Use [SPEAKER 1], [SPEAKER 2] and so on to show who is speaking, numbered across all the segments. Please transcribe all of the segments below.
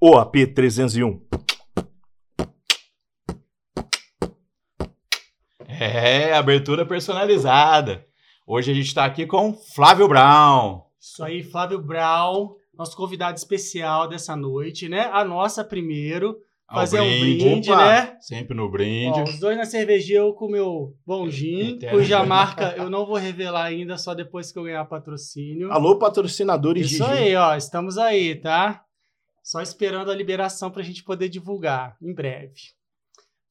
[SPEAKER 1] OAP 301.
[SPEAKER 2] É, abertura personalizada. Hoje a gente está aqui com Flávio Brown.
[SPEAKER 3] Isso aí, Flávio Brown, nosso convidado especial dessa noite, né? A nossa primeiro.
[SPEAKER 2] Ao
[SPEAKER 3] Fazer um brinde, né?
[SPEAKER 2] Sempre no brinde.
[SPEAKER 3] Ó, os dois na cervejinha, eu com o meu bom gin,
[SPEAKER 2] Eterno.
[SPEAKER 3] cuja marca eu não vou revelar ainda, só depois que eu ganhar patrocínio.
[SPEAKER 1] Alô, patrocinadores de
[SPEAKER 3] Isso
[SPEAKER 1] gin.
[SPEAKER 3] aí, ó, estamos aí, tá? Só esperando a liberação pra gente poder divulgar em breve.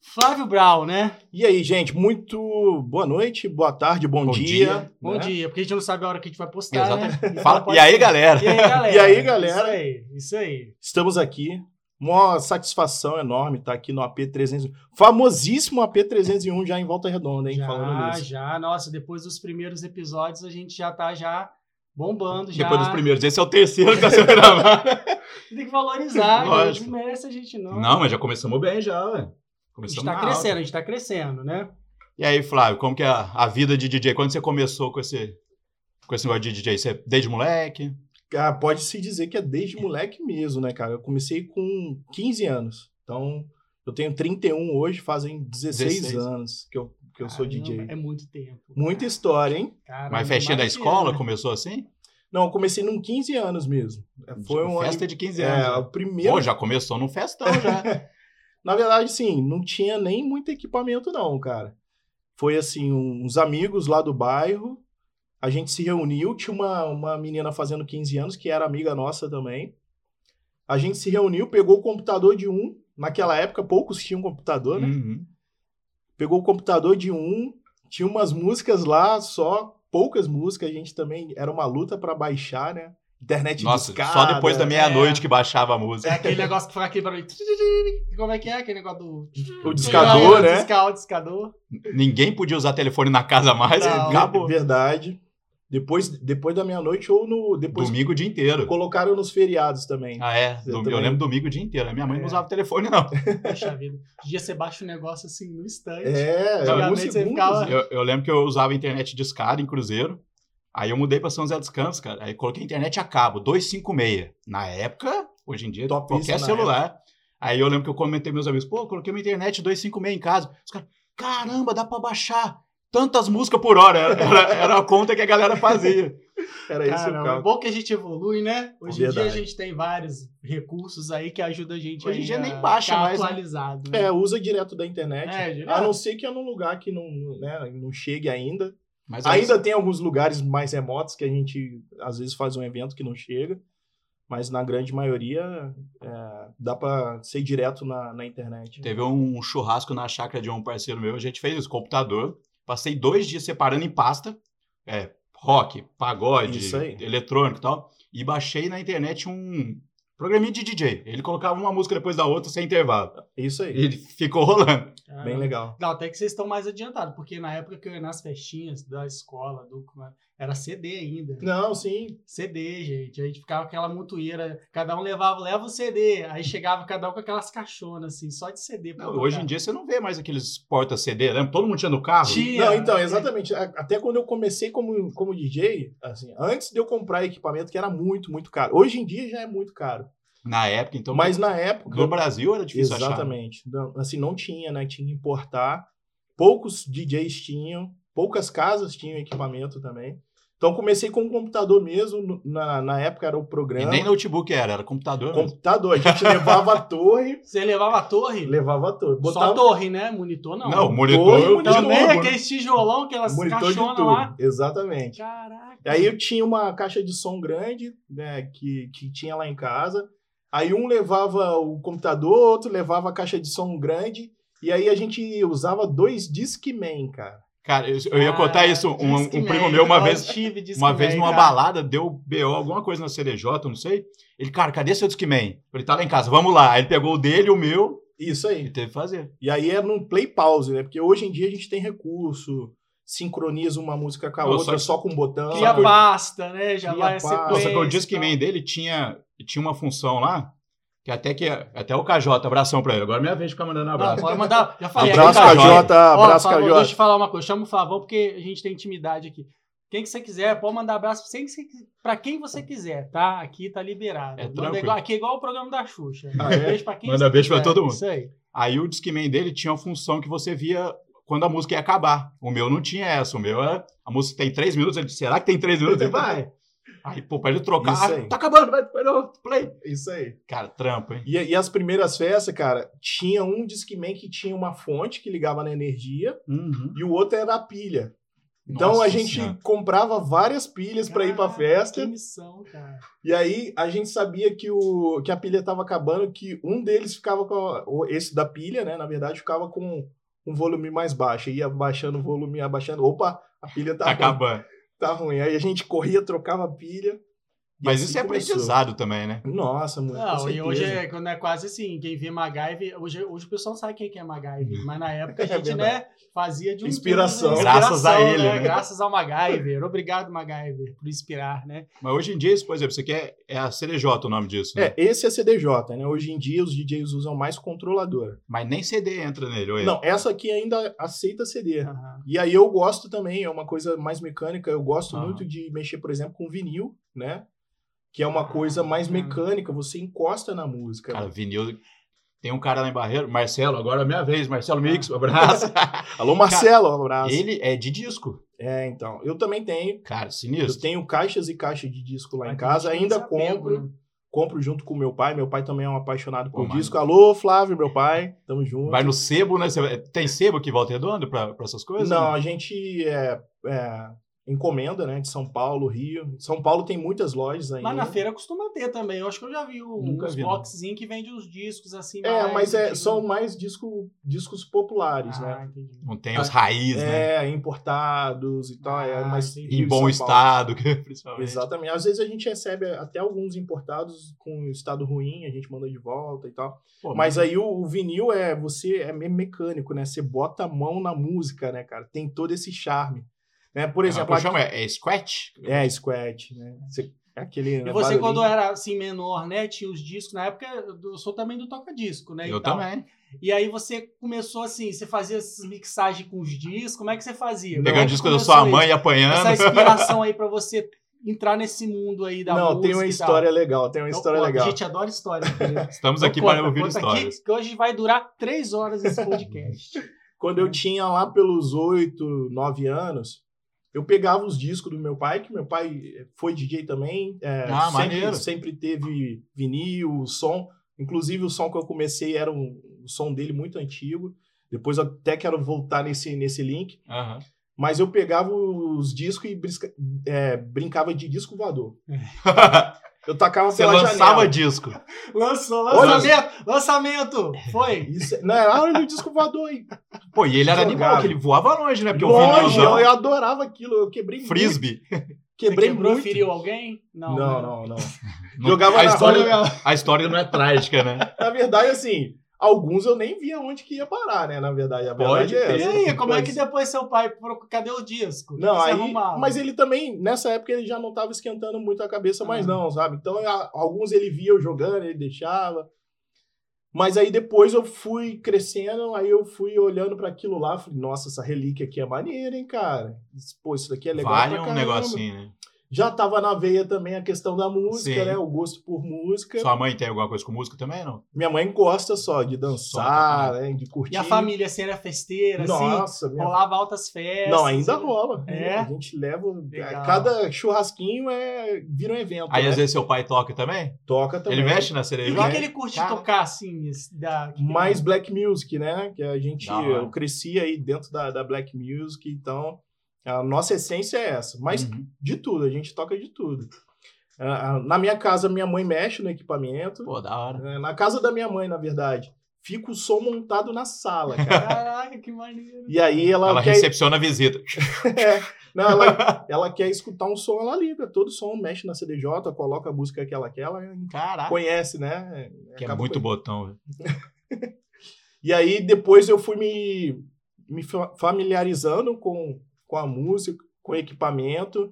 [SPEAKER 3] Flávio Brown, né?
[SPEAKER 1] E aí, gente, muito boa noite, boa tarde, bom,
[SPEAKER 2] Bom
[SPEAKER 1] dia.
[SPEAKER 2] dia.
[SPEAKER 3] Bom
[SPEAKER 1] né?
[SPEAKER 3] dia, porque a gente não sabe a hora que a gente vai postar, né? Então
[SPEAKER 2] Fala-
[SPEAKER 3] pode
[SPEAKER 2] E aí,
[SPEAKER 3] ser.
[SPEAKER 2] galera?
[SPEAKER 3] E aí, galera?
[SPEAKER 1] E aí, galera?
[SPEAKER 3] Isso aí, isso aí.
[SPEAKER 1] Estamos aqui. Uma satisfação enorme estar aqui no AP301. Famosíssimo AP301 já em Volta Redonda, hein?
[SPEAKER 3] Já,
[SPEAKER 1] Falando nisso.
[SPEAKER 3] já, nossa, depois dos primeiros episódios a gente já tá já bombando, já.
[SPEAKER 2] Depois dos primeiros. Esse é o terceiro que está sendo gravado.
[SPEAKER 3] Tem que valorizar, a gente
[SPEAKER 2] Lógico.
[SPEAKER 3] não merece a gente não.
[SPEAKER 2] Não, mas já começamos bem, já, ué.
[SPEAKER 3] a gente
[SPEAKER 2] Começamos
[SPEAKER 3] tá
[SPEAKER 2] na
[SPEAKER 3] crescendo,
[SPEAKER 2] alta.
[SPEAKER 3] a gente tá crescendo, né?
[SPEAKER 2] E aí, Flávio, como que é a, a vida de DJ? Quando você começou com esse, com esse negócio de DJ? Você desde moleque?
[SPEAKER 1] Ah, Pode-se dizer que é desde moleque mesmo, né, cara? Eu comecei com 15 anos. Então, eu tenho 31 hoje, fazem 16,
[SPEAKER 2] 16.
[SPEAKER 1] anos que eu, que eu sou
[SPEAKER 3] Caramba,
[SPEAKER 1] DJ.
[SPEAKER 3] É muito tempo.
[SPEAKER 1] Muita história, hein?
[SPEAKER 3] Caramba,
[SPEAKER 2] Mas festinha da
[SPEAKER 3] mais que
[SPEAKER 2] escola?
[SPEAKER 3] eu, né?
[SPEAKER 2] Começou assim?
[SPEAKER 1] Não, eu comecei com 15 anos mesmo. É, Foi uma
[SPEAKER 2] Tipo, Festa de 15
[SPEAKER 1] É,
[SPEAKER 2] anos. né?
[SPEAKER 1] o primeiro.
[SPEAKER 2] Pô, já começou num festão já.
[SPEAKER 1] Na verdade, sim, não tinha nem muito equipamento, não, cara. Foi assim, uns amigos lá do bairro. A gente se reuniu, tinha uma, uma menina fazendo 15 anos, que era amiga nossa também. A gente se reuniu, pegou o computador de um. Naquela época, poucos tinham computador, né?
[SPEAKER 2] Uhum.
[SPEAKER 1] Pegou o computador de um, tinha umas músicas lá, só poucas músicas. A gente também era uma luta pra baixar, né? Internet
[SPEAKER 2] Nossa,
[SPEAKER 1] discada.
[SPEAKER 2] só depois da meia-noite
[SPEAKER 3] é.
[SPEAKER 2] que baixava a
[SPEAKER 3] É
[SPEAKER 2] música.
[SPEAKER 3] aquele negócio que faz aquele barulho. Como é que é aquele negócio do.
[SPEAKER 1] O discador, né?
[SPEAKER 3] Discal, discador.
[SPEAKER 2] Ninguém podia usar telefone na casa mais.
[SPEAKER 3] Não.
[SPEAKER 2] Acabou.
[SPEAKER 1] É Verdade. Depois, depois da meia-noite ou no depois
[SPEAKER 2] Domingo o dia inteiro.
[SPEAKER 1] Colocaram nos feriados também.
[SPEAKER 2] Ah, é.
[SPEAKER 1] Eu
[SPEAKER 2] Dom- Eu,
[SPEAKER 1] também.
[SPEAKER 2] lembro domingo o dia inteiro. A minha mãe
[SPEAKER 3] É.
[SPEAKER 2] não usava telefone, não.
[SPEAKER 3] Poxa vida. Podia você baixa o negócio assim no instante.
[SPEAKER 1] é,
[SPEAKER 3] Antigamente
[SPEAKER 1] alguns
[SPEAKER 3] você
[SPEAKER 1] segundos.
[SPEAKER 3] ficava-
[SPEAKER 1] né?
[SPEAKER 2] Assim, Eu, eu lembro que eu usava internet de escada em Cruzeiro. Aí eu mudei pra São José dos Campos, cara. Aí coloquei internet a cabo, 256. Na época, hoje em dia,
[SPEAKER 1] Top
[SPEAKER 2] qualquer
[SPEAKER 1] isso na
[SPEAKER 2] celular. Aí eu lembro que eu comentei meus amigos, pô, eu coloquei uma internet 256 em casa. Os caras, caramba, dá pra baixar tantas músicas por hora. Era, era- era a conta que a galera fazia.
[SPEAKER 1] Era isso o
[SPEAKER 3] Caramba, é
[SPEAKER 1] carro.
[SPEAKER 3] bom que a gente evolui, né? Hoje em
[SPEAKER 1] Verdade.
[SPEAKER 3] dia a gente tem vários recursos aí que ajudam a gente
[SPEAKER 2] Hoje em dia
[SPEAKER 3] a
[SPEAKER 2] nem baixa
[SPEAKER 3] ficar
[SPEAKER 2] mais, né?
[SPEAKER 3] atualizado. né?
[SPEAKER 1] É, usa direto da internet.
[SPEAKER 3] É, direto.
[SPEAKER 1] a não ser que é num lugar que não, né, não chegue ainda.
[SPEAKER 2] Mas aí-
[SPEAKER 1] Ainda tem alguns lugares mais remotos que a gente às vezes faz um evento que não chega. Mas na grande maioria é, dá pra ser direto na, na internet.
[SPEAKER 2] Teve um churrasco na chácara de um parceiro meu, a gente fez isso, computador. Passei dois dias separando em pasta, é, rock, pagode,
[SPEAKER 1] Isso aí.
[SPEAKER 2] eletrônico e tal. E baixei na internet um programinha de DJ. Ele colocava uma música depois da outra sem intervalo.
[SPEAKER 1] É Isso
[SPEAKER 2] E
[SPEAKER 1] aí.
[SPEAKER 2] ele ficou rolando.
[SPEAKER 3] Caramba.
[SPEAKER 1] Bem legal.
[SPEAKER 3] Não, Ah, até que vocês estão mais adiantados, porque na época que eu ia nas festinhas da escola, do, era CD ainda.
[SPEAKER 1] Não, sim.
[SPEAKER 3] CD, gente. A gente ficava com aquela montoeira, cada um levava, leva o CD. Aí chegava cada um com aquelas caixonas, assim, só de CD. pra
[SPEAKER 2] Não, hoje
[SPEAKER 3] tocar.
[SPEAKER 2] em dia você não vê mais aqueles porta-CD, lembra? né? Todo mundo tinha no carro.
[SPEAKER 3] Tinha.
[SPEAKER 1] Não, então, exatamente. A- Até quando eu comecei como, como DJ, assim, antes de eu comprar equipamento que era muito, muito caro. Hoje em dia já é muito caro.
[SPEAKER 2] Na época, então.
[SPEAKER 1] Mas na época.
[SPEAKER 2] no Brasil era difícil achar.
[SPEAKER 1] Exatamente. Não, assim, não tinha, né? Tinha que importar. Poucos DJs tinham, poucas casas tinham equipamento também. Então comecei com o computador mesmo, no- na, na época era o
[SPEAKER 2] E
[SPEAKER 1] programa.
[SPEAKER 2] nem notebook era, era computador. mesmo.
[SPEAKER 1] computador, a gente levava a torre,
[SPEAKER 3] Você levava a torre?
[SPEAKER 1] levava a torre.
[SPEAKER 3] Só
[SPEAKER 1] Botava
[SPEAKER 3] a torre, né? Monitor não.
[SPEAKER 2] Não,
[SPEAKER 1] Torre,
[SPEAKER 2] monitor. de
[SPEAKER 1] monitor.
[SPEAKER 2] tubo,
[SPEAKER 3] Também
[SPEAKER 2] né?
[SPEAKER 3] aqueles tijolão, aquelas
[SPEAKER 1] monitor de
[SPEAKER 3] caixonas
[SPEAKER 1] tudo.
[SPEAKER 3] lá.
[SPEAKER 1] Exatamente.
[SPEAKER 3] Caraca.
[SPEAKER 1] Aí eu tinha uma caixa de som grande, né, que, que tinha lá em casa. Aí um levava o computador, outro levava a caixa de som grande. E aí a gente usava dois Discman, cara.
[SPEAKER 2] Cara, eu, eu ia
[SPEAKER 1] Ah,
[SPEAKER 2] contar isso. Um, um primo meu uma vez Uma vez numa balada, deu BO, alguma coisa na CDJ, eu não sei. Ele, cara, cadê seu Discman? Ele tá lá em casa, vamos lá. Aí ele pegou o dele, o meu,
[SPEAKER 1] Isso
[SPEAKER 2] e
[SPEAKER 1] aí.
[SPEAKER 2] teve que fazer.
[SPEAKER 1] E aí era um play pause, né? Porque hoje em dia a gente tem recurso, sincroniza uma música com a
[SPEAKER 2] Não,
[SPEAKER 1] outra
[SPEAKER 2] só
[SPEAKER 1] só com um botão.
[SPEAKER 3] Cria
[SPEAKER 1] Só que-
[SPEAKER 3] pasta, né? Já
[SPEAKER 1] Cria
[SPEAKER 3] vai a
[SPEAKER 1] pasta.
[SPEAKER 3] sequência.
[SPEAKER 2] Não, só que o
[SPEAKER 3] e
[SPEAKER 1] tá.
[SPEAKER 2] Discman dele tinha, tinha uma função lá, que até que até o KJ, abração pra ele. Agora é minha vez de ficar mandando
[SPEAKER 3] tal. Não,
[SPEAKER 1] Ah.
[SPEAKER 2] abraço.
[SPEAKER 3] pode mandar. Já falei.
[SPEAKER 2] Abraço,
[SPEAKER 3] aqui,
[SPEAKER 2] Cajota.
[SPEAKER 3] Ó,
[SPEAKER 1] abraço
[SPEAKER 3] Flavão,
[SPEAKER 1] Cajota.
[SPEAKER 3] Deixa eu te falar uma coisa. Chama o Flavão, porque a gente tem intimidade aqui. Quem que você quiser, pode mandar abraço pra, quem você quiser- pra quem você quiser, tá? Aqui tá liberado.
[SPEAKER 2] É
[SPEAKER 3] Manda
[SPEAKER 2] tranquilo.
[SPEAKER 3] igual- aqui é igual o programa da Xuxa.
[SPEAKER 1] Ah, é?
[SPEAKER 3] Beijo pra quem
[SPEAKER 2] Manda
[SPEAKER 3] você
[SPEAKER 2] beijo pra
[SPEAKER 3] quiser,
[SPEAKER 2] todo mundo.
[SPEAKER 3] Isso aí.
[SPEAKER 2] Aí o Discman dele tinha uma função que você via quando a música ia acabar. O meu não tinha essa. O meu era. A música tem três minutos. Ele disse, será que tem três minutos? Ele vai. Aí, pô, pra ele trocar.
[SPEAKER 1] Isso aí.
[SPEAKER 2] Ah, tá acabando, vai, vai, não, play.
[SPEAKER 1] Isso aí.
[SPEAKER 2] Cara, trampo, hein?
[SPEAKER 1] E, e as primeiras festas, cara, tinha um Discman que tinha uma fonte que ligava na energia e o outro era a pilha. Então
[SPEAKER 2] Nossa
[SPEAKER 1] a gente
[SPEAKER 2] Senhora.
[SPEAKER 1] comprava várias pilhas pra ir pra
[SPEAKER 3] Caraca,
[SPEAKER 1] festa.
[SPEAKER 3] Que missão, cara.
[SPEAKER 1] E aí a gente sabia que, o, que a pilha estava acabando, que um deles ficava com. a- o- esse da pilha, né? Na verdade, ficava com um volume mais baixo. Ia baixando o volume, ia baixando. Opa, a pilha tá,
[SPEAKER 2] Tá
[SPEAKER 1] ruim,
[SPEAKER 2] acabando.
[SPEAKER 1] tá ruim. Aí a gente corria, trocava a pilha. e
[SPEAKER 2] Mas
[SPEAKER 1] assim
[SPEAKER 2] isso é
[SPEAKER 1] começou.
[SPEAKER 2] aprendizado também, né?
[SPEAKER 1] Nossa, mano.
[SPEAKER 3] Não, e hoje é, quando é quase assim, quem vê MacGyver, hoje, hoje o pessoal não sabe quem que é
[SPEAKER 2] Uhum.
[SPEAKER 3] MacGyver, mas na época a
[SPEAKER 1] É
[SPEAKER 3] gente, né,
[SPEAKER 1] verdade.
[SPEAKER 3] fazia de um...
[SPEAKER 1] Inspiração.
[SPEAKER 2] Graças a ele, né?
[SPEAKER 3] Graças ao MacGyver. Obrigado, MacGyver, por inspirar, né?
[SPEAKER 2] Mas hoje em dia, isso, por exemplo, você quer. É a CDJ o nome disso. né?
[SPEAKER 1] É, esse é CDJ, né? Hoje em dia os DJs usam mais controladora.
[SPEAKER 2] Mas nem CD entra nele, ou
[SPEAKER 1] Não, essa aqui ainda aceita né? CD.
[SPEAKER 3] Aham.
[SPEAKER 1] E aí eu gosto também, é uma coisa mais mecânica, eu gosto
[SPEAKER 2] Aham.
[SPEAKER 1] muito de mexer, por exemplo, com vinil, né? Que é uma coisa mais mecânica, você encosta na música.
[SPEAKER 2] Ah, Cara, vinil. Tem um cara lá em Barreiro, Marcelo, agora é a minha vez, Marcelo Mix, um abraço.
[SPEAKER 1] Alô, Marcelo, um abraço.
[SPEAKER 2] Ele é de disco.
[SPEAKER 1] É, então, eu também tenho.
[SPEAKER 2] Cara,
[SPEAKER 1] Eu
[SPEAKER 2] sinistro.
[SPEAKER 1] tenho caixas e caixas de disco lá
[SPEAKER 3] Mas
[SPEAKER 1] em casa,
[SPEAKER 3] tem gente que
[SPEAKER 1] ainda
[SPEAKER 3] não sabe,
[SPEAKER 1] compro,
[SPEAKER 3] né?
[SPEAKER 1] compro junto com meu pai, meu pai também é um apaixonado
[SPEAKER 2] Pô,
[SPEAKER 1] por
[SPEAKER 2] mano.
[SPEAKER 1] disco. Alô, Flávio, meu pai, tamo junto.
[SPEAKER 2] Vai no sebo, né? Você vai- Tem sebo que volta redondo pra, pra essas coisas?
[SPEAKER 1] Não, a gente é, é, encomenda, né? De São Paulo, Rio. São Paulo tem muitas lojas ainda.
[SPEAKER 3] Mas na feira costuma ter também. Eu acho que eu já vi um-
[SPEAKER 2] Nunca
[SPEAKER 3] uns
[SPEAKER 2] vi, não.
[SPEAKER 3] boxzinhos que vende uns discos assim.
[SPEAKER 1] É, mas é,
[SPEAKER 3] antigos.
[SPEAKER 1] são mais disco, discos populares,
[SPEAKER 3] um Ah,
[SPEAKER 1] né?
[SPEAKER 3] entendi.
[SPEAKER 2] Não tem os raiz, né?
[SPEAKER 1] É, importados e tal. é
[SPEAKER 3] Ah,
[SPEAKER 1] mais
[SPEAKER 3] entendi.
[SPEAKER 2] Em
[SPEAKER 1] Rio e
[SPEAKER 2] bom
[SPEAKER 1] São Paulo.
[SPEAKER 2] estado, que- principalmente.
[SPEAKER 1] Exatamente. Às vezes a gente recebe até alguns importados com um estado ruim, a gente manda de volta e tal.
[SPEAKER 2] Pô,
[SPEAKER 1] Mas aí o, o vinil é você é me- mecânico, né? Você bota a mão na música, né, cara? Tem todo esse charme. Né? Por
[SPEAKER 2] ah,
[SPEAKER 1] exemplo,
[SPEAKER 2] como
[SPEAKER 1] aqui-
[SPEAKER 2] chama? É, é scratch?
[SPEAKER 1] É, Scratch, né? Você- é aquele.
[SPEAKER 3] E você, quando era assim menor, né? Tinha os discos. Na época, eu sou também do toca-disco, né? e
[SPEAKER 2] Eu
[SPEAKER 3] tal.
[SPEAKER 2] também.
[SPEAKER 3] E aí você começou assim, você fazia essas mixagens com os discos, como é que você fazia? Como é
[SPEAKER 2] Pegando
[SPEAKER 3] que
[SPEAKER 2] um disco da
[SPEAKER 3] começou
[SPEAKER 2] sua
[SPEAKER 3] isso?
[SPEAKER 2] mãe né? e apanhando.
[SPEAKER 3] Essa inspiração aí pra você entrar nesse mundo aí da
[SPEAKER 1] Não,
[SPEAKER 3] música.
[SPEAKER 1] tem uma
[SPEAKER 3] e
[SPEAKER 1] história
[SPEAKER 3] tal.
[SPEAKER 1] legal, tem uma
[SPEAKER 3] Então,
[SPEAKER 1] história
[SPEAKER 3] pô,
[SPEAKER 1] legal.
[SPEAKER 3] A gente adora história. entendeu?
[SPEAKER 2] Estamos
[SPEAKER 3] Então
[SPEAKER 2] aqui
[SPEAKER 3] conta,
[SPEAKER 2] para ouvir
[SPEAKER 3] conta aqui,
[SPEAKER 2] histórias.
[SPEAKER 3] que hoje vai durar três horas esse podcast.
[SPEAKER 1] Quando
[SPEAKER 2] Hum.
[SPEAKER 1] eu tinha lá pelos oito, nove anos, eu pegava os discos do meu pai, que meu pai eh, foi DJ também. é,
[SPEAKER 2] Ah, maneiro.
[SPEAKER 1] sempre, sempre teve vinil, o som. Inclusive, o som que eu comecei era um, o som dele muito antigo. Depois eu até quero voltar nesse, nesse link.
[SPEAKER 2] Aham.
[SPEAKER 1] Mas eu pegava os discos e brisca- é, brincava de disco voador. Eu tacava
[SPEAKER 2] Você
[SPEAKER 1] pela
[SPEAKER 2] lançava
[SPEAKER 1] janela.
[SPEAKER 2] disco.
[SPEAKER 3] Lançou,
[SPEAKER 1] Olha-
[SPEAKER 3] lançamento, lançamento. Foi.
[SPEAKER 1] Isso, é, não, era a hora do disco voador aí.
[SPEAKER 2] Pô, e ele era animal,
[SPEAKER 1] Jogava.
[SPEAKER 2] que ele voava longe, né? Porque o
[SPEAKER 1] Longe,
[SPEAKER 2] vinil
[SPEAKER 1] eu,
[SPEAKER 2] não.
[SPEAKER 1] eu adorava aquilo. Eu quebrei muito,
[SPEAKER 2] Frisbee.
[SPEAKER 1] Quebrei
[SPEAKER 3] Você quebrou,
[SPEAKER 1] muito.
[SPEAKER 3] feriu alguém? Não.
[SPEAKER 1] Não, não,
[SPEAKER 3] né?
[SPEAKER 1] não.
[SPEAKER 2] Não-
[SPEAKER 1] Jogava
[SPEAKER 2] a
[SPEAKER 1] na
[SPEAKER 2] história,
[SPEAKER 1] roda,
[SPEAKER 2] a história não é trágica, né?
[SPEAKER 1] Na verdade, assim, alguns eu nem via onde que ia parar, né? Na verdade, a
[SPEAKER 2] Pode
[SPEAKER 1] verdade é
[SPEAKER 2] ter.
[SPEAKER 1] essa.
[SPEAKER 3] E aí, como é
[SPEAKER 1] Mas-
[SPEAKER 3] que depois seu pai procurou? Cadê o disco?
[SPEAKER 1] Não,
[SPEAKER 3] Você
[SPEAKER 1] aí,
[SPEAKER 3] arrumava?
[SPEAKER 1] mas ele também, nessa época, ele já não estava esquentando muito a cabeça mais,
[SPEAKER 3] Ah.
[SPEAKER 1] não, sabe? Então, a- alguns ele via eu jogando, ele deixava. Mas aí depois eu fui crescendo, aí eu fui olhando para aquilo lá, falei, nossa, essa relíquia aqui é maneira, hein, cara? Pô, isso daqui é legal.
[SPEAKER 2] vale
[SPEAKER 1] pra
[SPEAKER 2] um
[SPEAKER 1] caramba.
[SPEAKER 2] negocinho, né?
[SPEAKER 1] Já tava na veia também a questão da música,
[SPEAKER 2] Sim.
[SPEAKER 1] né? O gosto por música.
[SPEAKER 2] Sua mãe tem alguma coisa com música também, não?
[SPEAKER 1] Minha mãe gosta só de
[SPEAKER 2] Só pra
[SPEAKER 1] dançar, né? De curtir.
[SPEAKER 3] E a família, assim, era festeira, assim?
[SPEAKER 1] Nossa, minha...
[SPEAKER 3] Rolava altas festas.
[SPEAKER 1] Não, ainda rola.
[SPEAKER 3] É?
[SPEAKER 1] A gente leva.
[SPEAKER 3] Legal.
[SPEAKER 1] Cada churrasquinho é... vira um evento.
[SPEAKER 2] Aí
[SPEAKER 1] né?
[SPEAKER 2] às vezes seu pai toca também?
[SPEAKER 1] toca também.
[SPEAKER 2] Ele mexe na
[SPEAKER 3] E
[SPEAKER 2] cereja?
[SPEAKER 3] o que, que ele curte
[SPEAKER 2] Cara.
[SPEAKER 3] tocar, assim? esse- Da... que que
[SPEAKER 1] É. Mais black music, né? Que a gente.
[SPEAKER 2] Da hora.
[SPEAKER 1] Eu cresci aí dentro da, da black music, então. A nossa essência é essa. Mas
[SPEAKER 2] Uhum.
[SPEAKER 1] de tudo, a gente toca de tudo. Ah, ah, Na minha casa, minha mãe mexe no equipamento.
[SPEAKER 2] Pô, da hora.
[SPEAKER 1] É, Na casa da minha mãe, na verdade. Fica o som montado na sala, cara.
[SPEAKER 3] é? Caraca, que maneiro.
[SPEAKER 1] E aí ela,
[SPEAKER 2] Ela
[SPEAKER 1] quer.
[SPEAKER 2] recepciona a visita.
[SPEAKER 1] É. Não, ela, ela quer escutar um som, ela liga. Todo som mexe na CDJ, coloca a música que ela quer, ela
[SPEAKER 2] Caraca.
[SPEAKER 1] conhece, né?
[SPEAKER 2] Que é
[SPEAKER 1] Acaba
[SPEAKER 2] muito
[SPEAKER 1] conhe-
[SPEAKER 2] botão, velho.
[SPEAKER 1] E aí depois eu fui me, me fa- familiarizando com, com a música, com o equipamento.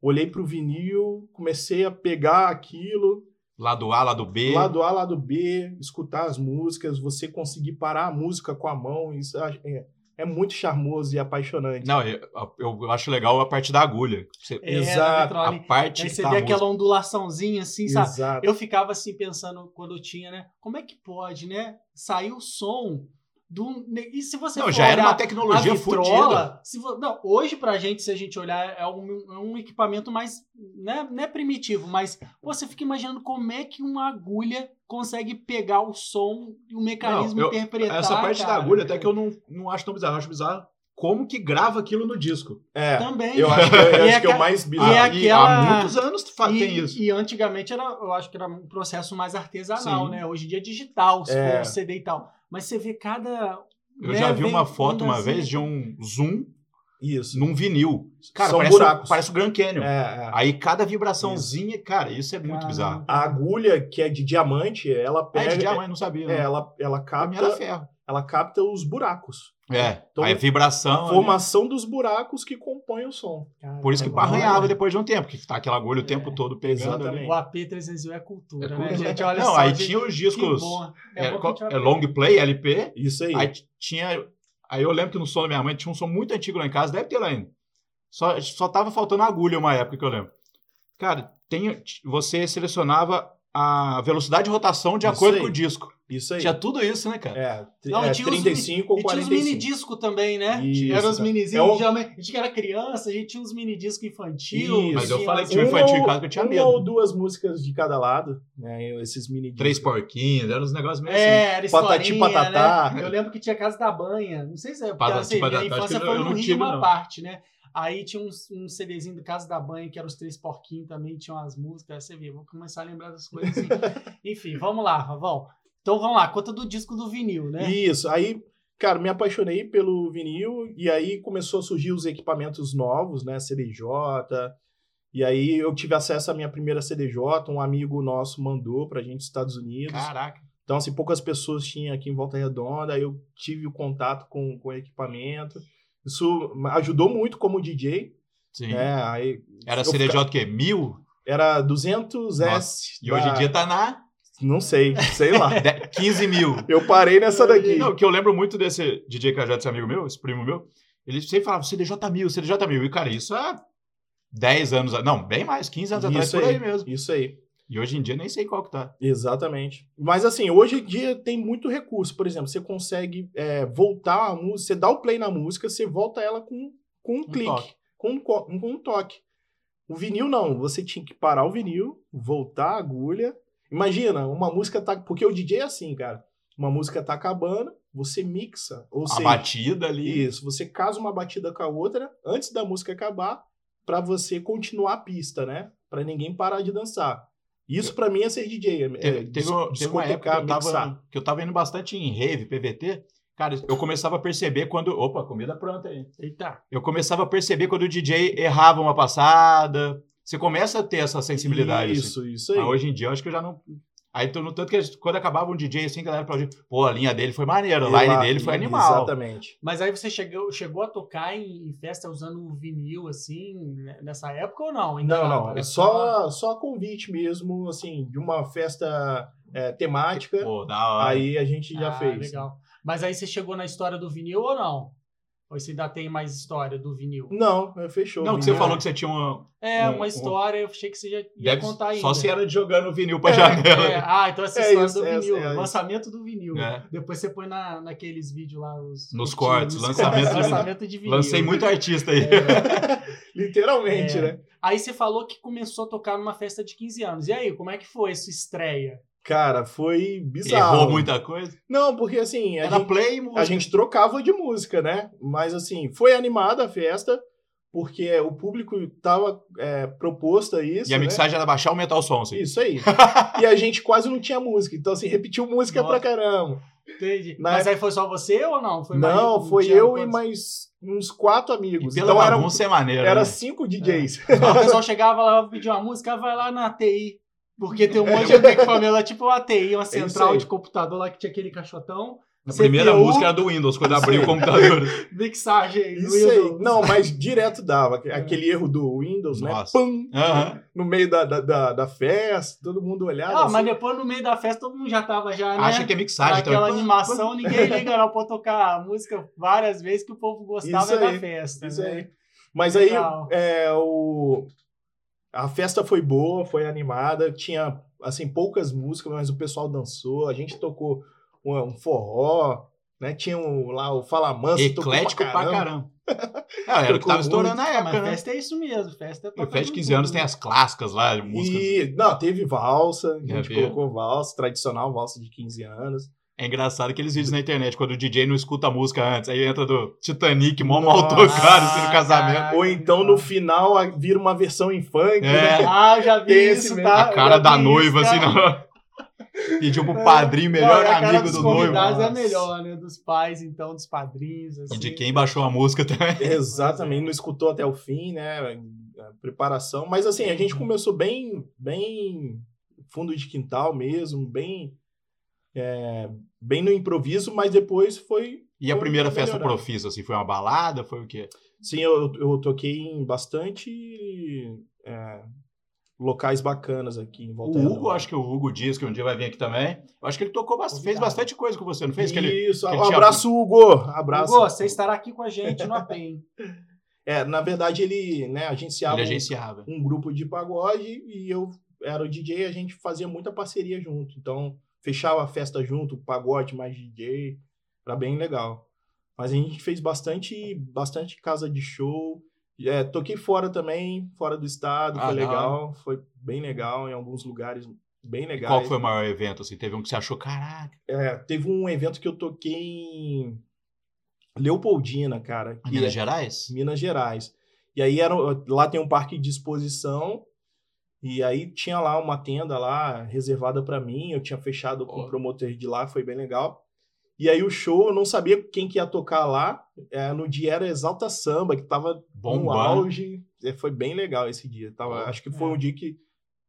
[SPEAKER 1] Olhei pro vinil, comecei a pegar aquilo,
[SPEAKER 2] Lado A, lado B.
[SPEAKER 1] lado A, lado B, escutar as músicas, você conseguir parar a música com a mão. Isso, é- é, é muito charmoso e apaixonante.
[SPEAKER 2] Não, eu, eu acho legal a parte da agulha. Você-
[SPEAKER 1] É, Exato.
[SPEAKER 2] A
[SPEAKER 3] Petrone.
[SPEAKER 2] parte
[SPEAKER 3] Aí você
[SPEAKER 2] da
[SPEAKER 3] vê
[SPEAKER 2] música.
[SPEAKER 3] aquela ondulaçãozinha assim, sabe?
[SPEAKER 1] Exato.
[SPEAKER 3] Eu ficava assim pensando quando eu tinha, né? Como é que pode, né? Sair o som do. E se você
[SPEAKER 2] Não,
[SPEAKER 3] for
[SPEAKER 2] já era
[SPEAKER 3] olhar
[SPEAKER 2] uma tecnologia
[SPEAKER 3] a
[SPEAKER 2] fodida.
[SPEAKER 3] vitrola, se vo- não, hoje pra gente, se a gente olhar, é um, é um equipamento mais, né, não é primitivo, mas você fica imaginando como é que uma agulha consegue pegar o som e o mecanismo
[SPEAKER 2] Não, eu-
[SPEAKER 3] interpretar.
[SPEAKER 2] Essa parte
[SPEAKER 3] cara.
[SPEAKER 2] da agulha, até que eu não, não acho tão bizarro. Eu acho bizarro como que grava aquilo no disco. Ah,
[SPEAKER 1] É,
[SPEAKER 3] Também.
[SPEAKER 1] eu acho que, eu
[SPEAKER 3] E é
[SPEAKER 1] acho que é
[SPEAKER 3] ca-
[SPEAKER 1] o mais
[SPEAKER 3] E
[SPEAKER 1] bizarro.
[SPEAKER 3] é aquela-
[SPEAKER 2] há muitos anos fa-
[SPEAKER 3] e,
[SPEAKER 2] tem isso.
[SPEAKER 3] e antigamente era, eu acho que era um processo mais artesanal,
[SPEAKER 2] Sim.
[SPEAKER 3] né? Hoje em dia é digital, se
[SPEAKER 1] É.
[SPEAKER 3] for um CD e tal. Mas você vê cada.
[SPEAKER 2] Eu
[SPEAKER 3] né,
[SPEAKER 2] já vi
[SPEAKER 3] vem-
[SPEAKER 2] uma foto uma
[SPEAKER 3] vem
[SPEAKER 2] vez
[SPEAKER 3] assim.
[SPEAKER 2] de um zoom
[SPEAKER 1] Isso.
[SPEAKER 2] num vinil. Cara,
[SPEAKER 1] São
[SPEAKER 2] parece, um
[SPEAKER 1] buracos.
[SPEAKER 2] parece um o Grand Canyon.
[SPEAKER 1] É, é.
[SPEAKER 2] Aí cada vibraçãozinha, cara, isso é muito
[SPEAKER 3] Caramba.
[SPEAKER 2] bizarro.
[SPEAKER 1] A agulha que é de diamante,
[SPEAKER 3] Ah,
[SPEAKER 1] ela
[SPEAKER 2] É,
[SPEAKER 1] pega.
[SPEAKER 2] de diamante, não sabia.
[SPEAKER 3] né?
[SPEAKER 1] é,
[SPEAKER 2] não.
[SPEAKER 1] ela, ela
[SPEAKER 2] A minha era
[SPEAKER 1] capta,
[SPEAKER 2] ferro.
[SPEAKER 1] ela capta os buracos.
[SPEAKER 2] É,
[SPEAKER 1] Então,
[SPEAKER 2] aí a vibração.
[SPEAKER 1] a
[SPEAKER 2] ali.
[SPEAKER 1] formação dos buracos que compõem o som.
[SPEAKER 2] Por isso que
[SPEAKER 3] é
[SPEAKER 1] Agora-
[SPEAKER 2] arranhava depois de um tempo, que tá aquela agulha o tempo todo pegando. ali.
[SPEAKER 1] Exatamente.
[SPEAKER 3] O AP300 é cultura,
[SPEAKER 2] É
[SPEAKER 3] né,
[SPEAKER 2] cultura.
[SPEAKER 3] gente? Olha
[SPEAKER 2] Não,
[SPEAKER 3] só.
[SPEAKER 2] aí
[SPEAKER 3] gente,
[SPEAKER 2] tinha os
[SPEAKER 3] que
[SPEAKER 2] discos.
[SPEAKER 3] bom. bom
[SPEAKER 2] É,
[SPEAKER 3] que a
[SPEAKER 2] qual-
[SPEAKER 3] gente vai
[SPEAKER 2] é long play, LP.
[SPEAKER 1] Isso aí.
[SPEAKER 2] Aí t- tinha. Aí eu lembro que no som da minha mãe tinha um som muito antigo lá em casa, deve ter lá ainda. Só, só tava faltando agulha uma época que eu lembro. Cara, tem, t- você selecionava a velocidade de rotação de
[SPEAKER 1] Isso
[SPEAKER 2] acordo
[SPEAKER 1] aí.
[SPEAKER 2] com o disco.
[SPEAKER 1] isso aí.
[SPEAKER 2] Tinha tudo isso, né, cara?
[SPEAKER 1] É, tri-
[SPEAKER 3] Não, e
[SPEAKER 1] é,
[SPEAKER 3] tinha os
[SPEAKER 1] 35
[SPEAKER 3] E
[SPEAKER 1] ou
[SPEAKER 3] tinha os
[SPEAKER 1] 45.
[SPEAKER 3] mini disco também, né?
[SPEAKER 1] Isso,
[SPEAKER 3] Eram os
[SPEAKER 2] tá.
[SPEAKER 1] cara.
[SPEAKER 3] minizinhos.
[SPEAKER 1] É um-
[SPEAKER 3] geralmente, a gente que era criança, a gente tinha uns mini disco infantil.
[SPEAKER 1] Isso.
[SPEAKER 2] Mas eu
[SPEAKER 3] tinha
[SPEAKER 2] falei
[SPEAKER 3] umas-
[SPEAKER 2] que tinha um infantil em casa que eu tinha
[SPEAKER 1] uma
[SPEAKER 2] medo.
[SPEAKER 1] ou duas músicas de cada lado, né? Esses mini discos.
[SPEAKER 2] Três porquinhos, eram uns negócios meio assim.
[SPEAKER 3] É, era
[SPEAKER 1] Patati,
[SPEAKER 3] historinha,
[SPEAKER 1] patatá.
[SPEAKER 3] né? Eu lembro que tinha Casa da Banha. Não sei se é porque
[SPEAKER 2] Patati,
[SPEAKER 3] assim,
[SPEAKER 2] patatá,
[SPEAKER 3] minha
[SPEAKER 2] acho
[SPEAKER 3] infância
[SPEAKER 2] que eu
[SPEAKER 3] foi
[SPEAKER 2] não- eu
[SPEAKER 3] no
[SPEAKER 2] não
[SPEAKER 3] Rio
[SPEAKER 2] tive,
[SPEAKER 3] uma
[SPEAKER 2] não.
[SPEAKER 3] parte, né? Aí tinha uns- um, CDzinho do Casa da Banha, que era os Três Porquinhos também, tinham as músicas. Aí Você vê, vou começar a lembrar das coisas assim. Enfim, vamos lá, Ravão. Então vamos lá, conta do disco do vinil, né?
[SPEAKER 1] Isso. Aí, cara, me apaixonei pelo vinil e aí começou a surgir os equipamentos novos, né? CDJ. E aí eu tive acesso à minha primeira CDJ, um amigo nosso mandou pra gente dos Estados Unidos.
[SPEAKER 2] Caraca.
[SPEAKER 1] Então, assim, poucas pessoas tinham aqui em Volta Redonda, aí eu tive o contato com, com o equipamento. Isso ajudou muito como DJ,
[SPEAKER 2] Sim.
[SPEAKER 1] né? Aí
[SPEAKER 2] Era
[SPEAKER 1] eu
[SPEAKER 2] CDJ o quê? Mil?
[SPEAKER 1] era 200S.
[SPEAKER 2] E hoje em
[SPEAKER 1] da-
[SPEAKER 2] dia tá na
[SPEAKER 1] Não sei, sei lá.
[SPEAKER 2] de- 15 mil.
[SPEAKER 1] Eu parei nessa daqui.
[SPEAKER 2] Não, que eu lembro muito desse DJ Cajá, desse amigo meu, esse primo meu. Ele sempre falava CDJ mil, CDJ mil. E, cara, isso há 10 anos, a- não, bem mais, 15 anos atrás,
[SPEAKER 1] Isso
[SPEAKER 2] por aí
[SPEAKER 1] aí.
[SPEAKER 2] mesmo.
[SPEAKER 1] Isso aí.
[SPEAKER 2] E hoje em dia nem sei qual que tá.
[SPEAKER 1] Exatamente. Mas assim, hoje em dia tem muito recurso. Por exemplo, você consegue é, voltar a música, você dá o play na música, você volta ela com, com um, clique,
[SPEAKER 2] toque.
[SPEAKER 1] Com, um, co- com um toque. O vinil não, você tinha que parar o vinil, voltar a agulha. Imagina, uma música tá. Porque o DJ é assim, cara. Uma música tá acabando, você mixa. Ou
[SPEAKER 2] a
[SPEAKER 1] seja,
[SPEAKER 2] batida ali.
[SPEAKER 1] Isso, você casa uma batida com a outra antes da música acabar pra você continuar a pista, né? Pra ninguém parar de dançar. Isso pra mim é ser DJ, é,
[SPEAKER 2] Teve,
[SPEAKER 1] é,
[SPEAKER 2] teve
[SPEAKER 1] dis-
[SPEAKER 2] uma- teve uma época que eu,
[SPEAKER 1] discotecar, mixar.
[SPEAKER 2] tava, que eu tava indo bastante em rave, PVT. Cara, eu começava a perceber quando. Opa, comida pronta aí.
[SPEAKER 3] Eita.
[SPEAKER 2] Eu começava a perceber quando o DJ errava uma passada. Você começa a ter essa sensibilidade. assim.
[SPEAKER 1] Isso, isso aí.
[SPEAKER 2] Mas hoje em dia eu acho que eu já não. Aí então, no tanto que quando acabava um DJ assim, a galera aplaudia. Pô, a linha dele foi maneira, a
[SPEAKER 1] Sei
[SPEAKER 2] line
[SPEAKER 1] lá,
[SPEAKER 2] dele foi animal.
[SPEAKER 1] Exatamente.
[SPEAKER 3] Mas aí você chegou, chegou a tocar em, em festa usando o vinil, assim, né, nessa época ou não? Ainda
[SPEAKER 1] Não, não,
[SPEAKER 3] era
[SPEAKER 1] é só, só convite mesmo, assim, de uma festa é, temática,
[SPEAKER 2] Pô, da hora.
[SPEAKER 1] aí a gente já
[SPEAKER 3] Ah,
[SPEAKER 1] fez.
[SPEAKER 3] Legal. Mas aí você chegou na história do vinil ou não? Ou você ainda tem mais história do vinil?
[SPEAKER 1] Não, é, fechou.
[SPEAKER 2] não, que você
[SPEAKER 1] né?
[SPEAKER 2] falou que você tinha uma.
[SPEAKER 3] É,
[SPEAKER 2] Um-
[SPEAKER 3] uma história, eu achei que você já ia
[SPEAKER 2] Deve...
[SPEAKER 3] contar ainda.
[SPEAKER 2] Só se era né? de jogando vinil pra
[SPEAKER 3] É,
[SPEAKER 2] janela.
[SPEAKER 3] é. Ah, então essa
[SPEAKER 1] É
[SPEAKER 3] história
[SPEAKER 1] isso,
[SPEAKER 3] do
[SPEAKER 1] é,
[SPEAKER 3] vinil,
[SPEAKER 1] é, é isso.
[SPEAKER 3] lançamento do vinil.
[SPEAKER 2] né?
[SPEAKER 3] Depois você põe na, naqueles vídeos lá. Os,
[SPEAKER 2] Nos
[SPEAKER 3] os-
[SPEAKER 2] cortes,
[SPEAKER 3] os
[SPEAKER 2] lançamento
[SPEAKER 3] cortes,
[SPEAKER 2] de-
[SPEAKER 3] lançamento de vinil.
[SPEAKER 2] Lancei muito artista aí.
[SPEAKER 3] É.
[SPEAKER 1] Literalmente,
[SPEAKER 3] É.
[SPEAKER 1] né?
[SPEAKER 3] Aí você falou que começou a tocar numa festa de 15 anos. E aí, como é que foi essa estreia?
[SPEAKER 1] Cara, foi bizarro.
[SPEAKER 2] Errou muita coisa.
[SPEAKER 1] Não, porque assim, a
[SPEAKER 2] Era
[SPEAKER 1] gente-
[SPEAKER 2] play, música.
[SPEAKER 1] a gente trocava de música, né? Mas assim, foi animada a festa, porque o público estava proposto a isso.
[SPEAKER 2] E a
[SPEAKER 1] né?
[SPEAKER 2] mixagem era baixar ou aumentar o som, assim.
[SPEAKER 1] Isso aí. e a gente quase não tinha música. Então, assim, repetiu música
[SPEAKER 3] Nossa.
[SPEAKER 1] pra caramba.
[SPEAKER 3] Entendi.
[SPEAKER 1] Na
[SPEAKER 3] Mas aí foi só você ou não? Foi mais- um
[SPEAKER 1] não, foi
[SPEAKER 3] tinha
[SPEAKER 1] eu e
[SPEAKER 3] quantos?
[SPEAKER 1] mais uns quatro
[SPEAKER 2] um E
[SPEAKER 1] amigos.
[SPEAKER 2] pela
[SPEAKER 1] Então era,
[SPEAKER 2] bagunça é maneiro.
[SPEAKER 1] era
[SPEAKER 2] né?
[SPEAKER 1] cinco DJs.
[SPEAKER 3] O pessoal chegava lá, pedia uma música, vai lá na ATI. Porque tem um monte de equipamento lá, tipo uma ATI, uma
[SPEAKER 1] É isso
[SPEAKER 3] central
[SPEAKER 1] aí.
[SPEAKER 3] de computador lá que tinha aquele caixotão.
[SPEAKER 2] A primeira
[SPEAKER 3] CPU.
[SPEAKER 2] música era do Windows, quando abriu o
[SPEAKER 1] Sim.
[SPEAKER 2] computador.
[SPEAKER 3] Mixagem. no
[SPEAKER 1] Isso aí.
[SPEAKER 3] Windows.
[SPEAKER 1] Não, mas direto dava. Aquele erro do Windows,
[SPEAKER 2] É. Nossa.
[SPEAKER 1] né? Pum,
[SPEAKER 2] Aham.
[SPEAKER 1] no meio da, da, da, da festa, todo mundo olhava.
[SPEAKER 3] Ah,
[SPEAKER 1] assim.
[SPEAKER 3] mas depois no meio da festa todo mundo já tava já, né?
[SPEAKER 2] Acha que é mixagem. então.
[SPEAKER 3] Aquela animação, ninguém liga não pra tocar a música várias vezes que o povo gostava
[SPEAKER 1] Isso
[SPEAKER 3] é da
[SPEAKER 1] aí,
[SPEAKER 3] festa.
[SPEAKER 1] assim, Isso
[SPEAKER 3] né?
[SPEAKER 1] aí. Mas aí
[SPEAKER 3] Legal.
[SPEAKER 1] é, o... a festa foi boa, foi animada, tinha assim poucas músicas, mas o pessoal dançou, a gente tocou um, um forró, né? Tinha um, lá o Fala Manso, tocou
[SPEAKER 2] Eclético pra
[SPEAKER 1] caramba.
[SPEAKER 2] caramba. É, era o que
[SPEAKER 1] Tocou
[SPEAKER 2] tava estourando na
[SPEAKER 3] Ah, mas
[SPEAKER 2] época, né?
[SPEAKER 3] festa é isso mesmo, festa é
[SPEAKER 2] O
[SPEAKER 3] pra
[SPEAKER 2] Fest
[SPEAKER 3] todo
[SPEAKER 2] 15 anos tem
[SPEAKER 3] mundo.
[SPEAKER 2] as clássicas lá, de músicas.
[SPEAKER 1] E não, teve valsa, a
[SPEAKER 2] Já
[SPEAKER 1] gente
[SPEAKER 2] viu?
[SPEAKER 1] colocou valsa, tradicional valsa de 15 anos.
[SPEAKER 2] É engraçado aqueles vídeos na internet, quando o DJ não escuta a música antes, aí entra do Titanic, mó mal
[SPEAKER 1] Nossa.
[SPEAKER 2] tocado, assim, no casamento.
[SPEAKER 3] Ah,
[SPEAKER 1] Ou
[SPEAKER 3] que
[SPEAKER 1] então
[SPEAKER 3] legal.
[SPEAKER 1] no final a- vira uma versão em funk, né?
[SPEAKER 2] É,
[SPEAKER 3] Ah, eu já vi
[SPEAKER 1] Tem esse
[SPEAKER 3] isso,
[SPEAKER 1] mesmo.
[SPEAKER 3] tá?
[SPEAKER 2] a cara
[SPEAKER 3] Eu já
[SPEAKER 2] da
[SPEAKER 3] vi
[SPEAKER 2] noiva,
[SPEAKER 3] isso, tá?
[SPEAKER 2] assim,
[SPEAKER 3] cara. É.
[SPEAKER 2] não. Pediu pro padrinho,
[SPEAKER 3] Não,
[SPEAKER 2] melhor
[SPEAKER 3] e a cara
[SPEAKER 2] amigo
[SPEAKER 3] dos
[SPEAKER 2] do noivo.
[SPEAKER 3] convidados é
[SPEAKER 1] Nossa.
[SPEAKER 3] melhor, né? Dos pais, então, dos padrinhos, assim.
[SPEAKER 2] E de quem baixou a música também.
[SPEAKER 1] Exatamente, não escutou até o fim, né? A preparação. Mas assim, a
[SPEAKER 2] Uhum.
[SPEAKER 1] gente começou bem, bem fundo de quintal mesmo, bem, é, bem no improviso, mas depois foi.
[SPEAKER 2] E a primeira
[SPEAKER 3] tá
[SPEAKER 2] festa
[SPEAKER 1] Melhorar.
[SPEAKER 2] profissa, assim, foi uma balada, foi o quê?
[SPEAKER 1] Sim, eu, eu toquei em bastante é, locais bacanas aqui em
[SPEAKER 2] O
[SPEAKER 1] volta.
[SPEAKER 2] Hugo, acho que o Hugo Dias, que um dia vai vir aqui também. Eu acho que ele tocou bast- fez bastante coisa com você, não fez? Que ele...
[SPEAKER 1] Isso,
[SPEAKER 2] que
[SPEAKER 1] um
[SPEAKER 2] ele tinha-
[SPEAKER 1] abraço, Hugo. Abraço.
[SPEAKER 3] Hugo, você estará aqui com a gente no APEM.
[SPEAKER 1] É, na verdade, ele né, agenciava
[SPEAKER 2] Ele
[SPEAKER 1] um-
[SPEAKER 2] agenciava.
[SPEAKER 1] um grupo de pagode e eu era o DJ e a gente fazia muita parceria junto. Então, fechava a festa junto, pagode mais DJ, era bem legal. Mas a gente fez bastante, bastante casa de show. É, toquei fora também, fora do estado,
[SPEAKER 2] Ah,
[SPEAKER 1] foi
[SPEAKER 2] da
[SPEAKER 1] legal, foi bem legal em alguns lugares bem legais.
[SPEAKER 2] Qual que foi o maior evento? Assim? Teve um que você achou, caraca,
[SPEAKER 1] É, teve um evento que eu toquei em Leopoldina, cara, que
[SPEAKER 3] é
[SPEAKER 1] é
[SPEAKER 2] Minas Gerais?
[SPEAKER 1] Minas Gerais. E aí era, lá tem um parque de exposição. E aí tinha lá uma tenda lá reservada para mim. Eu tinha fechado com
[SPEAKER 2] Ó.
[SPEAKER 1] o promotor de lá, foi bem legal. E aí o show, eu não sabia quem que ia tocar lá. é, no dia era Exalta Samba, que tava no
[SPEAKER 2] Bombando.
[SPEAKER 1] auge. É, foi bem legal esse dia. Tava,
[SPEAKER 2] Ó.
[SPEAKER 1] acho que foi
[SPEAKER 3] É.
[SPEAKER 1] um dia que,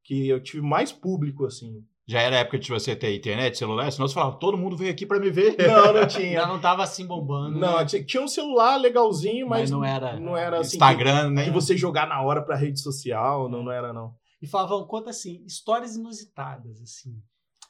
[SPEAKER 1] que eu tive mais público, assim.
[SPEAKER 2] Já era a época de você ter internet, celular, senão você falava, todo mundo veio aqui pra me ver.
[SPEAKER 1] Não, não
[SPEAKER 3] Ainda
[SPEAKER 1] tinha.
[SPEAKER 3] não tava assim bombando. né?
[SPEAKER 1] Não, tinha tinha um celular legalzinho,
[SPEAKER 3] mas,
[SPEAKER 1] mas,
[SPEAKER 3] não era.
[SPEAKER 1] não era assim.
[SPEAKER 2] Instagram,
[SPEAKER 1] que-
[SPEAKER 2] né?
[SPEAKER 1] que você jogar na hora pra rede social, não, não era, não.
[SPEAKER 3] E Flavão, conta assim, histórias inusitadas, assim.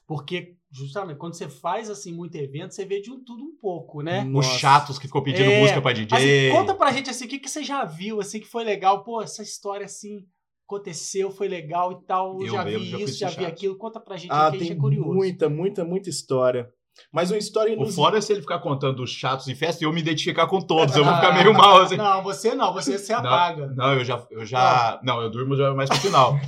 [SPEAKER 3] Porque, justamente, quando você faz assim muito evento, você vê de um tudo um pouco, né?
[SPEAKER 2] Os chatos que ficou pedindo
[SPEAKER 3] É,
[SPEAKER 2] música pra DJ.
[SPEAKER 3] Assim, conta pra gente assim, o que, que você já viu, assim, que foi legal, pô, essa história assim aconteceu, foi legal e tal.
[SPEAKER 2] Eu
[SPEAKER 3] já
[SPEAKER 2] mesmo
[SPEAKER 3] vi
[SPEAKER 2] já fui
[SPEAKER 3] isso, já vi
[SPEAKER 2] chato.
[SPEAKER 3] aquilo. Conta pra gente
[SPEAKER 1] Ah,
[SPEAKER 3] aqui, a gente
[SPEAKER 1] tem
[SPEAKER 3] é curioso.
[SPEAKER 1] muita, muita, muita história. Mas uma história
[SPEAKER 2] O
[SPEAKER 1] inusitada.
[SPEAKER 2] fora é se ele ficar contando os chatos em festa e eu me identificar com todos. Eu vou
[SPEAKER 3] Ah,
[SPEAKER 2] ficar meio mal, assim.
[SPEAKER 3] Não, você não, você se apaga.
[SPEAKER 2] Não, eu já. Eu já não, eu durmo já mais pro final.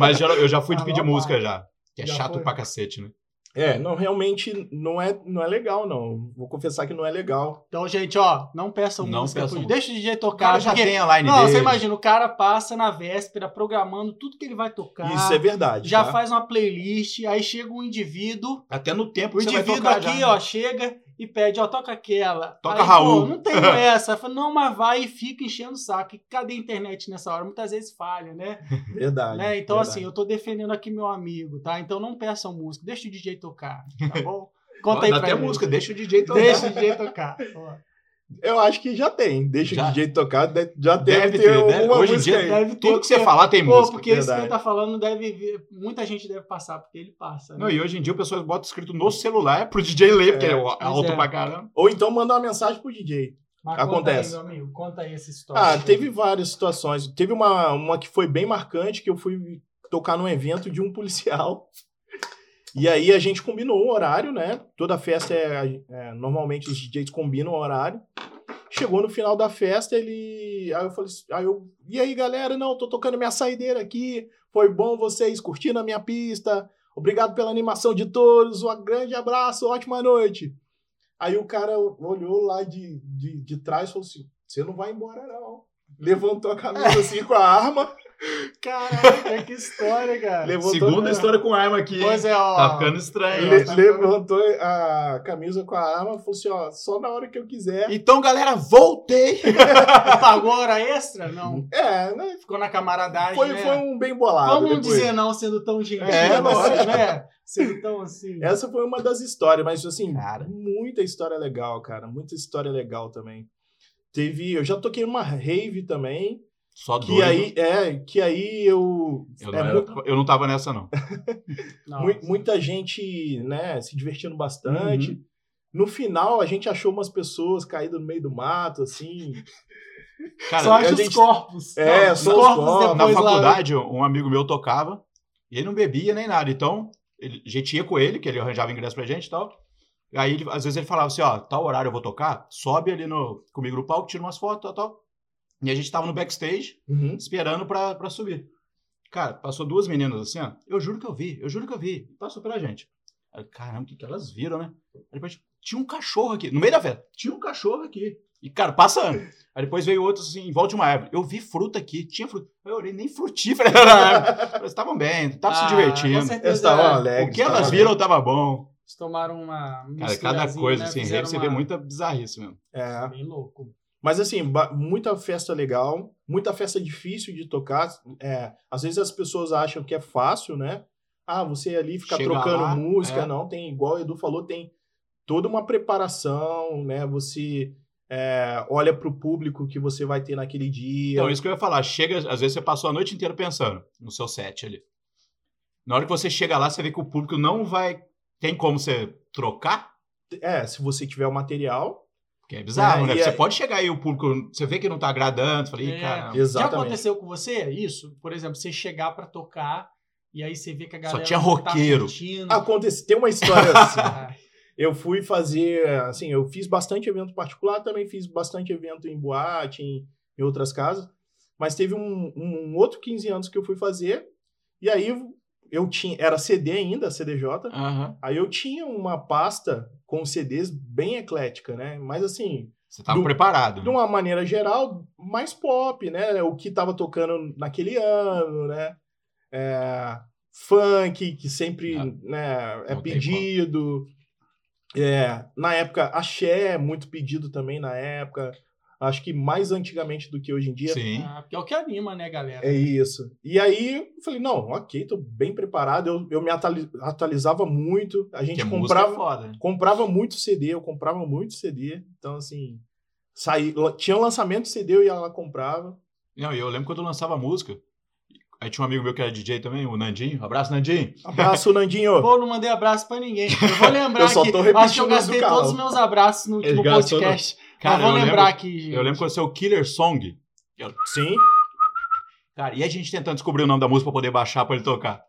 [SPEAKER 2] Mas já- eu já fui de
[SPEAKER 3] Ah,
[SPEAKER 2] pedir
[SPEAKER 3] não,
[SPEAKER 2] música já. Que é
[SPEAKER 1] Já
[SPEAKER 2] chato
[SPEAKER 1] foi.
[SPEAKER 2] pra cacete, né?
[SPEAKER 1] É, não, realmente não é, não é legal, não. Vou confessar que não é legal.
[SPEAKER 3] Então, gente, ó, não peçam
[SPEAKER 2] Não
[SPEAKER 3] música.
[SPEAKER 2] peçam
[SPEAKER 3] pro-
[SPEAKER 2] música.
[SPEAKER 3] Deixa o DJ
[SPEAKER 2] O
[SPEAKER 3] tocar.
[SPEAKER 2] cara já
[SPEAKER 3] porque-
[SPEAKER 2] tem a line
[SPEAKER 3] Não,
[SPEAKER 2] dele.
[SPEAKER 3] você imagina, o cara passa na véspera programando tudo que ele vai tocar.
[SPEAKER 1] Isso é verdade.
[SPEAKER 3] já
[SPEAKER 1] tá?
[SPEAKER 3] faz uma playlist, aí chega um indivíduo.
[SPEAKER 2] Até no tempo
[SPEAKER 3] O
[SPEAKER 2] que você vai
[SPEAKER 3] indivíduo
[SPEAKER 2] tocar
[SPEAKER 3] aqui,
[SPEAKER 2] já. né?
[SPEAKER 3] ó, chega e pede, ó, toca aquela.
[SPEAKER 2] Toca
[SPEAKER 3] Aí, pô,
[SPEAKER 2] Raul.
[SPEAKER 3] não tenho essa. Fala, não, mas vai e fica enchendo o saco. E cadê a internet nessa hora? Muitas vezes falha, né?
[SPEAKER 1] Verdade.
[SPEAKER 3] Né? Então,
[SPEAKER 1] verdade.
[SPEAKER 3] assim, eu tô defendendo aqui meu amigo, tá? Então não peçam música, deixa o DJ tocar, tá bom? Conta aí
[SPEAKER 2] Dá
[SPEAKER 3] pra
[SPEAKER 2] até
[SPEAKER 3] gente.
[SPEAKER 2] música, deixa o DJ tocar.
[SPEAKER 3] Deixa o DJ tocar. Ó,
[SPEAKER 1] Eu acho que já tem. Deixa
[SPEAKER 2] Já-
[SPEAKER 1] o DJ tocar, de- já deve,
[SPEAKER 2] Deve
[SPEAKER 1] ter,
[SPEAKER 2] ter, deve-
[SPEAKER 1] alguma
[SPEAKER 2] hoje em
[SPEAKER 1] música
[SPEAKER 2] dia
[SPEAKER 1] aí.
[SPEAKER 3] Deve
[SPEAKER 2] Tudo que você
[SPEAKER 3] porque-
[SPEAKER 2] falar tem
[SPEAKER 3] Pô,
[SPEAKER 2] música.
[SPEAKER 3] porque isso que
[SPEAKER 1] verdade.
[SPEAKER 3] ele tá falando deve vir. Muita gente deve passar, porque ele passa.
[SPEAKER 2] Não,
[SPEAKER 3] Né?
[SPEAKER 2] e hoje em dia o pessoal bota escrito no celular pro DJ ler, porque
[SPEAKER 1] É,
[SPEAKER 2] é, alto
[SPEAKER 3] é.
[SPEAKER 2] pra caramba.
[SPEAKER 1] Ou então mandar uma mensagem pro DJ.
[SPEAKER 3] Mas
[SPEAKER 1] acontece.
[SPEAKER 3] Conta aí, meu amigo, conta aí essa história.
[SPEAKER 1] Ah, teve várias situações. Teve uma, uma que foi bem marcante, que eu fui tocar num evento de um policial. E aí a gente combinou um horário, né? Toda festa é, é, Normalmente os DJs combinam o horário. Chegou no final da festa, ele. Aí eu falei assim, aí eu, e aí, galera? Não, tô tocando minha saideira aqui. Foi bom vocês curtindo a minha pista. Obrigado pela animação de todos. Um grande abraço, ótima noite. Aí o cara olhou lá de, de, de trás e falou assim: Você não vai embora, não. Levantou a camisa assim com a arma.
[SPEAKER 3] Caraca, que história, cara.
[SPEAKER 1] Levou
[SPEAKER 2] Segunda
[SPEAKER 1] toda-
[SPEAKER 2] história com arma aqui. hein?
[SPEAKER 3] Pois é, ó.
[SPEAKER 2] Tá ficando estranho.
[SPEAKER 1] Ele levantou a camisa com a arma e falou assim: ó, só na hora que eu quiser.
[SPEAKER 2] Então, galera, voltei!
[SPEAKER 3] Pagou hora extra? Não.
[SPEAKER 1] É, né?
[SPEAKER 3] Ficou na camaradagem,
[SPEAKER 1] Foi,
[SPEAKER 3] né?
[SPEAKER 1] foi um bem bolado.
[SPEAKER 3] Vamos
[SPEAKER 1] depois.
[SPEAKER 3] dizer não sendo tão gentil,
[SPEAKER 2] É,
[SPEAKER 3] assim, né? Sendo tão assim.
[SPEAKER 1] Essa foi uma das histórias, mas assim,
[SPEAKER 2] Cara.
[SPEAKER 1] muita história legal, cara. Muita história legal também. Teve. Eu já toquei uma rave também.
[SPEAKER 2] Só
[SPEAKER 1] Que
[SPEAKER 2] doido.
[SPEAKER 1] aí, é, que aí eu.
[SPEAKER 2] Eu
[SPEAKER 1] é,
[SPEAKER 2] não,
[SPEAKER 1] mu-
[SPEAKER 2] era- eu não tava nessa, não.
[SPEAKER 3] Não,
[SPEAKER 1] mu- muita gente, né, se divertindo bastante.
[SPEAKER 2] Uhum.
[SPEAKER 1] No final, a gente achou umas pessoas caídas no meio do mato, assim.
[SPEAKER 2] Cara,
[SPEAKER 3] só acha
[SPEAKER 1] a
[SPEAKER 3] os
[SPEAKER 1] gente-
[SPEAKER 3] corpos.
[SPEAKER 1] É,
[SPEAKER 3] Não,
[SPEAKER 1] só os corpos.
[SPEAKER 2] na
[SPEAKER 3] depois lá- né?
[SPEAKER 2] faculdade, um amigo meu tocava e ele não bebia nem nada. Então, ele, a gente ia com ele, que ele arranjava ingresso pra gente e tal. E aí, ele- às vezes, ele falava assim: ó, tal horário eu vou tocar, sobe ali no, comigo no palco, tira umas fotos e tal. E a gente tava no backstage
[SPEAKER 1] Uhum.
[SPEAKER 2] esperando pra, pra subir. Cara, passou duas meninas assim, ó. Eu juro que eu vi, eu juro que eu vi. Passou pela gente. Aí, caramba, o que, que elas viram, né? Aí depois, tinha um cachorro aqui. No meio da festa, tinha um cachorro aqui. E, cara, passando. Aí depois veio outro assim, em volta de uma árvore. Eu vi fruta aqui, tinha fruta. Eu olhei, nem frutífera era na árvore. Elas estavam bem, estavam
[SPEAKER 3] Ah,
[SPEAKER 2] tá se
[SPEAKER 3] com
[SPEAKER 2] divertindo.
[SPEAKER 1] Elas
[SPEAKER 3] certeza. é.
[SPEAKER 1] estavam
[SPEAKER 2] O
[SPEAKER 1] alegres.
[SPEAKER 2] que elas
[SPEAKER 1] estavam
[SPEAKER 2] viram tava bom.
[SPEAKER 3] Eles tomaram uma.
[SPEAKER 2] Cara, cada
[SPEAKER 3] misturazinha,
[SPEAKER 2] coisa,
[SPEAKER 3] né?
[SPEAKER 2] assim,
[SPEAKER 3] Fizeram
[SPEAKER 2] rave, você vê
[SPEAKER 3] uma-
[SPEAKER 2] muita bizarrice mesmo.
[SPEAKER 1] alegres. É.
[SPEAKER 3] Bem louco.
[SPEAKER 1] Mas assim, ba- muita festa legal, muita festa difícil de tocar. É, às vezes as pessoas acham que é fácil, né? Ah, você ali fica
[SPEAKER 2] Chega
[SPEAKER 1] trocando
[SPEAKER 2] lá,
[SPEAKER 1] música,
[SPEAKER 2] é.
[SPEAKER 1] não, tem igual o Edu falou, tem toda uma preparação, né? Você é, olha pro público que você vai ter naquele dia.
[SPEAKER 2] Então, isso que eu ia falar. Chega, às vezes você passou a noite inteira pensando no seu set ali. Na hora que você chega lá, você vê que o público não vai. Tem como você trocar?
[SPEAKER 1] É, se você tiver o material.
[SPEAKER 2] Que é bizarro,
[SPEAKER 1] É,
[SPEAKER 2] né?
[SPEAKER 1] e
[SPEAKER 2] Você
[SPEAKER 1] é-
[SPEAKER 2] pode chegar aí, o público. Você vê que não tá agradando. Você fala,
[SPEAKER 3] É.
[SPEAKER 2] "Ih, caramba.
[SPEAKER 1] Exatamente.
[SPEAKER 3] Já aconteceu com você isso? Por exemplo, você chegar pra tocar e aí você vê que a galera.
[SPEAKER 2] tinha
[SPEAKER 3] não tá
[SPEAKER 2] roqueiro. Ah,
[SPEAKER 3] curtindo.
[SPEAKER 1] Acontece, tem uma história assim.
[SPEAKER 3] Ah,
[SPEAKER 1] eu fui fazer, assim, eu fiz bastante evento particular, também fiz bastante evento em boate, em, em outras casas, mas teve um, um outro 15 anos que eu fui fazer, e aí eu tinha, era CD ainda, CDJ,
[SPEAKER 2] Aham.
[SPEAKER 1] aí eu tinha uma pasta com CDs bem eclética, né? Mas assim,
[SPEAKER 2] Você tava
[SPEAKER 1] Do-
[SPEAKER 2] preparado. né?
[SPEAKER 1] de uma maneira geral, mais pop, né? O que tava tocando naquele ano, né? É, funk, que sempre
[SPEAKER 2] Ah,
[SPEAKER 1] né, é
[SPEAKER 2] não tem
[SPEAKER 1] pedido. É, na época, axé é muito pedido também na época. Acho que mais antigamente do que hoje em dia.
[SPEAKER 2] Sim.
[SPEAKER 3] ah, porque é o que anima, né, galera?
[SPEAKER 1] É isso. E aí, eu falei, não, ok, tô bem preparado. Eu, eu me atali- atualizava muito. A gente
[SPEAKER 2] Porque música é
[SPEAKER 1] comprava
[SPEAKER 2] foda. né?
[SPEAKER 1] comprava muito CD, eu comprava muito CD. Então, assim, saí, la- tinha lançamento de CD, eu ia lá comprava.
[SPEAKER 2] Não, e eu lembro quando eu lançava música. Aí tinha um amigo meu que era DJ também, o Nandinho. Um Abraço, Nandinho.
[SPEAKER 1] Abraço, Nandinho.
[SPEAKER 3] Pô, não mandei abraço pra ninguém. Eu vou lembrar
[SPEAKER 1] Eu só
[SPEAKER 3] aqui.
[SPEAKER 1] tô
[SPEAKER 3] Acho que eu
[SPEAKER 1] repetindo isso do
[SPEAKER 3] gastei
[SPEAKER 1] Carl.
[SPEAKER 3] todos os meus abraços no último
[SPEAKER 2] Ele gastou no-
[SPEAKER 3] podcast. Mas
[SPEAKER 2] Cara, eu
[SPEAKER 3] vou
[SPEAKER 2] lembro,
[SPEAKER 3] lembrar aqui. gente.
[SPEAKER 2] eu lembro quando saiu o Killer Song.
[SPEAKER 1] Sim,
[SPEAKER 2] Cara, e a gente tentando descobrir o nome da música pra poder baixar pra ele tocar.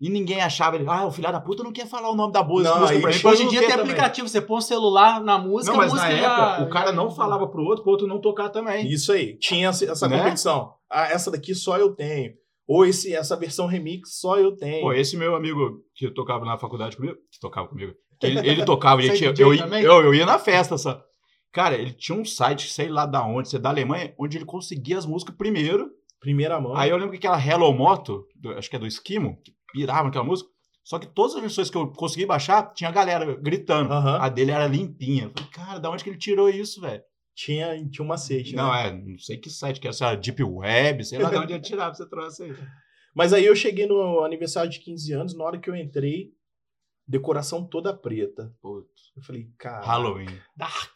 [SPEAKER 2] E ninguém achava ele. Ah, o filho da puta não quer falar o nome da música,
[SPEAKER 1] Não,
[SPEAKER 2] música
[SPEAKER 1] aí
[SPEAKER 2] pra mim.
[SPEAKER 1] chega
[SPEAKER 2] Hoje
[SPEAKER 3] Hoje em
[SPEAKER 2] em
[SPEAKER 1] no
[SPEAKER 2] dia
[SPEAKER 3] dia
[SPEAKER 1] quê
[SPEAKER 3] tem
[SPEAKER 1] também?
[SPEAKER 3] aplicativo, você põe o celular na música,
[SPEAKER 2] não, mas
[SPEAKER 3] a
[SPEAKER 2] na
[SPEAKER 3] música
[SPEAKER 2] época,
[SPEAKER 3] já... é
[SPEAKER 2] o cara não falava pro outro, pro outro não tocar também.
[SPEAKER 1] isso aí. Tinha essa- essa
[SPEAKER 2] Né?
[SPEAKER 1] competição. Ah, essa daqui só eu tenho. Ou esse, essa versão remix só eu tenho.
[SPEAKER 2] Pô, esse meu amigo que tocava na faculdade comigo, que tocava comigo, que ele, ele tocava, ele
[SPEAKER 3] Você
[SPEAKER 2] tinha,
[SPEAKER 3] DJ
[SPEAKER 2] eu, ia-
[SPEAKER 3] também?
[SPEAKER 2] eu, eu ia na festa, sabe? Cara, ele tinha um site, sei lá da onde, sei da Alemanha, onde ele conseguia as músicas primeiro.
[SPEAKER 1] Primeira mão.
[SPEAKER 2] Aí eu lembro que aquela Hello Moto, do- acho que é do Esquimo, que pirava aquela música. Só que todas as versões que eu consegui baixar, tinha a galera gritando.
[SPEAKER 1] Aham.
[SPEAKER 2] A dele era limpinha. Eu falei, cara, da onde que ele tirou isso, velho?
[SPEAKER 1] Tinha, tinha uma seixa.
[SPEAKER 2] Não,
[SPEAKER 1] né?
[SPEAKER 2] é, não sei que site que era, se era Deep Web, sei lá de onde ele tirava esse troço aí.
[SPEAKER 1] Mas aí eu cheguei no aniversário de 15 anos, na hora que eu entrei, decoração toda preta.
[SPEAKER 2] Putz.
[SPEAKER 1] Eu falei, cara.
[SPEAKER 2] Halloween.
[SPEAKER 3] Dark.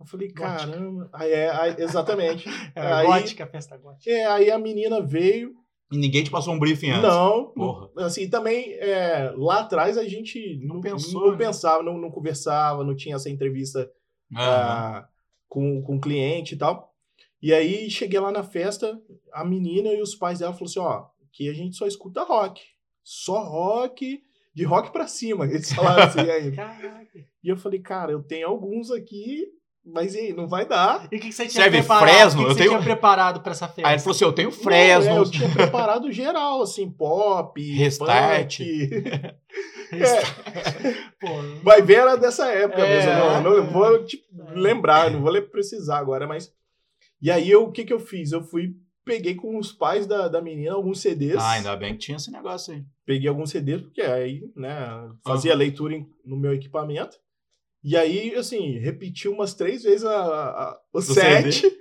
[SPEAKER 1] Eu falei,
[SPEAKER 3] Gótica.
[SPEAKER 1] caramba. Aí, é, aí- exatamente.
[SPEAKER 3] Era
[SPEAKER 1] Aí-
[SPEAKER 3] É, gótica, festa gótica.
[SPEAKER 1] é, aí a menina veio,
[SPEAKER 2] E ninguém te passou um briefing antes.
[SPEAKER 1] Não,
[SPEAKER 2] Porra.
[SPEAKER 1] não- assim, também é, lá atrás a gente
[SPEAKER 2] Não
[SPEAKER 1] não,
[SPEAKER 2] pensou,
[SPEAKER 1] não
[SPEAKER 2] né?
[SPEAKER 1] pensava, não, não conversava, não tinha essa entrevista
[SPEAKER 2] Aham.
[SPEAKER 1] ah, com, com o cliente e tal. E aí cheguei lá na festa, a menina e os pais dela falaram assim: ó, que a gente só escuta rock. Só rock, de rock pra cima. Eles falaram assim ainda.
[SPEAKER 3] Caraca.
[SPEAKER 1] E eu falei, cara, eu tenho alguns aqui, mas e aí, não vai dar.
[SPEAKER 3] E o que, que você tinha
[SPEAKER 2] Serve
[SPEAKER 3] preparado? O que
[SPEAKER 2] Fresno?
[SPEAKER 3] que
[SPEAKER 2] Eu
[SPEAKER 3] você
[SPEAKER 2] tenho-
[SPEAKER 3] tinha preparado pra essa festa?
[SPEAKER 2] Aí ele falou assim: eu tenho
[SPEAKER 1] Não, é,
[SPEAKER 2] Fresno.
[SPEAKER 1] eu tinha preparado geral, assim, pop,
[SPEAKER 2] Restart.
[SPEAKER 1] punk,
[SPEAKER 3] Pô,
[SPEAKER 2] é.
[SPEAKER 1] Vai ver era dessa época
[SPEAKER 3] É.
[SPEAKER 1] mesmo. eu Não, eu não vou te lembrar, eu não vou le- precisar agora, mas. E aí, eu, o que, que eu fiz? Eu fui peguei com os pais da, da menina alguns CDs.
[SPEAKER 2] Ah, ainda bem que tinha esse negócio aí.
[SPEAKER 1] Peguei alguns CDs, porque aí, né,
[SPEAKER 2] Ah.
[SPEAKER 1] fazia leitura em- no meu equipamento. E aí, assim, repeti umas três vezes a, a- o
[SPEAKER 2] CD?
[SPEAKER 1] set.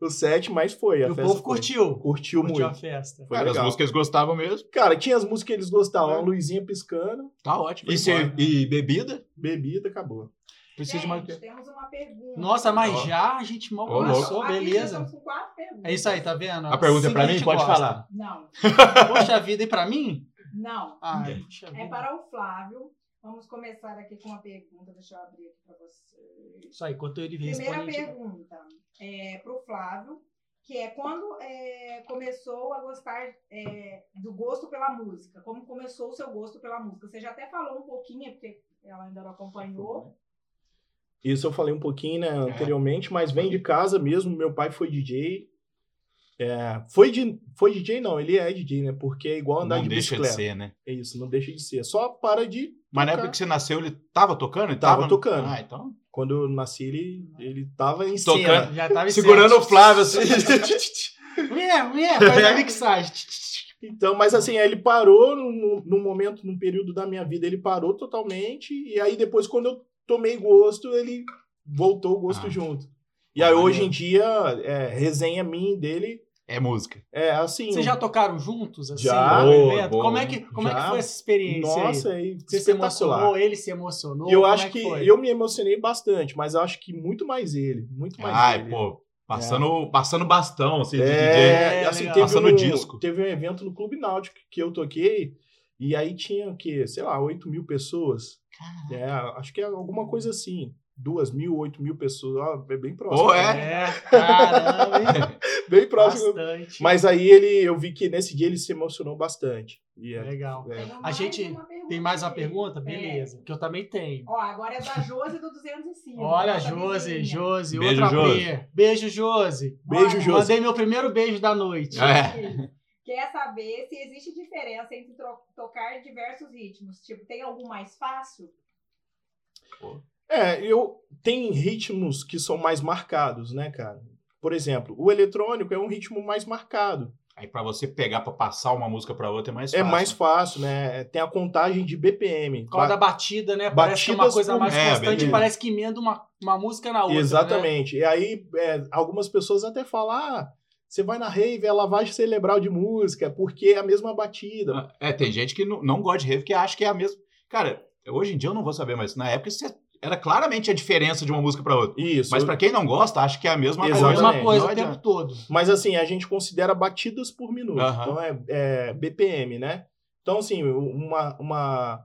[SPEAKER 1] O set, mas foi.
[SPEAKER 3] E
[SPEAKER 1] a
[SPEAKER 3] o
[SPEAKER 1] festa
[SPEAKER 3] povo
[SPEAKER 1] foi.
[SPEAKER 3] curtiu.
[SPEAKER 1] Curtiu
[SPEAKER 3] Curtiu a
[SPEAKER 1] muito.
[SPEAKER 3] festa.
[SPEAKER 1] Foi
[SPEAKER 2] Cara, as
[SPEAKER 1] legal.
[SPEAKER 2] músicas eles gostavam mesmo.
[SPEAKER 1] Cara, tinha as músicas que eles gostavam.
[SPEAKER 2] É.
[SPEAKER 1] A luzinha piscando,
[SPEAKER 2] Tá ótimo.
[SPEAKER 3] Foi
[SPEAKER 2] E, se-
[SPEAKER 3] embora.
[SPEAKER 2] e bebida?
[SPEAKER 1] bebida, acabou.
[SPEAKER 2] Precisa de mais o quê?
[SPEAKER 4] Gente, temos uma pergunta.
[SPEAKER 3] Nossa, mas
[SPEAKER 2] Ó.
[SPEAKER 3] já a gente mal
[SPEAKER 2] Ô,
[SPEAKER 4] Aqui
[SPEAKER 3] começou,
[SPEAKER 4] nós
[SPEAKER 3] beleza.
[SPEAKER 4] estamos com quatro perguntas.
[SPEAKER 3] É isso aí, tá vendo?
[SPEAKER 2] A pergunta é
[SPEAKER 3] Assim
[SPEAKER 2] pra
[SPEAKER 3] que a
[SPEAKER 2] mim?
[SPEAKER 3] gente
[SPEAKER 2] Pode
[SPEAKER 3] gosta.
[SPEAKER 2] falar.
[SPEAKER 4] Não,
[SPEAKER 3] Poxa vida, e pra mim?
[SPEAKER 4] não.
[SPEAKER 3] Ai, puxa
[SPEAKER 4] É
[SPEAKER 3] vida.
[SPEAKER 4] para o Flávio. Vamos começar aqui com uma pergunta. Deixa eu abrir aqui para você.
[SPEAKER 3] Isso aí, enquanto ele vem
[SPEAKER 4] Primeira
[SPEAKER 3] respondendo.
[SPEAKER 4] pergunta é para o Flávio, que é quando é, começou a gostar é, do gosto pela música? Como começou o seu gosto pela música? Você já até falou um pouquinho, porque ela ainda não acompanhou.
[SPEAKER 1] Isso eu falei um pouquinho,
[SPEAKER 2] É.
[SPEAKER 1] né, anteriormente, mas vem
[SPEAKER 2] Uhum.
[SPEAKER 1] de casa mesmo. Meu pai foi DJ. É, foi, de, foi DJ, não, ele é DJ, né? Porque é igual andar
[SPEAKER 2] Não
[SPEAKER 1] de
[SPEAKER 2] deixa
[SPEAKER 1] bicicleta.
[SPEAKER 2] de ser, né?
[SPEAKER 1] É isso, não deixa de ser. Só para de.
[SPEAKER 2] Mas na
[SPEAKER 1] Tocar.
[SPEAKER 2] época que você nasceu, ele tava tocando? Ele
[SPEAKER 1] Tava tocando.
[SPEAKER 2] Ah, então.
[SPEAKER 1] Quando eu nasci, ele, ele tava em
[SPEAKER 2] Tocando.
[SPEAKER 1] cena.
[SPEAKER 3] Já tava em
[SPEAKER 2] Segurando
[SPEAKER 3] cena.
[SPEAKER 2] o Flávio assim.
[SPEAKER 3] Minha, minha, faz a mixagem.
[SPEAKER 1] Então, mas assim, aí ele parou num, num momento, num período da minha vida, ele parou totalmente. E aí depois, quando eu tomei gosto, ele voltou o gosto
[SPEAKER 2] Ah.
[SPEAKER 1] junto. E aí
[SPEAKER 2] Maneiro.
[SPEAKER 1] hoje em dia, é, resenha minha e dele
[SPEAKER 2] é música.
[SPEAKER 1] é assim.
[SPEAKER 3] Vocês já tocaram juntos? Assim,
[SPEAKER 1] Já.
[SPEAKER 3] no
[SPEAKER 2] Boa,
[SPEAKER 3] evento?
[SPEAKER 2] boa.
[SPEAKER 3] como é que, como é que
[SPEAKER 1] Já.
[SPEAKER 3] foi essa experiência? aí?
[SPEAKER 1] Nossa, aí,
[SPEAKER 3] Você se
[SPEAKER 1] espetacular.
[SPEAKER 3] emocionou, ele se emocionou.
[SPEAKER 1] E eu
[SPEAKER 3] como
[SPEAKER 1] acho
[SPEAKER 3] é
[SPEAKER 1] que,
[SPEAKER 3] foi?
[SPEAKER 1] eu me emocionei bastante, mas eu acho que muito mais ele. Muito mais
[SPEAKER 2] Ai,
[SPEAKER 1] ele.
[SPEAKER 2] pô. Passando, passando bastão, assim, de DJ.
[SPEAKER 1] É,
[SPEAKER 3] É,
[SPEAKER 1] assim,
[SPEAKER 3] legal.
[SPEAKER 1] teve
[SPEAKER 2] Passando
[SPEAKER 1] um,
[SPEAKER 2] disco.
[SPEAKER 1] Teve um evento no Clube Náutico que eu toquei, e aí tinha o quê? Sei lá, 8 mil pessoas. É, acho que é alguma coisa assim. 2 mil, 8 mil pessoas. ó, é bem próximo.
[SPEAKER 2] Pô,
[SPEAKER 1] né?
[SPEAKER 3] É, caramba, hein?
[SPEAKER 1] Bem próximo.
[SPEAKER 3] Bastante.
[SPEAKER 1] Mas aí ele, eu vi que nesse dia ele se emocionou bastante. E é-
[SPEAKER 3] Legal.
[SPEAKER 1] é.
[SPEAKER 4] Tenho
[SPEAKER 3] A gente-
[SPEAKER 4] uma pergunta
[SPEAKER 3] Tem mais uma
[SPEAKER 4] dele.
[SPEAKER 3] pergunta?
[SPEAKER 4] É.
[SPEAKER 3] Beleza. Que eu também tenho.
[SPEAKER 4] Ó, agora é da Josi do 205.
[SPEAKER 3] Olha,
[SPEAKER 4] né? nossa
[SPEAKER 3] Josi,
[SPEAKER 4] vizinha.
[SPEAKER 3] Josi,
[SPEAKER 2] Beijo,
[SPEAKER 3] outra
[SPEAKER 2] Josi.
[SPEAKER 3] P. Beijo, Josi.
[SPEAKER 1] Beijo,
[SPEAKER 4] Olha,
[SPEAKER 1] Josi.
[SPEAKER 3] Mandei meu primeiro beijo da noite.
[SPEAKER 2] É.
[SPEAKER 4] Quer saber se existe diferença entre tro- tocar diversos ritmos? Tipo, tem algum mais fácil?
[SPEAKER 1] É, eu tem ritmos que são mais marcados, né, cara? Por exemplo, o eletrônico é um ritmo mais marcado.
[SPEAKER 2] Aí pra você pegar pra passar uma música pra outra é mais
[SPEAKER 1] É
[SPEAKER 2] fácil.
[SPEAKER 1] mais fácil, né? Tem a contagem de BPM.
[SPEAKER 3] Por causa da batida, né? Parece que é uma
[SPEAKER 1] Batidas
[SPEAKER 3] coisa
[SPEAKER 1] com-
[SPEAKER 3] mais
[SPEAKER 2] É,
[SPEAKER 3] constante,
[SPEAKER 2] beleza.
[SPEAKER 3] parece que emenda uma, uma música na outra. né?
[SPEAKER 1] Exatamente. E aí, é, algumas pessoas até falam: ah, você vai na rave, é lavagem cerebral de música, porque é a mesma batida.
[SPEAKER 2] É, tem gente que não, não gosta de rave, que acha que é a mesma. Cara, hoje em dia eu não vou saber, mas na época você- era claramente a diferença de uma música pra outra.
[SPEAKER 1] Isso.
[SPEAKER 2] Mas pra quem não gosta, acha que é a mesma
[SPEAKER 3] É a mesma
[SPEAKER 1] Exatamente.
[SPEAKER 3] coisa
[SPEAKER 2] Não
[SPEAKER 3] o tempo
[SPEAKER 2] adianta.
[SPEAKER 3] todo.
[SPEAKER 1] Mas assim, a gente considera batidas por minuto.
[SPEAKER 2] Aham.
[SPEAKER 1] Então é, é BPM, né? Então, assim, uma, uma,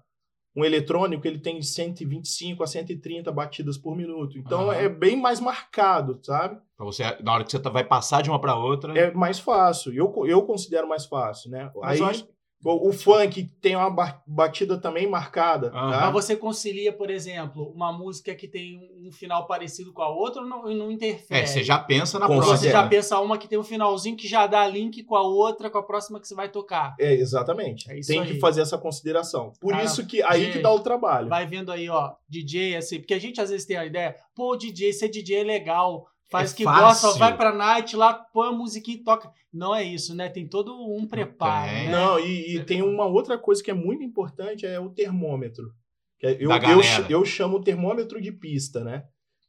[SPEAKER 1] um eletrônico ele tem 125 a 130 batidas por minuto. Então
[SPEAKER 2] Aham.
[SPEAKER 1] é bem mais marcado, sabe?
[SPEAKER 2] Pra você, na hora que você tá- vai passar de uma pra outra.
[SPEAKER 1] É mais fácil. Eu, co- eu considero mais fácil, né?
[SPEAKER 2] Mas
[SPEAKER 1] Aí,
[SPEAKER 2] eu acho-
[SPEAKER 1] o, o funk tem uma ba- batida também marcada.
[SPEAKER 2] Aham.
[SPEAKER 1] tá?
[SPEAKER 2] Ah.
[SPEAKER 3] Mas você concilia, por exemplo, uma música que tem um- um final parecido com a outra ou não, e não interfere?
[SPEAKER 2] É, você já pensa na
[SPEAKER 1] Com
[SPEAKER 2] próxima.
[SPEAKER 3] Você já
[SPEAKER 1] né?
[SPEAKER 3] pensa uma que tem um finalzinho que já dá link com a outra, com a próxima que você vai tocar.
[SPEAKER 1] É, exatamente.
[SPEAKER 3] É isso
[SPEAKER 1] Tem
[SPEAKER 3] aí.
[SPEAKER 1] que fazer essa consideração. Por
[SPEAKER 3] Ah,
[SPEAKER 1] isso que aí
[SPEAKER 3] gente.
[SPEAKER 1] que dá o trabalho.
[SPEAKER 3] Vai vendo aí, ó, DJ, assim, porque a gente às vezes tem a ideia, pô, DJ, ser DJ é legal, faz
[SPEAKER 2] É
[SPEAKER 3] o que
[SPEAKER 2] fácil.
[SPEAKER 3] gosta, vai pra night lá, põe a musiquinha e toca. Não é isso, né? Tem todo um preparo,
[SPEAKER 2] Tem.
[SPEAKER 3] né?
[SPEAKER 1] Não, e, e tem uma outra coisa que é muito importante, é o termômetro. Que é- Eu,
[SPEAKER 2] Da
[SPEAKER 1] eu,
[SPEAKER 2] galera.
[SPEAKER 1] ch- eu chamo o termômetro de pista, né?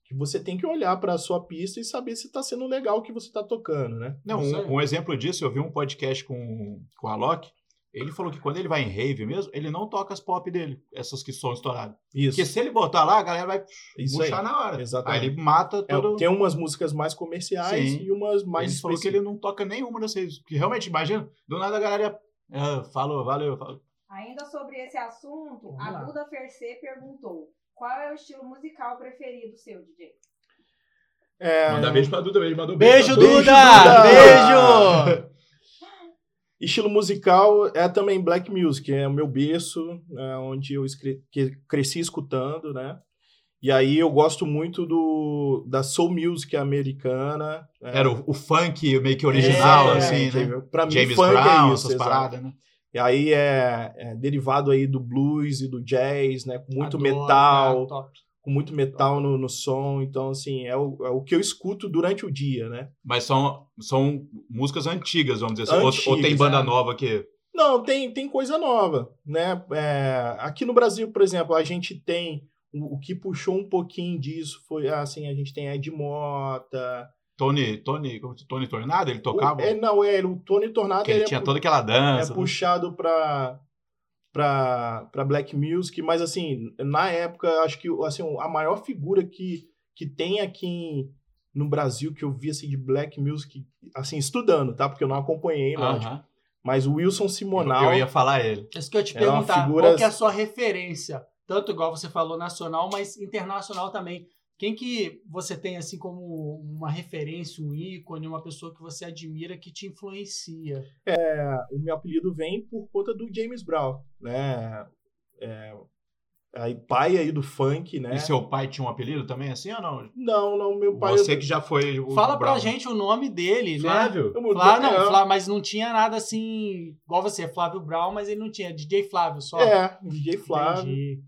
[SPEAKER 1] Que você tem que olhar para a sua pista e saber se tá sendo legal o que você tá tocando, né?
[SPEAKER 2] Não,
[SPEAKER 3] Isso aí.
[SPEAKER 2] um, um exemplo disso, eu vi um podcast com, com o Alok. Ele falou que quando ele vai em rave mesmo, ele não toca as pop dele, essas que são estouradas.
[SPEAKER 1] Isso.
[SPEAKER 2] Porque se ele botar lá, a galera vai
[SPEAKER 1] Isso
[SPEAKER 2] puxar
[SPEAKER 1] aí.
[SPEAKER 2] na hora.
[SPEAKER 1] Exatamente.
[SPEAKER 2] Aí ele mata
[SPEAKER 1] É,
[SPEAKER 2] todo.
[SPEAKER 1] tem umas músicas mais comerciais
[SPEAKER 2] Sim.
[SPEAKER 1] e umas mais
[SPEAKER 2] ele falou que ele
[SPEAKER 1] específicas.
[SPEAKER 2] não toca nenhuma dessas. Que realmente, imagina, do nada a galera. ah, falou, valeu, falou.
[SPEAKER 4] Ainda sobre esse assunto,
[SPEAKER 3] Vamos
[SPEAKER 4] a
[SPEAKER 3] lá.
[SPEAKER 4] Duda Fercê perguntou: qual é o estilo musical preferido seu, DJ?
[SPEAKER 1] É,
[SPEAKER 2] Manda beijo pra Duda, beijo, mandou
[SPEAKER 3] Beijo,
[SPEAKER 2] pra todos.
[SPEAKER 1] Duda!
[SPEAKER 3] Duda!
[SPEAKER 1] Duda!
[SPEAKER 3] Beijo!
[SPEAKER 1] Estilo musical é também black music, é o meu berço, é onde eu escre- que- cresci escutando, né? E aí eu gosto muito do da soul music americana. é,
[SPEAKER 2] Era o, o funk meio que original,
[SPEAKER 3] É,
[SPEAKER 2] assim, né?
[SPEAKER 1] entendeu? Pra mim,
[SPEAKER 2] James
[SPEAKER 1] funk
[SPEAKER 2] Brown,
[SPEAKER 1] é isso,
[SPEAKER 2] essas
[SPEAKER 1] exato.
[SPEAKER 2] paradas, né?
[SPEAKER 1] E aí é, é derivado aí do blues e do jazz, né? Com muito
[SPEAKER 3] Adoro,
[SPEAKER 1] metal,
[SPEAKER 2] né?
[SPEAKER 3] cara, top.
[SPEAKER 1] com muito metal no, no som. Então, assim, é o, é o que eu escuto durante o dia, né?
[SPEAKER 2] Mas são, são músicas antigas, vamos dizer assim. Ou- ou,
[SPEAKER 1] Antigas,
[SPEAKER 2] tem banda
[SPEAKER 1] é.
[SPEAKER 2] nova que.
[SPEAKER 1] Não, tem, tem coisa nova, né? É, aqui no Brasil, por exemplo, a gente tem o, o que puxou um pouquinho disso foi assim, a gente tem Ed Mota.
[SPEAKER 2] Tony, Tony, como se- Tony Tornado, ele
[SPEAKER 1] O-
[SPEAKER 2] tocava? um,
[SPEAKER 1] é, não, é, o Tony Tornado
[SPEAKER 2] que ele
[SPEAKER 1] é
[SPEAKER 2] tinha
[SPEAKER 1] pu-
[SPEAKER 2] toda aquela
[SPEAKER 1] é
[SPEAKER 2] dança. né?
[SPEAKER 1] puxado pra, pra, pra Black Music, mas assim, na época, acho que assim, a maior figura que, que tem aqui em- no Brasil que eu vi assim, de Black Music, assim, estudando, tá? Porque eu não acompanhei, lógico.
[SPEAKER 2] Aham.
[SPEAKER 1] Mas o Wilson Simonal.
[SPEAKER 2] Eu, eu ia falar ele.
[SPEAKER 3] Isso que eu ia te
[SPEAKER 1] É uma
[SPEAKER 3] perguntar, qual
[SPEAKER 1] figura-
[SPEAKER 3] que é a sua referência? Tanto igual você falou nacional, mas internacional também. Quem que você tem assim como uma referência, um ícone, uma pessoa que você admira que te influencia?
[SPEAKER 1] é, o meu apelido vem por conta do James Brown, né? É, aí, pai aí do funk, né?
[SPEAKER 2] E seu pai tinha um apelido também assim ou não?
[SPEAKER 1] Não, não, meu pai.
[SPEAKER 2] Você que já foi. o
[SPEAKER 3] Fala pra
[SPEAKER 2] Brown.
[SPEAKER 3] gente o nome dele, né?
[SPEAKER 2] Flávio?
[SPEAKER 1] Eu mudei-
[SPEAKER 3] Flávio, não,
[SPEAKER 1] é,
[SPEAKER 3] Flá- mas não tinha nada assim, igual você, Flávio Brown, mas ele não tinha, DJ Flávio só.
[SPEAKER 1] É, DJ Flávio.
[SPEAKER 3] Entendi.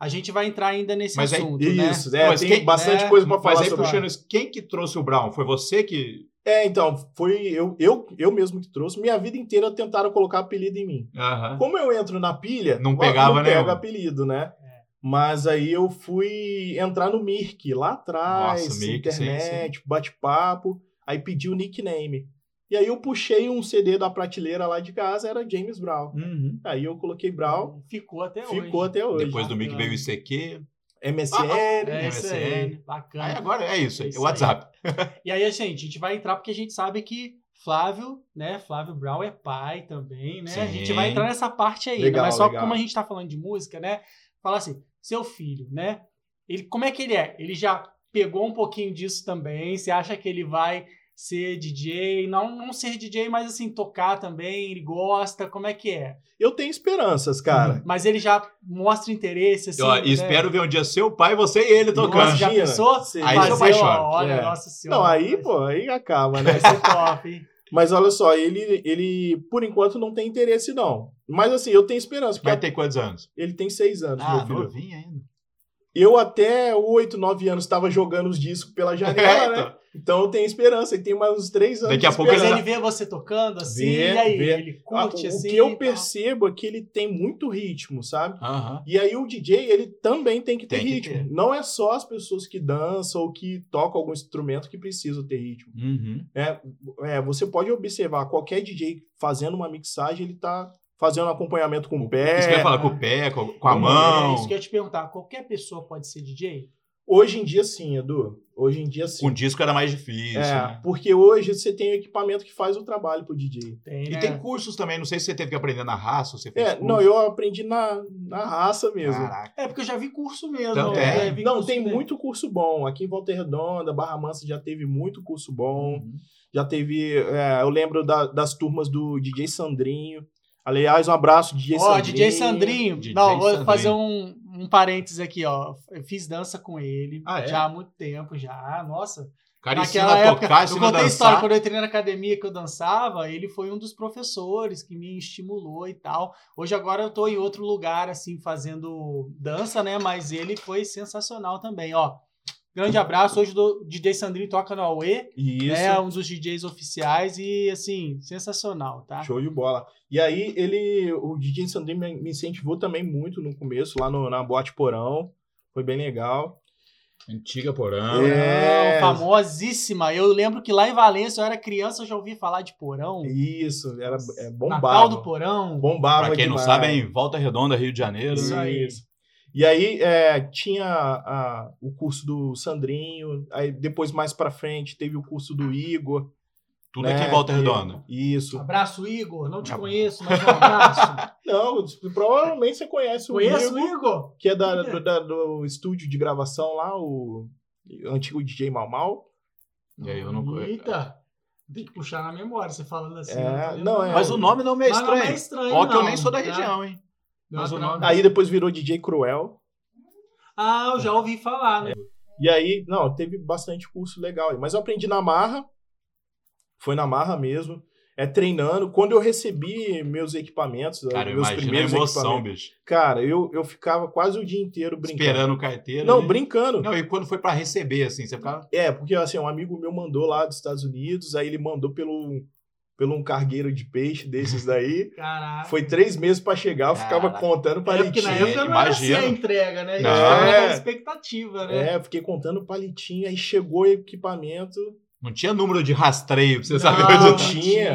[SPEAKER 3] A gente vai entrar ainda nesse
[SPEAKER 2] Mas aí-
[SPEAKER 3] assunto, né?
[SPEAKER 1] Isso,
[SPEAKER 2] Não,
[SPEAKER 1] é,
[SPEAKER 2] mas
[SPEAKER 1] tem
[SPEAKER 2] quem-
[SPEAKER 1] bastante
[SPEAKER 3] é,
[SPEAKER 1] coisa pra falar
[SPEAKER 2] Mas aí,
[SPEAKER 1] sobre.
[SPEAKER 2] puxando isso, quem que trouxe o Brown? Foi você que.
[SPEAKER 1] É, então, foi eu, eu, eu mesmo que trouxe. Minha vida inteira tentaram colocar apelido em mim.
[SPEAKER 2] Aham.
[SPEAKER 1] Como eu entro na pilha,
[SPEAKER 2] Não
[SPEAKER 1] ó,
[SPEAKER 2] pegava
[SPEAKER 1] não
[SPEAKER 2] nenhum.
[SPEAKER 1] pega apelido, né?
[SPEAKER 3] É.
[SPEAKER 1] Mas aí eu fui entrar no Mirk lá atrás,
[SPEAKER 2] Nossa, Mirk,
[SPEAKER 1] internet, bate-papo, aí pedi o nickname. E aí eu puxei um CD da prateleira lá de casa, era James Brown.
[SPEAKER 2] Uhum.
[SPEAKER 1] Aí eu coloquei Brown,
[SPEAKER 3] Ficou até hoje.
[SPEAKER 1] ficou até hoje.
[SPEAKER 2] Depois do Mick
[SPEAKER 3] Bacana.
[SPEAKER 2] veio o ICQ.
[SPEAKER 1] MSN,
[SPEAKER 3] É isso aí,
[SPEAKER 2] MSN.
[SPEAKER 3] bacana.
[SPEAKER 2] Aí agora é isso aí,
[SPEAKER 3] Isso
[SPEAKER 2] o
[SPEAKER 3] aí.
[SPEAKER 2] WhatsApp.
[SPEAKER 3] E aí, gente, a gente vai entrar porque a gente sabe que Flávio, né? Flávio Brown é pai também, né? A gente
[SPEAKER 2] Sim.
[SPEAKER 3] vai entrar nessa parte aí, né?
[SPEAKER 1] Legal,
[SPEAKER 3] mas só
[SPEAKER 1] legal.
[SPEAKER 3] como a gente tá falando de música, né? Falar assim, seu filho, né? Ele, como é que ele é? Ele já pegou um pouquinho disso também? Você acha que ele vai ser DJ? Não, não ser DJ, mas assim, tocar também, ele gosta, como é que é?
[SPEAKER 1] Eu tenho esperanças, cara.
[SPEAKER 3] Mas ele já mostra interesse, assim.
[SPEAKER 2] Ó,
[SPEAKER 3] né?
[SPEAKER 2] espero ver um dia seu pai, você e ele
[SPEAKER 3] Nossa,
[SPEAKER 2] tocando.
[SPEAKER 3] já
[SPEAKER 1] Imagina.
[SPEAKER 3] pensou?
[SPEAKER 1] Sim.
[SPEAKER 2] Aí
[SPEAKER 3] Fazer
[SPEAKER 2] seu pai
[SPEAKER 3] uma-
[SPEAKER 2] chora.
[SPEAKER 3] Olha,
[SPEAKER 1] É.
[SPEAKER 3] nossa senhora.
[SPEAKER 1] Não, aí,
[SPEAKER 3] vai-
[SPEAKER 1] pô, aí acaba, né?
[SPEAKER 3] Vai ser top, hein?
[SPEAKER 1] Mas olha só, ele, ele por enquanto não tem interesse, não. Mas assim, eu tenho esperança,
[SPEAKER 2] Vai
[SPEAKER 1] porque
[SPEAKER 2] ter quantos anos?
[SPEAKER 1] ele tem seis anos,
[SPEAKER 2] Ah,
[SPEAKER 1] Tá meu filho.
[SPEAKER 2] novinho ainda.
[SPEAKER 1] Eu até 8, 9 anos estava jogando os discos pela
[SPEAKER 2] É,
[SPEAKER 1] janela, né?
[SPEAKER 2] então.
[SPEAKER 1] Então eu tenho esperança, ele tem mais uns 3 anos.
[SPEAKER 2] Daqui a
[SPEAKER 1] de
[SPEAKER 2] pouco
[SPEAKER 3] Mas
[SPEAKER 1] esperança.
[SPEAKER 3] ele vê você tocando assim,
[SPEAKER 1] Vê,
[SPEAKER 3] e aí
[SPEAKER 1] vê.
[SPEAKER 3] ele curte
[SPEAKER 1] Ah, o-
[SPEAKER 3] assim.
[SPEAKER 1] O que eu
[SPEAKER 3] e tal.
[SPEAKER 1] percebo é que ele tem muito ritmo, sabe?
[SPEAKER 2] Aham.
[SPEAKER 1] E aí o DJ, ele também tem que ter
[SPEAKER 2] Tem que
[SPEAKER 1] ritmo.
[SPEAKER 2] ter.
[SPEAKER 1] Não é só as pessoas que dançam ou que tocam algum instrumento que precisam ter ritmo.
[SPEAKER 2] Uhum.
[SPEAKER 1] É, você pode observar qualquer DJ fazendo uma mixagem, ele tá fazendo acompanhamento com o pé.
[SPEAKER 2] Isso que eu ia falar com o pé, com, com a
[SPEAKER 1] É,
[SPEAKER 2] mão,
[SPEAKER 3] É isso que eu ia te perguntar. Qualquer pessoa pode ser DJ?
[SPEAKER 1] Hoje em dia sim, Edu. Hoje em dia sim.
[SPEAKER 2] com o disco era mais difícil.
[SPEAKER 1] é,
[SPEAKER 2] né?
[SPEAKER 1] porque hoje você tem o equipamento que faz o trabalho pro DJ.
[SPEAKER 3] Tem,
[SPEAKER 2] E
[SPEAKER 3] né?
[SPEAKER 2] tem cursos também, não sei se você teve que aprender na raça, ou você fez
[SPEAKER 1] É,
[SPEAKER 2] curso.
[SPEAKER 1] não, eu aprendi na, na raça mesmo.
[SPEAKER 2] Caraca.
[SPEAKER 3] É porque eu já vi curso mesmo.
[SPEAKER 2] Então
[SPEAKER 3] né?
[SPEAKER 2] tem.
[SPEAKER 3] Já vi
[SPEAKER 1] é. Não,
[SPEAKER 3] curso
[SPEAKER 1] tem
[SPEAKER 3] mesmo.
[SPEAKER 1] muito curso bom. Aqui em Volta Redonda, Barra Mansa já teve muito curso bom.
[SPEAKER 2] Uhum.
[SPEAKER 1] Já teve. é, eu lembro da- das turmas do DJ Sandrinho. Aliás, um abraço, DJ
[SPEAKER 3] Ó,
[SPEAKER 1] Sandrinho.
[SPEAKER 3] DJ Sandrinho.
[SPEAKER 2] DJ
[SPEAKER 3] não, vou
[SPEAKER 2] Sandrinho.
[SPEAKER 3] fazer um, um parênteses aqui, ó. Eu fiz dança com ele
[SPEAKER 2] Ah, é?
[SPEAKER 3] já há muito tempo, já. Nossa.
[SPEAKER 2] Cara,
[SPEAKER 3] Naquela
[SPEAKER 2] ensina a
[SPEAKER 3] época,
[SPEAKER 2] tocar,
[SPEAKER 3] eu
[SPEAKER 2] ensina a
[SPEAKER 3] contei a história,
[SPEAKER 2] dançar.
[SPEAKER 3] quando eu entrei na academia que eu dançava, ele foi um dos professores que me estimulou e tal. Hoje agora eu tô em outro lugar, assim, fazendo dança, né? Mas ele foi sensacional também, ó. Grande abraço, hoje o DJ Sandrinho toca no Aue,
[SPEAKER 1] Isso.
[SPEAKER 3] é um dos DJs oficiais e, assim, sensacional, tá?
[SPEAKER 1] Show de bola. E aí, ele, o DJ Sandrinho me me incentivou também muito no começo, lá no, na Boate Porão. Foi bem legal.
[SPEAKER 2] Antiga porão.
[SPEAKER 1] É.
[SPEAKER 3] Não, Ah, famosíssima. Eu lembro que lá em Valença, eu era criança, eu já ouvi falar de porão.
[SPEAKER 1] Isso, era é,
[SPEAKER 3] Natal do
[SPEAKER 1] bombava.
[SPEAKER 3] porão.
[SPEAKER 1] Bombava
[SPEAKER 2] Pra quem não
[SPEAKER 1] demais.
[SPEAKER 2] sabe, é em Volta Redonda, Rio de Janeiro.
[SPEAKER 3] Isso
[SPEAKER 1] Isso.
[SPEAKER 3] aí.
[SPEAKER 1] E aí, é, tinha a- o curso do Sandrinho, aí depois, mais pra frente, teve o curso do Igor.
[SPEAKER 2] Tudo
[SPEAKER 1] né,
[SPEAKER 2] aqui em Volta
[SPEAKER 1] que-
[SPEAKER 2] Redonda.
[SPEAKER 1] Isso.
[SPEAKER 3] Abraço, Igor. Não te
[SPEAKER 2] Ab-
[SPEAKER 3] conheço, mas um abraço.
[SPEAKER 1] Não, provavelmente você conhece o
[SPEAKER 3] Conheço
[SPEAKER 1] Igor,
[SPEAKER 3] o Igor?
[SPEAKER 1] que é da, do, da- do estúdio de gravação lá, o antigo DJ Mal Mal.
[SPEAKER 2] E aí eu não-
[SPEAKER 3] Eita! Tem que puxar na memória, você falando assim.
[SPEAKER 1] É,
[SPEAKER 3] eu tô lembrando.
[SPEAKER 1] não, é.
[SPEAKER 2] Mas o nome não me é
[SPEAKER 3] Mas não
[SPEAKER 2] estranho.
[SPEAKER 3] estranho.
[SPEAKER 2] Ó, que eu
[SPEAKER 3] não,
[SPEAKER 2] nem sou da
[SPEAKER 3] tá?
[SPEAKER 2] região, hein?
[SPEAKER 3] Não,
[SPEAKER 2] mas o
[SPEAKER 3] não.
[SPEAKER 2] nome-
[SPEAKER 1] Aí depois virou DJ Cruel.
[SPEAKER 3] Ah, eu já ouvi falar.
[SPEAKER 2] É.
[SPEAKER 3] né?
[SPEAKER 1] E aí, não, teve bastante curso legal aí. Mas eu aprendi na marra. Foi na marra mesmo. É treinando. Quando eu recebi meus equipamentos, né,
[SPEAKER 2] Cara, eu
[SPEAKER 1] meus
[SPEAKER 2] imagino a
[SPEAKER 1] primeiros
[SPEAKER 2] emoção,
[SPEAKER 1] equipamentos,
[SPEAKER 2] bicho.
[SPEAKER 1] cara, eu, eu ficava quase o dia inteiro brincando.
[SPEAKER 2] Esperando o carteiro.
[SPEAKER 1] Não,
[SPEAKER 2] né?
[SPEAKER 1] brincando.
[SPEAKER 2] Não, e quando foi pra receber, assim, você ficava.
[SPEAKER 1] É, porque assim, um amigo meu mandou lá dos Estados Unidos, aí ele mandou pelo, pelo um cargueiro de peixe desses daí.
[SPEAKER 3] Caraca.
[SPEAKER 1] Foi três meses pra chegar, eu ficava
[SPEAKER 2] Caraca.
[SPEAKER 1] contando
[SPEAKER 3] É porque
[SPEAKER 1] palitinho.
[SPEAKER 3] na
[SPEAKER 2] Valentim,
[SPEAKER 3] época não era assim
[SPEAKER 2] imagino.
[SPEAKER 3] a entrega, né?
[SPEAKER 2] Não.
[SPEAKER 3] Era
[SPEAKER 1] É.
[SPEAKER 3] a expectativa, né?
[SPEAKER 1] É, eu fiquei contando palitinho, aí chegou o equipamento.
[SPEAKER 2] Não tinha número de rastreio pra você saber
[SPEAKER 3] não,
[SPEAKER 2] onde
[SPEAKER 3] não
[SPEAKER 2] eu tinha.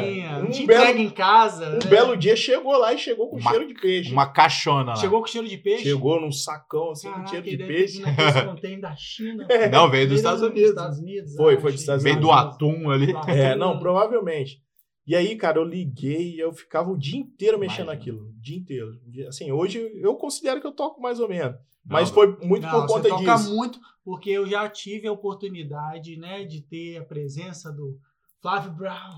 [SPEAKER 1] tinha.
[SPEAKER 3] tinha. Não
[SPEAKER 1] Um
[SPEAKER 3] tinha
[SPEAKER 1] belo-
[SPEAKER 3] entrega em casa. né?
[SPEAKER 1] Um belo dia chegou lá e chegou com
[SPEAKER 2] Uma-
[SPEAKER 1] cheiro de peixe.
[SPEAKER 2] Uma caixona lá.
[SPEAKER 3] Chegou com cheiro de peixe?
[SPEAKER 1] Chegou num sacão assim, com
[SPEAKER 3] Caraca,
[SPEAKER 1] cheiro de
[SPEAKER 3] ele é deve
[SPEAKER 1] peixe.
[SPEAKER 3] ter vindo naqueles contêiner da China.
[SPEAKER 2] Não, veio dos Estados Unidos.
[SPEAKER 3] Estados Unidos,
[SPEAKER 1] Foi,
[SPEAKER 3] ah,
[SPEAKER 1] foi dos
[SPEAKER 3] achei.
[SPEAKER 1] Estados
[SPEAKER 2] Veio do
[SPEAKER 1] Unidos.
[SPEAKER 2] atum ali.
[SPEAKER 3] Lá.
[SPEAKER 1] É, não, provavelmente. E aí, cara, eu liguei e eu ficava o dia inteiro mexendo
[SPEAKER 2] Imagina.
[SPEAKER 1] naquilo. O dia inteiro. Assim, hoje eu considero que eu toco mais ou menos.
[SPEAKER 2] Não,
[SPEAKER 1] mas foi muito
[SPEAKER 3] Não,
[SPEAKER 1] por
[SPEAKER 3] você
[SPEAKER 1] conta
[SPEAKER 3] toca
[SPEAKER 1] disso.
[SPEAKER 3] muito, porque eu já tive a oportunidade, né, de ter a presença do Flávio Brown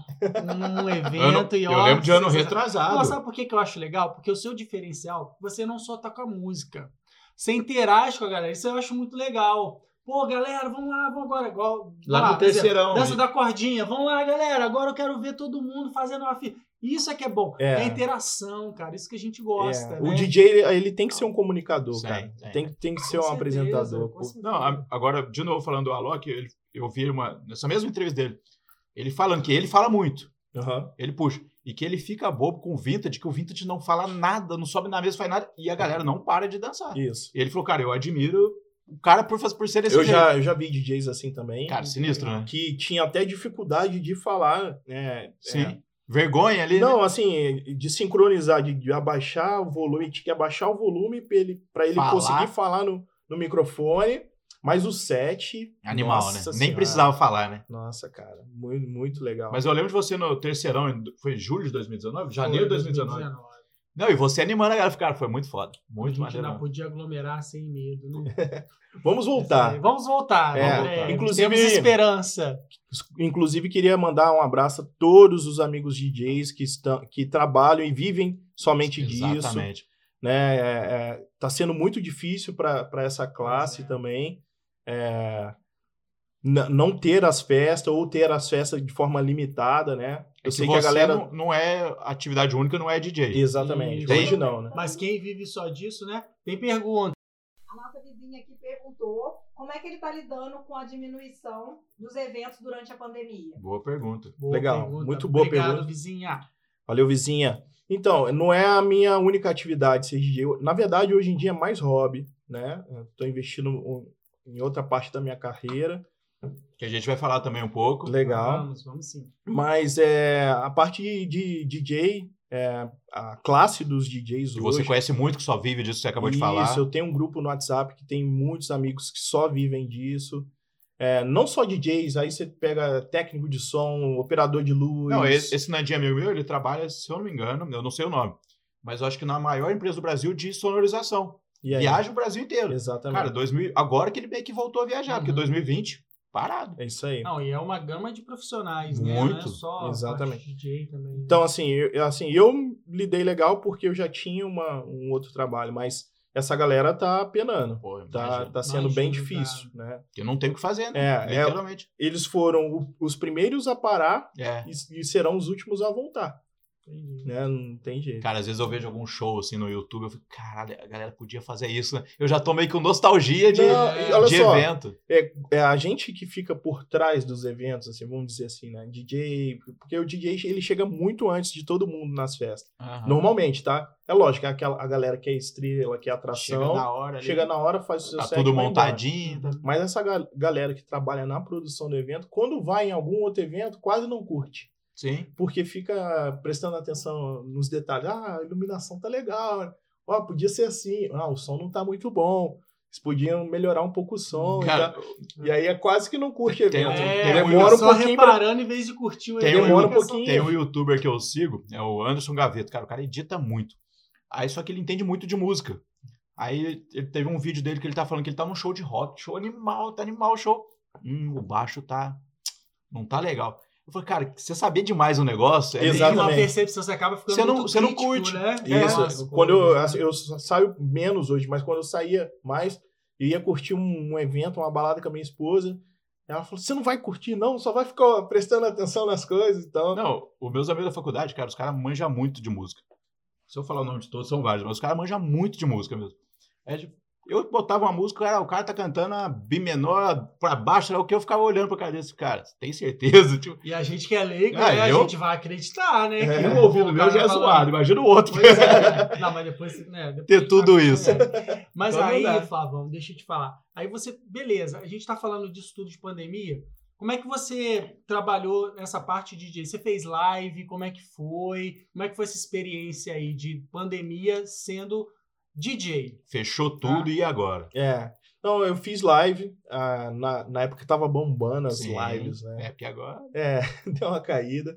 [SPEAKER 3] num
[SPEAKER 2] ano-
[SPEAKER 3] evento. e
[SPEAKER 2] eu
[SPEAKER 3] ó,
[SPEAKER 2] lembro de
[SPEAKER 3] sensacional.
[SPEAKER 2] ano retrasado.
[SPEAKER 3] Não, sabe por que, que eu acho legal? Porque o seu diferencial, você não só toca música. Você interage com a galera. Isso eu acho muito legal. Pô, galera, vamos lá, vamos agora. Igual,
[SPEAKER 2] lá no
[SPEAKER 3] por exemplo,
[SPEAKER 2] terceirão.
[SPEAKER 3] Dança da cordinha, vamos lá, galera. Agora eu quero ver todo mundo fazendo uma fila. Isso é que é bom.
[SPEAKER 1] É.
[SPEAKER 3] É, a interação, cara. Isso que a gente gosta.
[SPEAKER 1] É,
[SPEAKER 3] né?
[SPEAKER 1] O DJ, ele, ele tem que ser um comunicador,
[SPEAKER 2] Sim,
[SPEAKER 1] cara.
[SPEAKER 2] sim.
[SPEAKER 1] Tem, tem que
[SPEAKER 3] Ah, Com
[SPEAKER 1] ser um
[SPEAKER 3] certeza,
[SPEAKER 1] apresentador.
[SPEAKER 3] com
[SPEAKER 1] pô.
[SPEAKER 3] certeza.
[SPEAKER 2] Não, a- agora, de novo, falando do Alok, ele- eu vi uma, nessa mesma entrevista dele, ele falando que ele fala muito,
[SPEAKER 1] Aham.
[SPEAKER 2] ele puxa, e que ele fica bobo com o Vintage, que o Vintage não fala nada, não sobe na mesa, faz nada,
[SPEAKER 1] Uhum.
[SPEAKER 2] e a galera não para de
[SPEAKER 3] Ah,
[SPEAKER 2] dançar.
[SPEAKER 1] Isso.
[SPEAKER 2] Ele falou, cara, eu admiro o cara por, faz- por ser esse
[SPEAKER 1] Eu
[SPEAKER 2] jeito.
[SPEAKER 1] já, É. eu já vi DJs assim também.
[SPEAKER 2] Cara, sinistro, né?
[SPEAKER 1] que tinha até dificuldade de falar, né?
[SPEAKER 2] Sim. Vergonha ali,
[SPEAKER 1] É,
[SPEAKER 2] né?
[SPEAKER 1] não, assim, de sincronizar, de, de abaixar o volume, tinha que abaixar o volume para ele, pra ele
[SPEAKER 2] Falar.
[SPEAKER 1] conseguir falar no, no microfone. Mas o set.
[SPEAKER 2] Animal, né?
[SPEAKER 1] nossa
[SPEAKER 2] Nem
[SPEAKER 1] senhora.
[SPEAKER 2] precisava falar, né?
[SPEAKER 1] Nossa, cara, muito, muito legal.
[SPEAKER 2] Mas eu lembro de você no terceirão, em- foi julho de 2019? Janeiro de 2019.
[SPEAKER 3] 2019.
[SPEAKER 2] Não, e você animando a galera, cara, foi muito foda.
[SPEAKER 3] A
[SPEAKER 2] Muito
[SPEAKER 3] gente
[SPEAKER 2] maneiro.
[SPEAKER 3] não podia aglomerar sem medo. Né?
[SPEAKER 1] Vamos voltar.
[SPEAKER 3] Vamos voltar.
[SPEAKER 1] É,
[SPEAKER 3] vamos voltar.
[SPEAKER 1] inclusive-
[SPEAKER 3] Temos esperança.
[SPEAKER 1] Inclusive, queria mandar um abraço a todos os amigos DJs que, estão, que trabalham e vivem somente disso.
[SPEAKER 2] Exatamente.
[SPEAKER 1] né? É, é, tá sendo muito difícil para essa classe
[SPEAKER 3] Pois é.
[SPEAKER 1] também é, n- não ter as festas ou ter as festas de forma limitada, né?
[SPEAKER 2] É
[SPEAKER 1] Eu
[SPEAKER 2] que
[SPEAKER 1] sei que
[SPEAKER 2] você
[SPEAKER 1] a galera.
[SPEAKER 2] não, não é atividade única, não é DJ.
[SPEAKER 1] Exatamente.
[SPEAKER 3] Sim.
[SPEAKER 1] Hoje não, né?
[SPEAKER 3] Mas quem vive só disso, né? Tem pergunta.
[SPEAKER 4] A nossa vizinha aqui perguntou como é que ele está lidando com a diminuição dos eventos durante a pandemia.
[SPEAKER 2] Boa pergunta.
[SPEAKER 3] Boa
[SPEAKER 1] Legal,
[SPEAKER 3] pergunta.
[SPEAKER 1] muito boa
[SPEAKER 3] Obrigado,
[SPEAKER 1] pergunta.
[SPEAKER 3] vizinha.
[SPEAKER 1] Valeu, vizinha. Então, não é a minha única atividade ser DJ. Eu- Na verdade, hoje em dia é mais hobby, né? Estou investindo um- em outra parte da minha carreira.
[SPEAKER 2] Que a gente vai falar também um pouco.
[SPEAKER 1] Legal.
[SPEAKER 3] Vamos, vamos sim.
[SPEAKER 1] Mas é, a parte de DJ, é, a classe dos DJs
[SPEAKER 2] Que
[SPEAKER 1] hoje.
[SPEAKER 2] você conhece muito, que só vive disso que você acabou de
[SPEAKER 1] Isso,
[SPEAKER 2] falar.
[SPEAKER 1] eu tenho um grupo no WhatsApp que tem muitos amigos que só vivem disso. É, não só DJs, aí você pega técnico de som, operador de luz.
[SPEAKER 2] Não, esse, esse Nandinho amigo meu, ele trabalha, se eu não me engano, eu não sei o nome, mas eu acho que na maior empresa do Brasil de sonorização.
[SPEAKER 1] e aí?
[SPEAKER 2] Viaja o Brasil inteiro.
[SPEAKER 1] Exatamente.
[SPEAKER 2] Cara, 2000, agora que ele meio que voltou a viajar, porque
[SPEAKER 3] Uhum.
[SPEAKER 2] 2020, parado.
[SPEAKER 1] É isso aí.
[SPEAKER 3] Não, e é uma gama de profissionais, né?
[SPEAKER 2] Muito,
[SPEAKER 3] Não é só
[SPEAKER 1] exatamente.
[SPEAKER 3] DJ também. né?
[SPEAKER 1] Então, assim eu, eu- assim, eu lidei legal porque eu já tinha uma, um outro trabalho, mas essa galera tá penando.
[SPEAKER 2] Pô,
[SPEAKER 1] Tá,
[SPEAKER 2] imagina,
[SPEAKER 1] tá sendo bem
[SPEAKER 3] Imagino,
[SPEAKER 1] difícil, né?
[SPEAKER 2] que não tem o que fazer, né?
[SPEAKER 1] É, é-
[SPEAKER 2] Literalmente.
[SPEAKER 1] Eles foram o- os primeiros a parar
[SPEAKER 2] É.
[SPEAKER 1] e, e serão os últimos a voltar,
[SPEAKER 3] Entendi.
[SPEAKER 1] né? Não tem jeito.
[SPEAKER 2] Cara, às vezes eu vejo algum show assim no YouTube, eu fico, caralho, a galera podia fazer isso, né? Eu já tô meio com nostalgia de,
[SPEAKER 1] Não, e olha
[SPEAKER 2] de
[SPEAKER 1] só,
[SPEAKER 2] evento.
[SPEAKER 1] é a gente que fica por trás dos eventos, assim, vamos dizer assim, né? DJ, porque o DJ ele chega muito antes de todo mundo nas festas.
[SPEAKER 2] Aham.
[SPEAKER 1] Normalmente, tá? É lógico, é aquela, a galera que é estrela, que é atração,
[SPEAKER 2] Chega na hora ali.
[SPEAKER 1] hora, faz o seu né?
[SPEAKER 2] Tá
[SPEAKER 1] set,
[SPEAKER 2] tudo
[SPEAKER 1] vai
[SPEAKER 2] montadinho. tá-
[SPEAKER 1] embora. Mas essa ga- galera que trabalha na produção do evento, quando vai em algum outro evento, quase não curte.
[SPEAKER 2] Sim.
[SPEAKER 1] Porque fica prestando atenção nos detalhes. Ah, a iluminação tá legal. Ó, podia ser assim. Ah, o som não tá muito bom. Eles podiam melhorar um pouco o som. e tal.
[SPEAKER 2] Cara,
[SPEAKER 1] E aí é quase que não curte
[SPEAKER 2] Tem-
[SPEAKER 1] evento.
[SPEAKER 3] É,
[SPEAKER 1] demora um
[SPEAKER 3] só
[SPEAKER 1] pouquinho pra-
[SPEAKER 3] reparando em vez de curtir o
[SPEAKER 2] Tem
[SPEAKER 3] evento.
[SPEAKER 1] demora um
[SPEAKER 3] Fica só-
[SPEAKER 1] pouquinho.
[SPEAKER 2] tem um youtuber que eu sigo, é o Anderson Gaveto. Cara, o cara edita muito. Aí só que ele entende muito de música. Aí ele teve um vídeo dele que ele tá falando que ele tá num show de rock, show animal, tá animal, show. Hum, o baixo tá. Não tá legal. Eu falei, cara, você saber demais um negócio é meio-
[SPEAKER 3] Tem uma
[SPEAKER 1] Exatamente.
[SPEAKER 3] percepção, você acaba ficando
[SPEAKER 2] Você não-
[SPEAKER 3] muito
[SPEAKER 2] você não
[SPEAKER 3] crítico,
[SPEAKER 2] curte.
[SPEAKER 3] né?
[SPEAKER 1] Isso.
[SPEAKER 3] Nossa,
[SPEAKER 1] quando eu,
[SPEAKER 3] coisa.
[SPEAKER 1] assim, eu só saio menos hoje, mas quando eu saía mais, eu ia curtir um, um evento, uma balada com a minha esposa. Ela falou: você não vai curtir, não, só vai ficar prestando atenção nas coisas e tal.
[SPEAKER 2] Não, os meus amigos da faculdade, cara, os caras manjam muito de música. Se eu falar o nome de todos, são vários, mas os caras manjam muito de música mesmo. É de- eu botava uma música, cara, o cara tá cantando a B menor pra baixo, é o que eu ficava olhando pra cara desse cara. "Você Tem certeza? Tipo,
[SPEAKER 3] E a gente que é leigo,
[SPEAKER 2] Ah,
[SPEAKER 3] né, a
[SPEAKER 2] eu-
[SPEAKER 3] gente vai acreditar, né?
[SPEAKER 1] É,
[SPEAKER 3] que
[SPEAKER 2] um
[SPEAKER 3] o
[SPEAKER 2] ouvido meu
[SPEAKER 3] cara
[SPEAKER 2] já é
[SPEAKER 3] falando-
[SPEAKER 2] zoado, imagina o outro.
[SPEAKER 3] Pois é. Não, mas depois, né, depois
[SPEAKER 2] Ter
[SPEAKER 3] tá-
[SPEAKER 2] tudo isso.
[SPEAKER 3] É. Mas
[SPEAKER 2] Então não
[SPEAKER 3] aí,
[SPEAKER 2] dá.
[SPEAKER 3] Flavão, deixa eu te falar. Aí você, beleza, a gente tá falando disso tudo de pandemia. Como é que você trabalhou nessa parte de DJ? Você fez live? Como é que foi? Como é que foi essa experiência aí de pandemia sendo DJ?
[SPEAKER 2] Fechou tudo e agora?
[SPEAKER 1] É. Não, eu fiz live. ah, na, na época tava bombando as
[SPEAKER 2] Sim.
[SPEAKER 1] lives, né?
[SPEAKER 2] É, porque agora.
[SPEAKER 1] É, deu uma caída.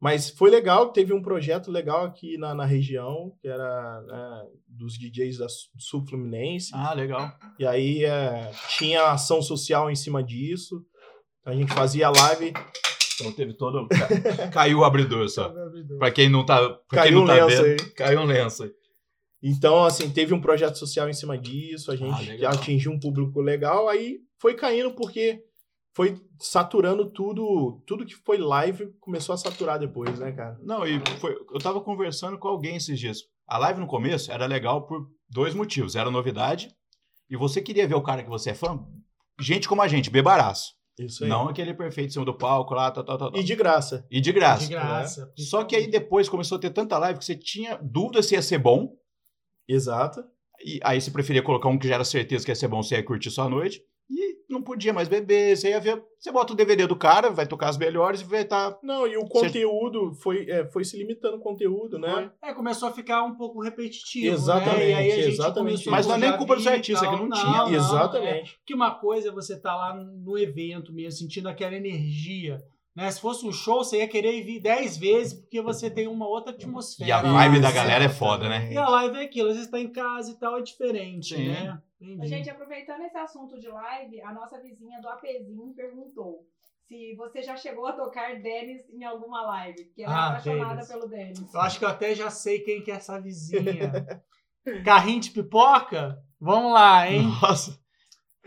[SPEAKER 1] Mas foi legal, teve um projeto legal aqui na, na região, que era né, dos DJs da Su- Sul Fluminense.
[SPEAKER 2] Ah, legal.
[SPEAKER 1] E aí é, tinha ação social em cima disso. A gente fazia live.
[SPEAKER 2] Então teve todo. Ca- Caiu o abridor só. Pra quem não tá. Pra
[SPEAKER 1] Caiu
[SPEAKER 2] quem não
[SPEAKER 1] um
[SPEAKER 2] tá
[SPEAKER 1] lenço
[SPEAKER 2] vendo,
[SPEAKER 1] aí.
[SPEAKER 2] caiu um lenço aí.
[SPEAKER 1] Então, assim, teve um projeto social em cima disso. A
[SPEAKER 2] Ah,
[SPEAKER 1] gente
[SPEAKER 2] legal.
[SPEAKER 1] atingiu um público legal. Aí foi caindo porque foi saturando tudo. Tudo que foi live começou a saturar depois, né, cara?
[SPEAKER 2] Não, e foi, eu tava conversando com alguém esses dias. A live no começo era legal por dois motivos. Era novidade e você queria ver o cara que você é fã. Gente como a gente, bebaraço.
[SPEAKER 1] Isso aí.
[SPEAKER 2] Não aquele perfeito em cima do palco lá, tal, tal, tal. tal.
[SPEAKER 1] E de graça.
[SPEAKER 2] E de graça. né?
[SPEAKER 3] De graça.
[SPEAKER 2] Só que aí depois começou a ter tanta live que você tinha dúvida se ia ser bom.
[SPEAKER 1] Exato.
[SPEAKER 2] E aí você preferia colocar um que já era certeza que ia ser bom, você ia curtir só à noite. E não podia mais beber, você ia ver. Você bota o DVD do cara, vai tocar as melhores e vai tá estar.
[SPEAKER 1] Não, e o conteúdo foi, é, foi se limitando o conteúdo, né?
[SPEAKER 3] É, começou a ficar um pouco repetitivo. Né?
[SPEAKER 1] Exatamente,
[SPEAKER 3] E aí a gente
[SPEAKER 1] exatamente.
[SPEAKER 3] começou
[SPEAKER 2] Mas não é nem
[SPEAKER 3] já
[SPEAKER 2] culpa dos
[SPEAKER 3] vi e
[SPEAKER 2] artistas,
[SPEAKER 3] tal.
[SPEAKER 2] que não tinha.
[SPEAKER 3] é.
[SPEAKER 1] Exatamente.
[SPEAKER 3] Porque uma coisa é você estar lá no evento mesmo, sentindo aquela energia. Né? Se fosse um show, você ia querer vir 10 vezes, porque você tem uma outra atmosfera.
[SPEAKER 2] E a vibe da
[SPEAKER 3] Isso.
[SPEAKER 2] galera é foda, né?
[SPEAKER 3] E a live é aquilo, você está em casa e tal, é diferente,
[SPEAKER 2] Sim.
[SPEAKER 3] né? Entendi.
[SPEAKER 4] Gente, aproveitando esse assunto de live, a nossa vizinha do Apezinho perguntou se você já chegou a tocar Dennis em alguma live, porque ela
[SPEAKER 3] Ah,
[SPEAKER 4] é apaixonada
[SPEAKER 3] Dennis.
[SPEAKER 4] pelo Dennis.
[SPEAKER 3] Eu acho que eu até já sei quem que é essa vizinha. Carrinho de pipoca? Vamos lá, hein?
[SPEAKER 2] Nossa.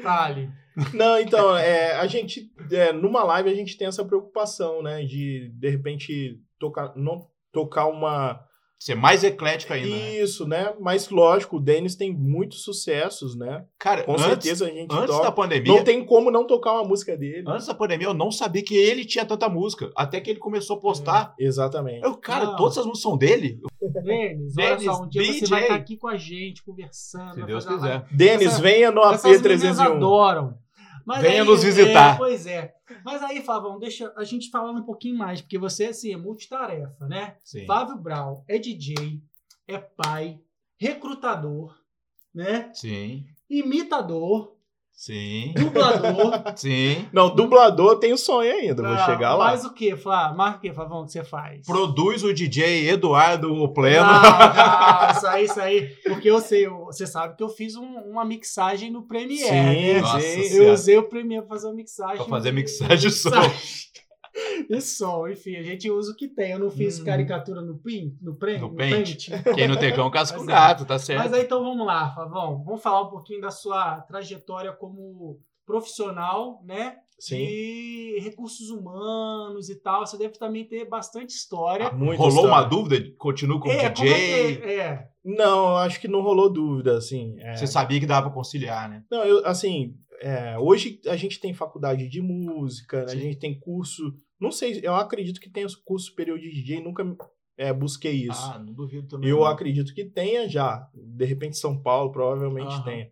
[SPEAKER 3] Fale.
[SPEAKER 1] Não, então, é, a gente, é, numa live, a gente tem essa preocupação, né? De, de repente, tocar, não tocar uma.
[SPEAKER 2] Ser é mais eclético ainda. né?
[SPEAKER 1] Isso, né? Mas, lógico, o Denis tem muitos sucessos, né?
[SPEAKER 2] Cara,
[SPEAKER 1] Com
[SPEAKER 2] antes,
[SPEAKER 1] certeza a gente
[SPEAKER 2] antes da
[SPEAKER 1] toca.
[SPEAKER 2] pandemia.
[SPEAKER 1] Não tem como não tocar uma música dele.
[SPEAKER 2] Antes da pandemia, eu não sabia que ele tinha tanta música. Até que ele começou a postar.
[SPEAKER 1] Exatamente.
[SPEAKER 2] Ah. Eu, cara,
[SPEAKER 3] Não.
[SPEAKER 2] todas as músicas são dele?
[SPEAKER 3] Denis, olha só, um dia
[SPEAKER 2] Denis,
[SPEAKER 3] você vai
[SPEAKER 2] DJ.
[SPEAKER 3] estar aqui com a gente, conversando.
[SPEAKER 2] Se
[SPEAKER 3] vai
[SPEAKER 2] Deus
[SPEAKER 3] fazer uma live.
[SPEAKER 2] quiser.
[SPEAKER 1] Denis,
[SPEAKER 3] Essa-
[SPEAKER 1] venha no
[SPEAKER 3] Essas meninas
[SPEAKER 1] AP301.
[SPEAKER 3] adoram. Mas
[SPEAKER 2] um. Venha
[SPEAKER 3] aí-
[SPEAKER 2] nos visitar.
[SPEAKER 3] é, pois é. Mas aí, Flavão, deixa a gente falar um pouquinho mais, porque você, assim, é multitarefa, né?
[SPEAKER 2] Sim.
[SPEAKER 3] Flávio Brown é DJ, é pai, recrutador, né?
[SPEAKER 2] Sim.
[SPEAKER 3] Imitador,
[SPEAKER 2] Sim.
[SPEAKER 3] dublador.
[SPEAKER 2] Sim.
[SPEAKER 1] Não, dublador tem o sonho ainda, vou
[SPEAKER 3] Ah,
[SPEAKER 1] chegar lá.
[SPEAKER 3] Mas o que, Flávio? Marca o que, Flavão, que você faz?
[SPEAKER 2] Produz o DJ Eduardo Oplema.
[SPEAKER 3] Ah, ah, isso aí, isso aí. Porque eu sei, eu- você sabe que eu fiz um- uma mixagem no Premiere, né?
[SPEAKER 1] Sim,
[SPEAKER 2] é, Nossa
[SPEAKER 1] sim.
[SPEAKER 2] Senhora.
[SPEAKER 3] Eu usei o Premiere pra fazer uma mixagem.
[SPEAKER 2] Pra fazer mixagem de som.
[SPEAKER 3] E sol, enfim, a gente usa o que tem. Eu não fiz
[SPEAKER 2] Uhum.
[SPEAKER 3] caricatura no print, no print,
[SPEAKER 2] No
[SPEAKER 3] no
[SPEAKER 2] Paint.
[SPEAKER 3] print.
[SPEAKER 2] Quem não tem cão, casca com
[SPEAKER 3] Mas é.
[SPEAKER 2] gato, tá certo.
[SPEAKER 3] Mas aí então vamos lá, Favão. Vamos falar um pouquinho da sua trajetória como profissional, né?
[SPEAKER 1] Sim.
[SPEAKER 3] De recursos humanos e tal. Você deve também ter bastante história.
[SPEAKER 1] Muita
[SPEAKER 2] Rolou
[SPEAKER 1] é história.
[SPEAKER 2] uma dúvida? Continua com o
[SPEAKER 3] é, como é
[SPEAKER 2] DJ?
[SPEAKER 3] que é?
[SPEAKER 1] Não, acho que não rolou dúvida, assim. é.
[SPEAKER 2] Você sabia que dava pra conciliar, né?
[SPEAKER 1] Não, eu, assim, é, hoje a gente tem faculdade de música, né, a
[SPEAKER 2] Sim.
[SPEAKER 1] gente tem curso. Não sei, eu acredito que tenha curso superior de DJ, nunca é, busquei isso.
[SPEAKER 2] Ah, não duvido também.
[SPEAKER 1] eu
[SPEAKER 2] não.
[SPEAKER 1] acredito que tenha já. De repente, São Paulo provavelmente
[SPEAKER 2] Aham.
[SPEAKER 1] tenha.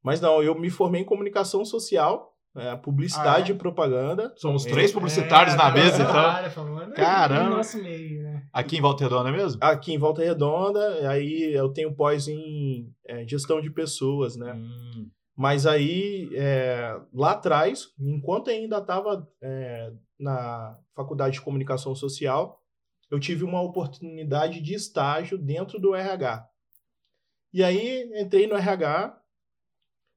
[SPEAKER 1] Mas não, eu me formei em comunicação social, é,
[SPEAKER 2] Ah,
[SPEAKER 1] publicidade e propaganda.
[SPEAKER 2] Somos
[SPEAKER 1] É.
[SPEAKER 2] três publicitários na
[SPEAKER 3] É,
[SPEAKER 2] mesa,
[SPEAKER 3] nossa
[SPEAKER 2] então.
[SPEAKER 3] área, Favão, é do
[SPEAKER 2] Caramba.
[SPEAKER 3] nosso meio, né?
[SPEAKER 2] Aqui em Valterdona mesmo?
[SPEAKER 1] Aqui em Volta Redonda, aí eu tenho pós em é, gestão de pessoas, né?
[SPEAKER 2] Hum,
[SPEAKER 1] Mas aí, é, lá atrás, enquanto ainda estava na faculdade de comunicação social, eu tive uma oportunidade de estágio dentro do RH. E aí, entrei no RH,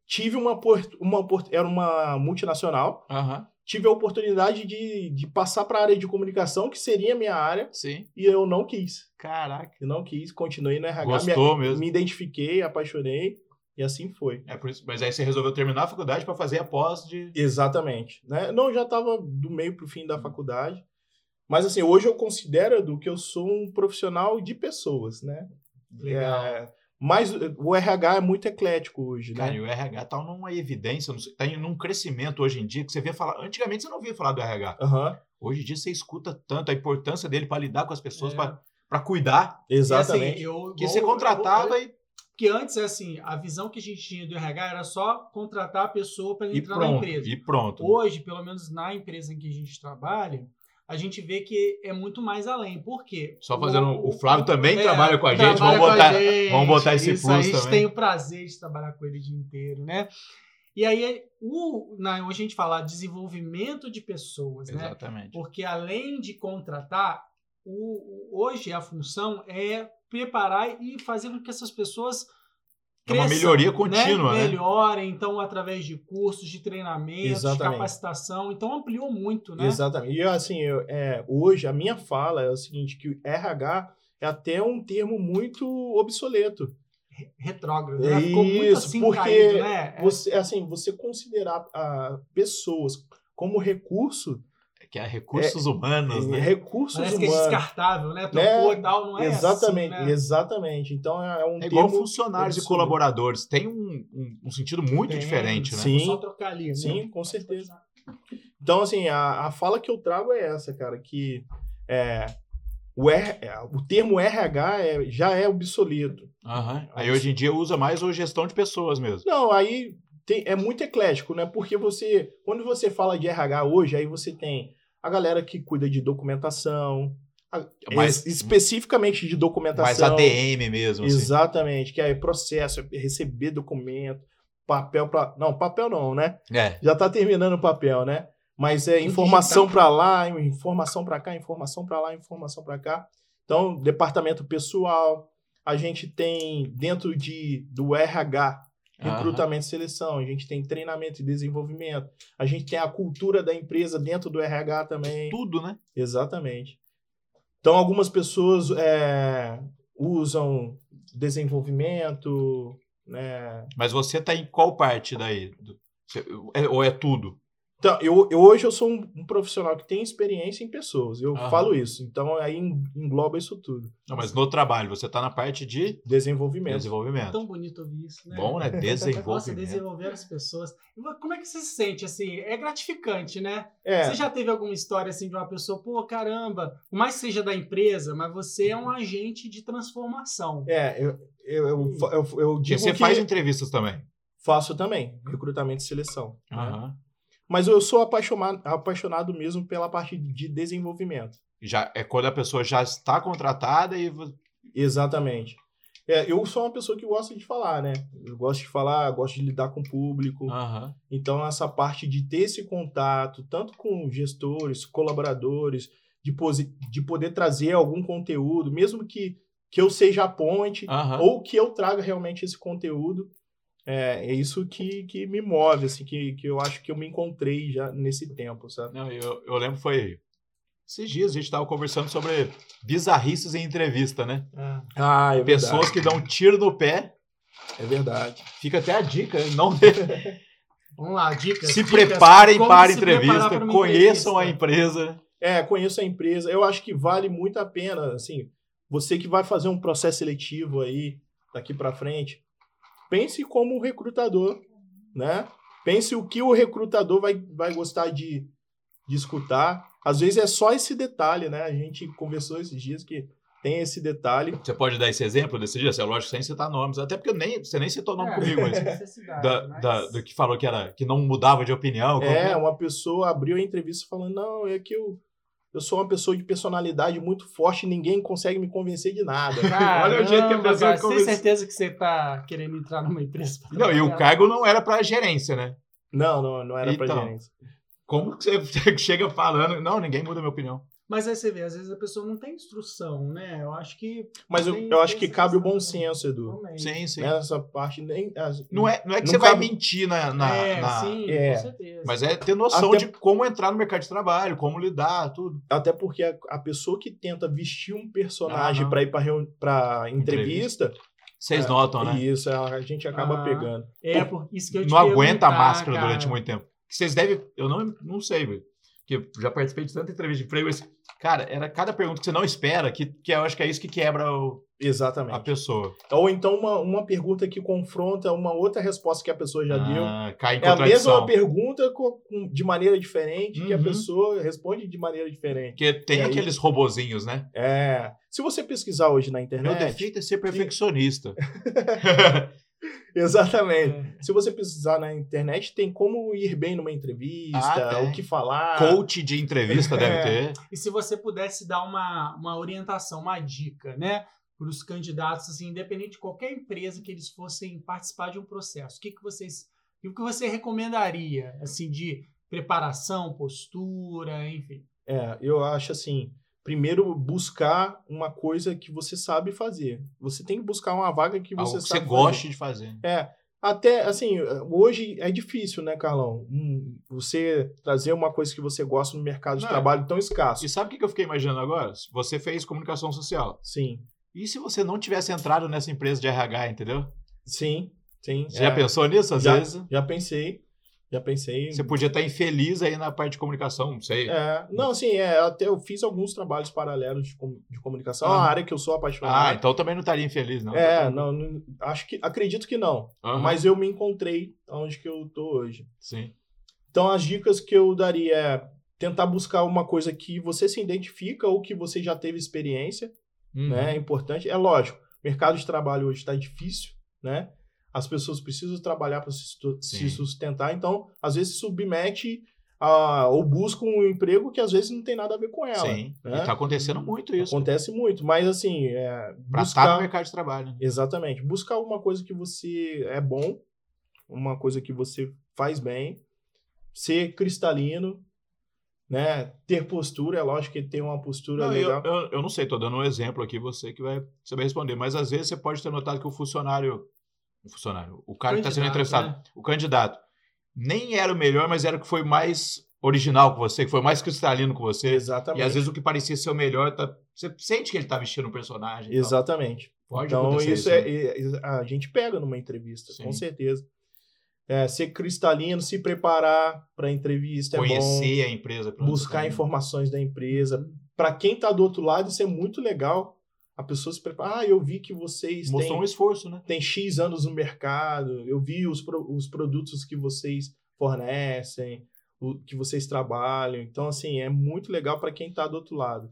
[SPEAKER 1] tive uma, opor- uma opor- era uma multinacional,
[SPEAKER 2] Aham,
[SPEAKER 1] tive a oportunidade de, de passar para a área de comunicação, que seria a minha área,
[SPEAKER 2] sim.
[SPEAKER 1] e eu não quis.
[SPEAKER 2] Caraca.
[SPEAKER 1] Eu não quis, continuei no RH, me-
[SPEAKER 2] Gostou mesmo.
[SPEAKER 1] me identifiquei, apaixonei. E assim foi.
[SPEAKER 2] É por isso, mas aí você resolveu terminar a faculdade para fazer a pós de.
[SPEAKER 1] Exatamente. Né? Não, eu já estava do meio para o
[SPEAKER 3] Uhum.
[SPEAKER 1] fim da faculdade. Mas assim, hoje eu considero do que eu sou um profissional de pessoas, né?
[SPEAKER 2] Legal.
[SPEAKER 1] É, mas o RH é muito eclético hoje,
[SPEAKER 2] Cara,
[SPEAKER 1] né?
[SPEAKER 2] e o RH tá numa evidência, não sei, tá em um crescimento hoje em dia que você vê falar. Antigamente você não ouvia falar do RH.
[SPEAKER 1] Aham,
[SPEAKER 2] Hoje em dia você escuta tanto a importância dele para lidar com as pessoas,
[SPEAKER 3] É.
[SPEAKER 2] pra para cuidar,
[SPEAKER 1] exatamente.
[SPEAKER 3] E, assim, eu-
[SPEAKER 2] que
[SPEAKER 3] vou-
[SPEAKER 2] você
[SPEAKER 3] eu
[SPEAKER 2] contratava
[SPEAKER 3] vou-
[SPEAKER 2] e.
[SPEAKER 3] Porque antes, assim, a visão que a gente tinha do RH era só contratar a pessoa para
[SPEAKER 2] E
[SPEAKER 3] entrar na
[SPEAKER 2] pronto,
[SPEAKER 3] empresa. né?
[SPEAKER 2] e pronto.
[SPEAKER 3] Hoje, pelo menos na empresa em que a gente trabalha, a gente vê que é muito mais além. Por quê? é,
[SPEAKER 2] Só fazendo. O Flávio também trabalha com a gente.
[SPEAKER 3] trabalha
[SPEAKER 2] Vamos
[SPEAKER 3] com a
[SPEAKER 2] botar,
[SPEAKER 3] gente.
[SPEAKER 2] vamos botar esse
[SPEAKER 3] Isso,
[SPEAKER 2] plus
[SPEAKER 3] A gente
[SPEAKER 2] também.
[SPEAKER 3] tem o prazer de trabalhar com ele o dia inteiro, né? E aí, o, na, hoje a gente fala desenvolvimento de pessoas, né?
[SPEAKER 2] Exatamente.
[SPEAKER 3] Porque além de contratar, o, o- hoje a função é preparar e fazer com que essas pessoas
[SPEAKER 2] É uma
[SPEAKER 3] cresçam,
[SPEAKER 2] melhoria contínua, né?
[SPEAKER 3] Melhorem, então, através de cursos, de treinamento, de
[SPEAKER 1] Exatamente.
[SPEAKER 3] capacitação. Então, ampliou muito, né?
[SPEAKER 1] Exatamente. E assim, eu- é, hoje a minha fala é o seguinte, que o RH é até um termo muito obsoleto.
[SPEAKER 3] Retrógrado,
[SPEAKER 1] É
[SPEAKER 3] né? Ficou muito
[SPEAKER 1] isso,
[SPEAKER 3] assim
[SPEAKER 1] porque
[SPEAKER 3] caído, né?
[SPEAKER 1] Você, assim, você considerar ah, pessoas como recurso, eh,
[SPEAKER 2] Que é recursos humanos, né?
[SPEAKER 1] recursos
[SPEAKER 3] Parece que é
[SPEAKER 1] humanos.
[SPEAKER 3] descartável, né?
[SPEAKER 1] Né?
[SPEAKER 3] Trocou e tal, não é
[SPEAKER 1] exatamente,
[SPEAKER 3] assim, né?
[SPEAKER 1] exatamente. Então é, é um
[SPEAKER 2] É igual
[SPEAKER 1] termo
[SPEAKER 2] funcionários e
[SPEAKER 1] absurdo.
[SPEAKER 2] colaboradores. Tem um, um- um sentido muito
[SPEAKER 3] Tem,
[SPEAKER 2] diferente, né?
[SPEAKER 1] sim.
[SPEAKER 3] Só trocar ali, né?
[SPEAKER 1] Sim, com certeza. Então, assim, a, a fala que eu trago é essa, cara, que é, o, R, é, o termo RH é- já é obsoleto.
[SPEAKER 2] Aham. Aí hoje em dia usa mais o gestão de pessoas mesmo.
[SPEAKER 1] Não, aí tem- é muito eclético, né? Porque você, quando você fala de RH hoje, aí você tem a galera que cuida de documentação,
[SPEAKER 2] É Mais,
[SPEAKER 1] es- especificamente de
[SPEAKER 2] mais
[SPEAKER 1] documentação.
[SPEAKER 2] ADM mesmo. assim.
[SPEAKER 1] Exatamente, que é processo, é receber documento, papel para Não, papel não, né?
[SPEAKER 2] É.
[SPEAKER 1] já tá terminando o papel, né? Mas é
[SPEAKER 3] Tudo
[SPEAKER 1] informação para lá, informação para cá, informação para lá, informação para cá. Então, departamento pessoal, a gente tem dentro de do RH,
[SPEAKER 2] Aham.
[SPEAKER 1] recrutamento e seleção, a gente tem treinamento e desenvolvimento, a gente tem a cultura da empresa dentro do RH também.
[SPEAKER 2] Tudo, né?
[SPEAKER 1] Exatamente. Então, algumas pessoas é, usam desenvolvimento, né,
[SPEAKER 2] Mas você tá em qual parte daí? Do- você- é- ou é tudo?
[SPEAKER 1] Então, eu, eu hoje eu sou um, um profissional que tem experiência em pessoas. Eu
[SPEAKER 2] Aham.
[SPEAKER 1] falo isso. Então aí en- engloba isso tudo.
[SPEAKER 2] Não, mas no trabalho, você tá na parte de
[SPEAKER 1] Desenvolvimento.
[SPEAKER 2] desenvolvimento.
[SPEAKER 3] É Tão bonito ouvir isso, né?
[SPEAKER 2] Bom, né?
[SPEAKER 3] Nossa,
[SPEAKER 2] Desenvolvimento.
[SPEAKER 3] desenvolver as pessoas. Mas Como é que você se sente, assim? É gratificante, né?
[SPEAKER 1] É,
[SPEAKER 3] Você já teve alguma história, assim, de uma pessoa, pô, caramba, por mais que seja da empresa, mas você é um agente de transformação.
[SPEAKER 1] é eu, eu, eu, fa- eu, eu
[SPEAKER 2] Porque
[SPEAKER 1] digo
[SPEAKER 2] você
[SPEAKER 1] que
[SPEAKER 2] faz um- entrevistas também. né?
[SPEAKER 1] faço também, recrutamento e seleção. né?
[SPEAKER 2] Aham.
[SPEAKER 1] Mas eu sou apaixonado, apaixonado mesmo pela parte de desenvolvimento.
[SPEAKER 2] Já, é quando a pessoa já está contratada e vo-
[SPEAKER 1] Exatamente. É, eu sou uma pessoa que gosta de falar, né? Eu gosto de falar, gosto de lidar com o público.
[SPEAKER 2] Aham.
[SPEAKER 1] Então, essa parte de ter esse contato, tanto com gestores, colaboradores, de, posi- de poder trazer algum conteúdo, mesmo que, que eu seja a ponte,
[SPEAKER 2] Aham.
[SPEAKER 1] ou que eu traga realmente esse conteúdo, é, é isso que, que me move, assim, que, que eu acho que eu me encontrei já nesse tempo, sabe?
[SPEAKER 2] Não, eu, eu lembro foi esses dias a gente estava conversando sobre bizarrices em entrevista, né?
[SPEAKER 1] Ah, é
[SPEAKER 2] Pessoas que dão um tiro no pé,
[SPEAKER 1] É verdade.
[SPEAKER 2] fica até a dica, né? não
[SPEAKER 3] Vamos lá, dicas.
[SPEAKER 2] se
[SPEAKER 3] dicas.
[SPEAKER 2] preparem
[SPEAKER 3] Como
[SPEAKER 2] para a
[SPEAKER 3] se preparar
[SPEAKER 2] entrevista,
[SPEAKER 3] para uma
[SPEAKER 2] conheçam a
[SPEAKER 3] entrevista.
[SPEAKER 2] empresa.
[SPEAKER 1] É, conheço a empresa, eu acho que vale muito a pena, assim, você que vai fazer um processo seletivo aí, daqui pra frente, pense como um recrutador, né? Pense o que o recrutador vai, vai gostar de, de escutar. Às vezes é só esse detalhe, né? A gente conversou esses dias que tem esse detalhe.
[SPEAKER 2] Você pode dar esse exemplo desse dia? Assim, É lógico, sem citar nomes, até porque eu nem, você nem citou nome
[SPEAKER 3] É,
[SPEAKER 2] comigo, mas,
[SPEAKER 3] necessidade,
[SPEAKER 2] da,
[SPEAKER 3] mas-
[SPEAKER 2] da- do que falou que era que não mudava de opinião.
[SPEAKER 1] É,
[SPEAKER 2] como-
[SPEAKER 1] uma pessoa abriu a entrevista falando, não, é que eu, eu sou uma pessoa de personalidade muito forte, ninguém consegue me convencer de nada.
[SPEAKER 2] Olha o jeito que a
[SPEAKER 3] Caramba,
[SPEAKER 2] pessoa
[SPEAKER 3] Vasco,
[SPEAKER 2] conversa.
[SPEAKER 3] Tem certeza que você tá querendo entrar numa empresa? pra
[SPEAKER 2] Não, e o
[SPEAKER 3] trabalhar?
[SPEAKER 2] cargo não era para gerência, né?
[SPEAKER 1] Não, não, não era pra
[SPEAKER 2] Então.
[SPEAKER 1] gerência.
[SPEAKER 2] Como que você chega falando? Não, ninguém muda a minha opinião.
[SPEAKER 3] Mas aí você vê, às vezes a pessoa não tem instrução, né? Eu acho que.
[SPEAKER 1] Mas eu,
[SPEAKER 3] Tem-
[SPEAKER 1] eu acho
[SPEAKER 3] tem
[SPEAKER 1] que
[SPEAKER 3] essa
[SPEAKER 1] cabe o
[SPEAKER 3] questão
[SPEAKER 1] bom
[SPEAKER 3] também.
[SPEAKER 1] senso, Edu.
[SPEAKER 3] Realmente.
[SPEAKER 2] Sim, sim.
[SPEAKER 1] Nessa parte nem. as-
[SPEAKER 2] Não é, não é que
[SPEAKER 1] Não
[SPEAKER 2] você vai
[SPEAKER 1] cabe-
[SPEAKER 2] mentir na, na-
[SPEAKER 3] é,
[SPEAKER 2] na-
[SPEAKER 3] sim,
[SPEAKER 1] é.
[SPEAKER 3] com certeza.
[SPEAKER 2] Mas é ter noção
[SPEAKER 1] Até-
[SPEAKER 2] de como entrar no mercado de trabalho, como lidar, tudo.
[SPEAKER 1] Até porque a, a pessoa que tenta vestir um
[SPEAKER 2] Ah,
[SPEAKER 1] personagem
[SPEAKER 2] não.
[SPEAKER 1] pra ir pra, reuni- pra entrevista,
[SPEAKER 2] Vocês
[SPEAKER 1] É,
[SPEAKER 2] notam, né?
[SPEAKER 1] Isso, a gente acaba
[SPEAKER 3] Ah.
[SPEAKER 1] pegando.
[SPEAKER 3] É, por isso que eu te
[SPEAKER 2] Não aguenta a
[SPEAKER 3] perguntar,
[SPEAKER 2] máscara
[SPEAKER 3] cara.
[SPEAKER 2] durante muito tempo. Que vocês devem. Eu não, não sei, velho. Porque eu já participei de tanta entrevista de emprego. esse- Cara, era cada pergunta que você não espera, que, que eu acho que é isso que quebra o-
[SPEAKER 1] Exatamente.
[SPEAKER 2] a pessoa.
[SPEAKER 1] Ou então uma, uma pergunta que confronta uma outra resposta que a pessoa já deu.
[SPEAKER 2] Ah, cai em
[SPEAKER 1] É a mesma
[SPEAKER 2] contradição.
[SPEAKER 1] pergunta co- com- de maneira diferente, que a
[SPEAKER 2] Uhum.
[SPEAKER 1] pessoa responde de maneira diferente.
[SPEAKER 2] Porque tem
[SPEAKER 1] E aí?
[SPEAKER 2] aqueles robozinhos, né?
[SPEAKER 1] É. Se você pesquisar hoje na
[SPEAKER 2] Meu
[SPEAKER 1] internet.
[SPEAKER 2] defeito é ser perfeccionista.
[SPEAKER 1] Exatamente.
[SPEAKER 3] É.
[SPEAKER 1] Se você pesquisar na internet, tem como ir bem numa entrevista,
[SPEAKER 2] Ah, tem.
[SPEAKER 1] o que falar.
[SPEAKER 2] Coach de entrevista deve
[SPEAKER 1] É.
[SPEAKER 2] ter.
[SPEAKER 3] E se você pudesse dar uma, uma orientação, uma dica, né? Para os candidatos, assim, independente de qualquer empresa que eles fossem participar de um processo, o que, que vocês. O que você recomendaria, assim, de preparação, postura, enfim?
[SPEAKER 1] É, eu acho assim, primeiro buscar uma coisa que você sabe fazer. Você tem que buscar uma vaga que
[SPEAKER 2] Algo
[SPEAKER 1] você
[SPEAKER 2] que você
[SPEAKER 1] sabe fazer.
[SPEAKER 2] goste de fazer.
[SPEAKER 1] Até, assim, hoje é difícil, né, Carlão? Hum, Você trazer uma coisa que você gosta no mercado de
[SPEAKER 2] Não, é.
[SPEAKER 1] trabalho tão escasso.
[SPEAKER 2] E sabe o que que eu fiquei imaginando agora? Você fez comunicação social.
[SPEAKER 1] Sim,
[SPEAKER 2] E se você não tivesse entrado nessa empresa de RH, entendeu?
[SPEAKER 1] sim, sim.
[SPEAKER 2] Você
[SPEAKER 1] é.
[SPEAKER 2] já pensou nisso às
[SPEAKER 1] Já.
[SPEAKER 2] vezes?
[SPEAKER 1] Já pensei, já pensei.
[SPEAKER 2] Você podia estar infeliz aí na parte de comunicação, não sei.
[SPEAKER 1] É, não, assim, é, até eu fiz alguns trabalhos paralelos de, com- de comunicação, É
[SPEAKER 2] Ah.
[SPEAKER 1] uma área que eu sou
[SPEAKER 2] Ah,
[SPEAKER 1] apaixonado.
[SPEAKER 2] então também não estaria infeliz, não.
[SPEAKER 1] é, não, não- acho que, acredito que não.
[SPEAKER 2] Aham,
[SPEAKER 1] Mas eu me encontrei onde que eu tô hoje.
[SPEAKER 2] Sim.
[SPEAKER 1] Então, as dicas que eu daria é tentar buscar uma coisa que você se identifica ou que você já teve experiência,
[SPEAKER 2] Uhum.
[SPEAKER 1] né? É importante. É lógico, o mercado de trabalho hoje está difícil, né? As pessoas precisam trabalhar para se, stu-
[SPEAKER 2] Sim.
[SPEAKER 1] se sustentar, então, às vezes, se submete a, ou busca um emprego que às vezes não tem nada a ver com ela.
[SPEAKER 2] Sim.
[SPEAKER 1] né?
[SPEAKER 2] E tá acontecendo muito isso.
[SPEAKER 1] Acontece muito, mas assim, é,
[SPEAKER 2] Pra tá estar no
[SPEAKER 1] buscar,
[SPEAKER 2] mercado de trabalho.
[SPEAKER 1] exatamente, buscar alguma coisa que você é bom, uma coisa que você faz bem, ser cristalino, né? Ter postura, é lógico que ter uma postura
[SPEAKER 2] Não, eu,
[SPEAKER 1] é legal.
[SPEAKER 2] eu- eu não sei, tô dando um exemplo aqui, você que vai saber responder. Mas às vezes você pode ter notado que o funcionário. O funcionário. O cara que tá sendo
[SPEAKER 3] Candidato,
[SPEAKER 2] entrevistado,
[SPEAKER 3] né?
[SPEAKER 2] o candidato, nem era o melhor, mas era o que foi mais original com você, que foi mais cristalino com você.
[SPEAKER 1] Exatamente.
[SPEAKER 2] E às vezes o que parecia ser o melhor, tá- você sente que ele tá vestindo um personagem. e tal.
[SPEAKER 1] Exatamente.
[SPEAKER 2] Pode
[SPEAKER 1] então,
[SPEAKER 2] acontecer
[SPEAKER 1] isso
[SPEAKER 2] isso,
[SPEAKER 1] é,
[SPEAKER 2] né?
[SPEAKER 1] é- é- a gente pega numa entrevista,
[SPEAKER 2] Sim.
[SPEAKER 1] com certeza. É, ser cristalino, se preparar para a entrevista é
[SPEAKER 2] Conhecer a empresa. pra
[SPEAKER 1] bom,
[SPEAKER 2] onde
[SPEAKER 1] buscar
[SPEAKER 2] tá indo.
[SPEAKER 1] informações da empresa. Para quem está do outro lado, isso é muito legal. A pessoa se prepara. Ah, eu vi que vocês
[SPEAKER 2] Mostrou
[SPEAKER 1] têm,
[SPEAKER 2] um esforço, né?
[SPEAKER 1] têm X anos no mercado, eu vi os, pro- os produtos que vocês fornecem, o que vocês trabalham. Então, assim, é muito legal para quem está do outro lado.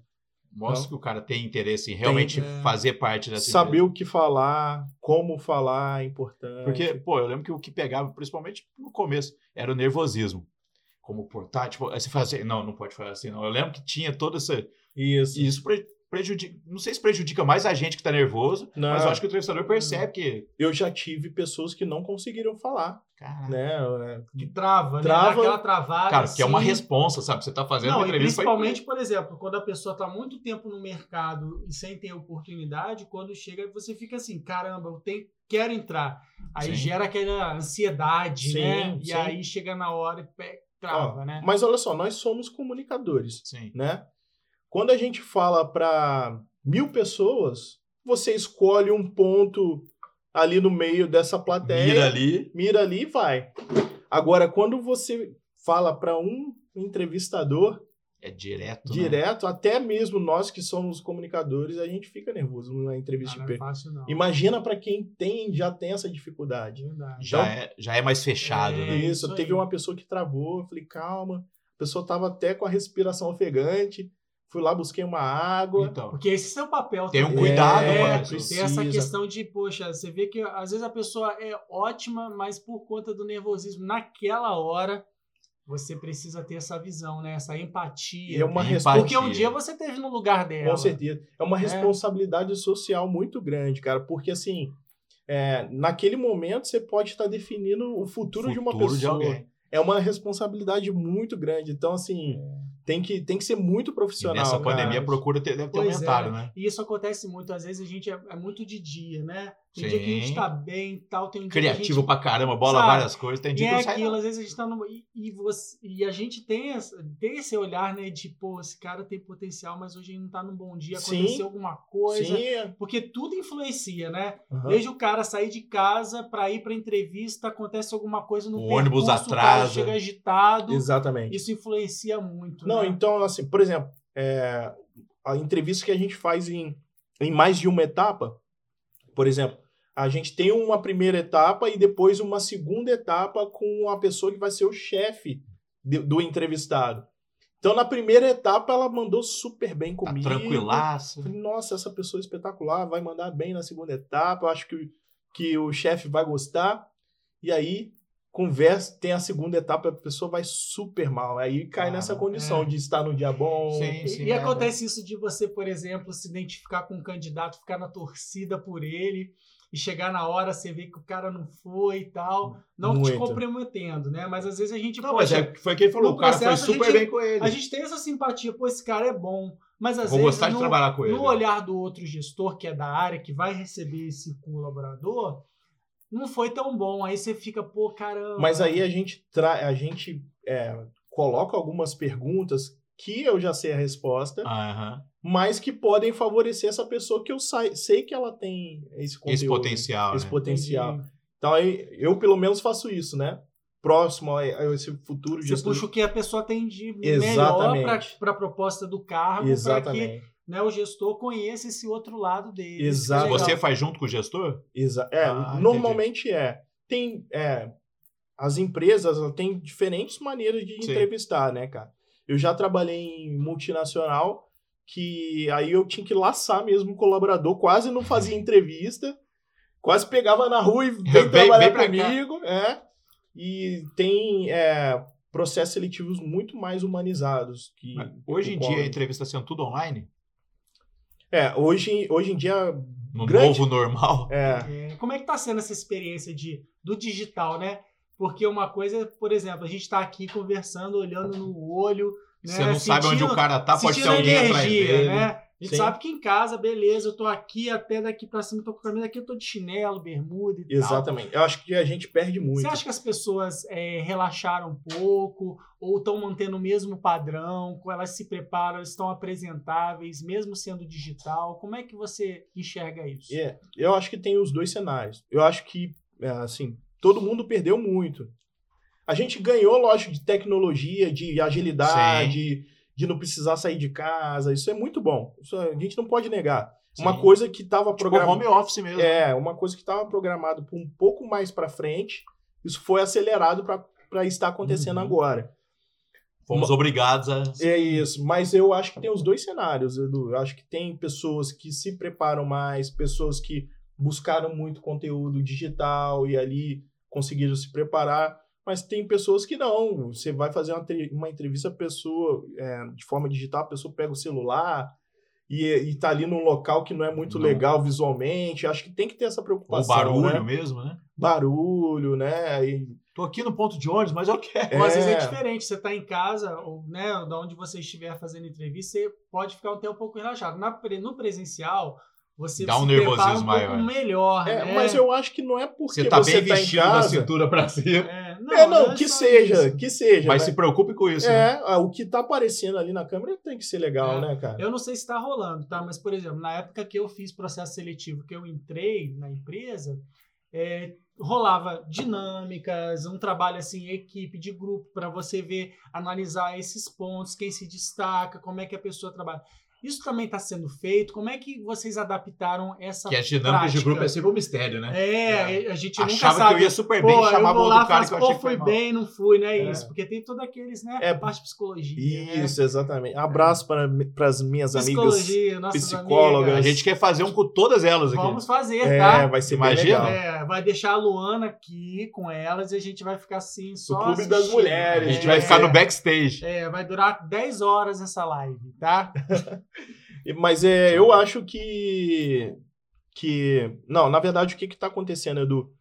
[SPEAKER 2] Mostra
[SPEAKER 1] Não.
[SPEAKER 2] que o cara tem interesse em realmente
[SPEAKER 3] é.
[SPEAKER 2] fazer parte dessa
[SPEAKER 1] Então. Saber
[SPEAKER 2] empresa.
[SPEAKER 1] o que falar, como falar é importante.
[SPEAKER 2] Porque,
[SPEAKER 3] Uhum.
[SPEAKER 2] pô, eu lembro que o que pegava, principalmente no começo, era o nervosismo. Como portar, tipo, aí você fala assim, não, não pode falar assim, não. Eu lembro que tinha toda essa.
[SPEAKER 1] Isso.
[SPEAKER 2] E isso pre- prejudica. Não sei se prejudica mais a gente que tá nervoso,
[SPEAKER 1] Não.
[SPEAKER 2] mas eu acho que o entrevistador
[SPEAKER 3] Uhum.
[SPEAKER 2] percebe que.
[SPEAKER 1] eu já tive pessoas que não conseguiram falar,
[SPEAKER 2] Cara,
[SPEAKER 1] né? É,
[SPEAKER 3] Que trava, né?
[SPEAKER 1] Trava.
[SPEAKER 3] Dá Aquela travada.
[SPEAKER 2] cara que é uma
[SPEAKER 3] assim.
[SPEAKER 2] responsa, sabe? Você tá fazendo
[SPEAKER 3] Não,
[SPEAKER 2] uma
[SPEAKER 3] e
[SPEAKER 2] entrevista. pra-
[SPEAKER 3] principalmente, por exemplo, quando a pessoa está muito tempo no mercado e sem ter oportunidade, quando chega, você fica assim, caramba, eu tenho, quero entrar. Aí
[SPEAKER 2] Sim.
[SPEAKER 3] gera aquela ansiedade,
[SPEAKER 1] Sim,
[SPEAKER 3] né? E
[SPEAKER 1] sim.
[SPEAKER 3] aí chega na hora e pe- trava,
[SPEAKER 1] ó,
[SPEAKER 3] né?
[SPEAKER 1] Mas olha só, nós somos comunicadores,
[SPEAKER 2] Sim.
[SPEAKER 1] né? Quando a gente fala para mil pessoas, você escolhe um ponto ali no meio dessa plateia,
[SPEAKER 2] Mira ali.
[SPEAKER 1] mira ali e vai. Agora, quando você fala para um entrevistador
[SPEAKER 2] É direto. né?
[SPEAKER 1] direto, até mesmo nós que somos comunicadores, a gente fica nervoso numa
[SPEAKER 3] Ah,
[SPEAKER 1] entrevista
[SPEAKER 3] não
[SPEAKER 1] de
[SPEAKER 3] é
[SPEAKER 1] emprego.
[SPEAKER 3] fácil, não.
[SPEAKER 1] Imagina para quem tem já tem essa dificuldade.
[SPEAKER 3] Verdade.
[SPEAKER 2] Já,
[SPEAKER 1] Então-
[SPEAKER 2] é, já é mais fechado,
[SPEAKER 3] É.
[SPEAKER 2] né?
[SPEAKER 1] Isso,
[SPEAKER 3] isso
[SPEAKER 1] teve
[SPEAKER 3] aí.
[SPEAKER 1] uma pessoa que travou, eu falei, calma. A pessoa tava até com a respiração ofegante. Fui lá, busquei uma água.
[SPEAKER 2] Então,
[SPEAKER 3] Porque esse é o papel
[SPEAKER 2] Tem um
[SPEAKER 3] também.
[SPEAKER 2] cuidado,
[SPEAKER 3] é,
[SPEAKER 2] mano.
[SPEAKER 3] Tem
[SPEAKER 1] Precisa.
[SPEAKER 3] essa questão de, poxa, você vê que às vezes a pessoa é ótima, mas por conta do nervosismo naquela hora, você precisa ter essa visão, né? Essa
[SPEAKER 1] E
[SPEAKER 3] empatia.
[SPEAKER 1] é uma
[SPEAKER 2] Empatia.
[SPEAKER 1] responsabilidade.
[SPEAKER 3] Porque um dia você esteve no lugar dela.
[SPEAKER 1] Com certeza. É uma responsabilidade social muito grande, cara. Porque assim, é, naquele momento você pode estar definindo o futuro, de uma pessoa.
[SPEAKER 2] alguém.
[SPEAKER 1] é uma responsabilidade muito grande. Então, assim, Tem que, tem que ser muito
[SPEAKER 2] E
[SPEAKER 1] profissional.
[SPEAKER 2] nessa
[SPEAKER 1] cara.
[SPEAKER 2] pandemia a procura ter- deve ter
[SPEAKER 3] né? Pois
[SPEAKER 2] aumentado,
[SPEAKER 3] é.
[SPEAKER 2] né?
[SPEAKER 3] E isso acontece muito, às vezes a gente é, é muito de dia, né? Tem
[SPEAKER 2] Sim.
[SPEAKER 3] dia que a gente tá bem e tal, tem um dia
[SPEAKER 2] Criativo pra caramba, bola
[SPEAKER 3] Sabe?
[SPEAKER 2] várias coisas. Tem
[SPEAKER 3] que
[SPEAKER 2] dia
[SPEAKER 3] a gente... E
[SPEAKER 2] que eu
[SPEAKER 3] é
[SPEAKER 2] saio
[SPEAKER 3] aquilo, às vezes a gente tá no... E, e você- e a gente tem, essa- tem esse olhar, né, de, pô, esse cara tem potencial, mas hoje ele não tá num bom dia,
[SPEAKER 1] Sim.
[SPEAKER 3] aconteceu alguma coisa.
[SPEAKER 1] Sim. é.
[SPEAKER 3] Porque tudo influencia, né?
[SPEAKER 1] Aham.
[SPEAKER 3] Desde o cara sair de casa pra ir pra entrevista, acontece alguma coisa no
[SPEAKER 2] O ônibus
[SPEAKER 3] percurso, O cara
[SPEAKER 2] atrasa.
[SPEAKER 3] chega agitado.
[SPEAKER 1] Exatamente.
[SPEAKER 3] Isso influencia muito.
[SPEAKER 1] Não,
[SPEAKER 3] né?
[SPEAKER 1] então, assim, por exemplo, é, a entrevista que a gente faz em, em mais de uma etapa, por exemplo, a gente tem uma primeira etapa e depois uma segunda etapa com a pessoa que vai ser o chefe de- do entrevistado. Então, na primeira etapa, ela mandou super bem
[SPEAKER 2] Tá
[SPEAKER 1] comigo.
[SPEAKER 2] tranquilaço.
[SPEAKER 1] Falei, nossa, essa pessoa é espetacular, vai mandar bem na segunda etapa, acho que, que o chefe vai gostar. E aí, conversa, tem a segunda etapa, a pessoa vai super mal. Aí cai
[SPEAKER 2] Ah,
[SPEAKER 1] nessa condição
[SPEAKER 3] é.
[SPEAKER 1] de estar no dia bom.
[SPEAKER 2] Sim,
[SPEAKER 3] E-
[SPEAKER 2] sim.
[SPEAKER 3] e
[SPEAKER 2] é,
[SPEAKER 3] acontece isso de você, por exemplo, se identificar com um candidato, ficar na torcida por ele e chegar na hora você vê que o cara não foi e tal. Não te
[SPEAKER 1] Muito.
[SPEAKER 3] comprometendo, né né? Mas às vezes a gente.
[SPEAKER 2] Não, mas
[SPEAKER 3] poxa,
[SPEAKER 2] é, foi o que ele falou.
[SPEAKER 3] no
[SPEAKER 2] O cara foi
[SPEAKER 3] processo a
[SPEAKER 2] super
[SPEAKER 3] gente-
[SPEAKER 2] bem com ele.
[SPEAKER 3] A gente tem essa simpatia, pô, esse cara é bom. Mas às
[SPEAKER 2] Vou
[SPEAKER 3] vezes.
[SPEAKER 2] gostar de
[SPEAKER 3] no-
[SPEAKER 2] trabalhar com ele.
[SPEAKER 3] no olhar do outro gestor que é da área, que vai receber esse colaborador, não foi tão bom. Aí você fica, pô, caramba.
[SPEAKER 1] Mas
[SPEAKER 2] é
[SPEAKER 1] aí a gente, tra a gente é, coloca algumas perguntas que eu já sei a resposta,
[SPEAKER 2] Aham.
[SPEAKER 1] mas que podem favorecer essa pessoa que eu sai- sei que ela tem esse conteúdo,
[SPEAKER 2] Esse potencial.
[SPEAKER 1] Esse
[SPEAKER 2] né?
[SPEAKER 1] potencial.
[SPEAKER 3] Entendi.
[SPEAKER 1] Então, aí, eu pelo menos faço isso, né? Próximo a a esse futuro
[SPEAKER 3] Você
[SPEAKER 1] gestor.
[SPEAKER 3] puxa o que a pessoa tem de melhor
[SPEAKER 1] Exatamente.
[SPEAKER 3] para a proposta do
[SPEAKER 1] é
[SPEAKER 3] cargo, para que
[SPEAKER 1] Exatamente.
[SPEAKER 3] né, o gestor conheça esse outro lado dele.
[SPEAKER 1] Exato.
[SPEAKER 3] Isso é legal.
[SPEAKER 2] Você faz junto com o gestor?
[SPEAKER 1] Exa é,
[SPEAKER 2] Ah,
[SPEAKER 1] normalmente é. Tem é, as empresas elas têm diferentes maneiras de
[SPEAKER 2] Sim.
[SPEAKER 1] entrevistar, né, cara? Eu já trabalhei em multinacional que aí eu tinha que laçar mesmo o colaborador, quase não fazia entrevista, quase pegava na rua e
[SPEAKER 2] Vem-
[SPEAKER 1] vem
[SPEAKER 2] vem
[SPEAKER 1] trabalhar
[SPEAKER 2] pra cá.
[SPEAKER 1] comigo, é. E tem é, processos seletivos muito mais humanizados que
[SPEAKER 2] Hoje
[SPEAKER 1] que
[SPEAKER 2] em dia a
[SPEAKER 1] correm.
[SPEAKER 2] entrevista sendo tudo online?
[SPEAKER 1] é, hoje hoje em dia
[SPEAKER 2] No
[SPEAKER 1] Grande-
[SPEAKER 2] novo normal?
[SPEAKER 1] é,
[SPEAKER 3] É, como é que está sendo essa experiência de, do digital, né? Porque uma coisa, por exemplo, a gente está aqui conversando, olhando no olho. Né?
[SPEAKER 2] Você não sabe onde
[SPEAKER 3] sentindo-
[SPEAKER 2] o cara tá, pode
[SPEAKER 3] sentindo
[SPEAKER 2] ser alguém
[SPEAKER 3] energia,
[SPEAKER 2] atrás dele.
[SPEAKER 3] né? A gente
[SPEAKER 1] Sim.
[SPEAKER 3] sabe que em casa, beleza, eu tô aqui, até daqui pra cima, tô com a camisa aqui, eu tô de chinelo, bermuda e tal.
[SPEAKER 1] exatamente. Eu acho que a gente perde muito.
[SPEAKER 3] Você acha que as pessoas é, relaxaram um pouco ou estão mantendo o mesmo padrão? Como elas se preparam, elas estão apresentáveis, mesmo sendo digital? Como é que você enxerga isso?
[SPEAKER 1] É, eu acho que tem os dois cenários. Eu acho que, é, assim, todo mundo perdeu muito. A gente ganhou, lógico, de tecnologia, de agilidade, de não precisar sair de casa. Isso é muito bom. Isso a gente não pode negar. Uma
[SPEAKER 2] Sim.
[SPEAKER 1] coisa que estava
[SPEAKER 2] Tipo
[SPEAKER 1] programada.
[SPEAKER 2] home office mesmo.
[SPEAKER 1] É, uma coisa que estava programado para um pouco mais para frente, isso foi acelerado para estar tá acontecendo
[SPEAKER 2] Uhum.
[SPEAKER 1] agora.
[SPEAKER 2] Fomos obrigados a.
[SPEAKER 1] É isso, mas eu acho que tem os dois cenários, Edu. Eu acho que tem pessoas que se preparam mais, pessoas que buscaram muito conteúdo digital e ali conseguiram se preparar, mas tem pessoas que não. Você vai fazer uma, tre- uma entrevista, a pessoa, é, de forma digital, a pessoa pega o celular e, e tá ali num local que não é muito
[SPEAKER 2] Não.
[SPEAKER 1] legal visualmente. Acho que tem que ter essa
[SPEAKER 2] O
[SPEAKER 1] preocupação.
[SPEAKER 2] barulho
[SPEAKER 1] Né?
[SPEAKER 2] mesmo, né?
[SPEAKER 1] Barulho, né? E
[SPEAKER 2] Tô aqui no ponto de ônibus, mas eu quero.
[SPEAKER 3] Ou às
[SPEAKER 1] É.
[SPEAKER 3] vezes é diferente, você está em casa, ou né, da onde você estiver fazendo entrevista, você pode ficar até um pouco relaxado. Na pre- no presencial, você
[SPEAKER 2] Dá um
[SPEAKER 3] se prepara
[SPEAKER 2] nervosismo
[SPEAKER 3] um
[SPEAKER 2] maior.
[SPEAKER 3] pouco melhor.
[SPEAKER 1] É,
[SPEAKER 3] né?
[SPEAKER 1] Mas eu acho que não é porque
[SPEAKER 2] Você
[SPEAKER 1] você
[SPEAKER 2] tá bem
[SPEAKER 1] tá em
[SPEAKER 2] vestido da
[SPEAKER 1] casa.
[SPEAKER 2] cintura pra cima.
[SPEAKER 3] É,
[SPEAKER 1] É, não,
[SPEAKER 3] é
[SPEAKER 1] que
[SPEAKER 3] só
[SPEAKER 1] seja,
[SPEAKER 3] isso.
[SPEAKER 1] que seja.
[SPEAKER 2] Mas
[SPEAKER 1] né?
[SPEAKER 2] se preocupe com isso. né?
[SPEAKER 1] É, ah, o que tá aparecendo ali na câmera tem que ser legal,
[SPEAKER 3] É.
[SPEAKER 1] né, cara?
[SPEAKER 3] Eu não sei se está rolando, tá? Mas, por exemplo, na época que eu fiz processo seletivo, que eu entrei na empresa, é, rolava dinâmicas, um trabalho assim, equipe de grupo, para você ver, analisar esses pontos, quem se destaca, como é que a pessoa trabalha. Isso também está sendo feito? Como é que vocês adaptaram essa
[SPEAKER 2] Que as dinâmicas de
[SPEAKER 3] prática?
[SPEAKER 2] grupo é sempre um mistério, né?
[SPEAKER 3] É, a gente nunca
[SPEAKER 2] Achava
[SPEAKER 3] sabe.
[SPEAKER 2] que eu ia super
[SPEAKER 3] Pô,
[SPEAKER 2] bem,
[SPEAKER 3] eu
[SPEAKER 2] chamava
[SPEAKER 3] vou
[SPEAKER 2] outro
[SPEAKER 3] lá,
[SPEAKER 2] cara
[SPEAKER 3] faz,
[SPEAKER 2] que eu
[SPEAKER 3] pô,
[SPEAKER 2] achei que
[SPEAKER 3] fui
[SPEAKER 2] foi mal.
[SPEAKER 3] bem, não fui, né?
[SPEAKER 1] É.
[SPEAKER 3] Isso, porque tem todos aqueles, né?
[SPEAKER 1] É.
[SPEAKER 3] parte de psicologia, né?
[SPEAKER 1] Isso, exatamente. Abraço para as minhas amigas.
[SPEAKER 3] Psicologia, nossas
[SPEAKER 1] psicólogas.
[SPEAKER 2] né? A
[SPEAKER 3] amigas.
[SPEAKER 2] gente quer fazer um com todas elas aqui.
[SPEAKER 3] Vamos fazer,
[SPEAKER 1] É,
[SPEAKER 3] tá?
[SPEAKER 1] vai ser
[SPEAKER 2] Imagina,
[SPEAKER 1] Imagina, legal.
[SPEAKER 3] É, vai deixar a Luana aqui com elas e a gente vai ficar assim só.
[SPEAKER 1] clube das
[SPEAKER 3] assistindo.
[SPEAKER 1] mulheres. né?
[SPEAKER 2] A gente
[SPEAKER 3] É,
[SPEAKER 2] vai ficar no backstage.
[SPEAKER 3] É, vai durar 10 horas essa live, tá?
[SPEAKER 1] E- Mas é, eu acho que que não, na verdade o que que tá acontecendo, Edu?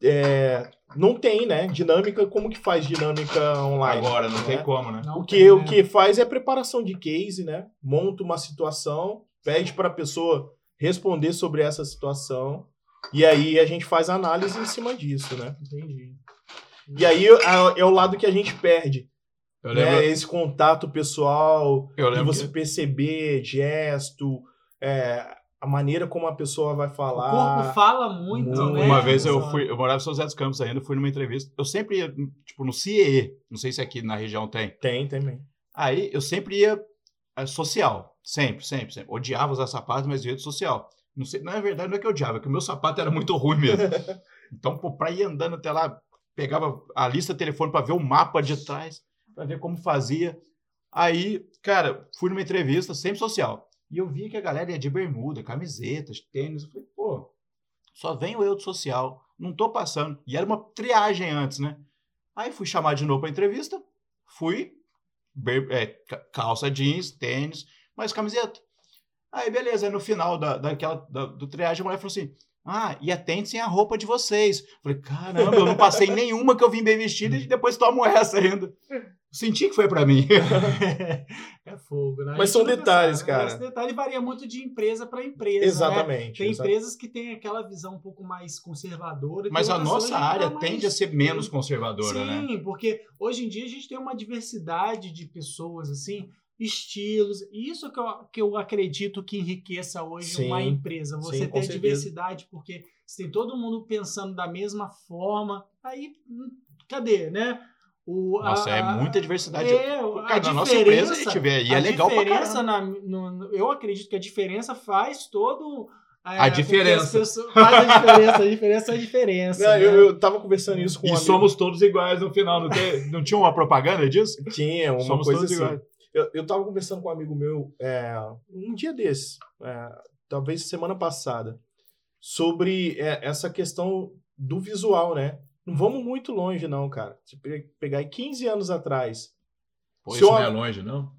[SPEAKER 1] É, Não tem, né? Dinâmica, como que faz dinâmica online?
[SPEAKER 2] Agora, não tem como, né?
[SPEAKER 3] Não
[SPEAKER 1] O
[SPEAKER 3] tem,
[SPEAKER 1] que, o
[SPEAKER 3] né?
[SPEAKER 1] que faz é preparação de case, né? Monta uma situação, pede para a pessoa responder sobre essa situação, e aí a gente faz análise em cima disso, né?
[SPEAKER 3] Entendi.
[SPEAKER 1] E aí a- é o lado que a gente perde,
[SPEAKER 2] Eu
[SPEAKER 1] né?
[SPEAKER 3] É,
[SPEAKER 2] lembro,
[SPEAKER 1] Esse contato pessoal,
[SPEAKER 2] eu
[SPEAKER 1] de
[SPEAKER 2] lembro
[SPEAKER 1] você
[SPEAKER 2] que
[SPEAKER 1] perceber gesto, é, a maneira como a pessoa vai
[SPEAKER 3] O corpo
[SPEAKER 1] falar.
[SPEAKER 3] fala muito,
[SPEAKER 1] Muito.
[SPEAKER 3] né?
[SPEAKER 2] uma vez eu
[SPEAKER 3] pessoal?
[SPEAKER 2] fui, eu morava em São José dos Campos ainda, fui numa entrevista, eu sempre ia, tipo, no CIE, não sei se aqui na região tem,
[SPEAKER 1] Tem também.
[SPEAKER 2] Aí eu sempre ia eh, social. Sempre, sempre, sempre. Odiava usar sapato, mas ia de social. Não sei, na verdade, não é que eu odiava, é que o meu sapato era muito ruim mesmo. Então, pô, pra ir andando até lá, pegava a lista de telefone pra ver o mapa de trás, pra ver como fazia. Aí, cara, fui numa entrevista, sempre social. E eu vi que a galera ia de bermuda, camisetas, tênis. Eu falei, pô, só venho eu de social, não tô passando. E era uma triagem antes, né? Aí fui chamar de novo pra entrevista, fui, ber- é, ca- calça jeans, tênis, mas camiseta. Aí, beleza, aí no final da, daquela, da- do triagem, a mulher falou assim: Ah, e atentem a roupa de vocês. Falei, caramba, eu não passei em nenhuma que eu vim bem vestida e depois tomo essa ainda. Senti que foi pra mim.
[SPEAKER 3] É fogo, né? A
[SPEAKER 1] Mas
[SPEAKER 3] gente
[SPEAKER 1] são
[SPEAKER 3] nunca
[SPEAKER 1] detalhes,
[SPEAKER 3] sabe, né?
[SPEAKER 1] cara.
[SPEAKER 3] Esse detalhe varia muito de empresa para empresa. né?
[SPEAKER 1] Exatamente.
[SPEAKER 3] Tem
[SPEAKER 1] exa-
[SPEAKER 3] empresas que têm aquela visão um pouco mais conservadora. e
[SPEAKER 2] Mas
[SPEAKER 3] tem
[SPEAKER 2] a
[SPEAKER 3] outras
[SPEAKER 2] nossa
[SPEAKER 3] que já
[SPEAKER 2] área
[SPEAKER 3] tá mais-
[SPEAKER 2] tende a ser menos conservadora, né?
[SPEAKER 3] Sim, porque hoje em dia a gente tem uma diversidade de pessoas, assim, estilos. E isso que eu, que eu acredito que enriqueça hoje
[SPEAKER 1] Sim,
[SPEAKER 3] uma empresa. Você
[SPEAKER 1] sim, com
[SPEAKER 3] ter
[SPEAKER 1] certeza.
[SPEAKER 3] diversidade, porque se tem todo mundo pensando da mesma forma, aí hum, cadê, né? O, a-
[SPEAKER 2] Nossa, é
[SPEAKER 3] a-
[SPEAKER 2] muita diversidade.
[SPEAKER 3] É, a
[SPEAKER 2] Cara, na nossa
[SPEAKER 3] diferença-
[SPEAKER 2] empresa a gente vê, e
[SPEAKER 3] a
[SPEAKER 2] é legal pra
[SPEAKER 3] diferença
[SPEAKER 2] caramba.
[SPEAKER 3] na- no- no- eu acredito que a diferença faz todo é, com
[SPEAKER 2] A
[SPEAKER 3] que as
[SPEAKER 2] diferença.
[SPEAKER 3] pessoas- faz a diferença, a diferença é a diferença.
[SPEAKER 1] Não,
[SPEAKER 3] né?
[SPEAKER 1] eu, eu tava conversando isso com um
[SPEAKER 2] E
[SPEAKER 1] amigo.
[SPEAKER 2] somos todos iguais no final, não, tem- não tinha uma propaganda disso?
[SPEAKER 1] Tinha uma
[SPEAKER 2] Somos
[SPEAKER 1] coisa
[SPEAKER 2] todos
[SPEAKER 1] assim.
[SPEAKER 2] iguais.
[SPEAKER 1] Eu, eu tava conversando com um amigo meu é, um dia desse, é, talvez semana passada, sobre é, essa questão do visual, né? Não vamos muito longe, não, cara. Se pe- pegar aí 15 anos atrás.
[SPEAKER 2] Pô,
[SPEAKER 1] Se
[SPEAKER 2] isso
[SPEAKER 1] eu-
[SPEAKER 2] não é longe, não?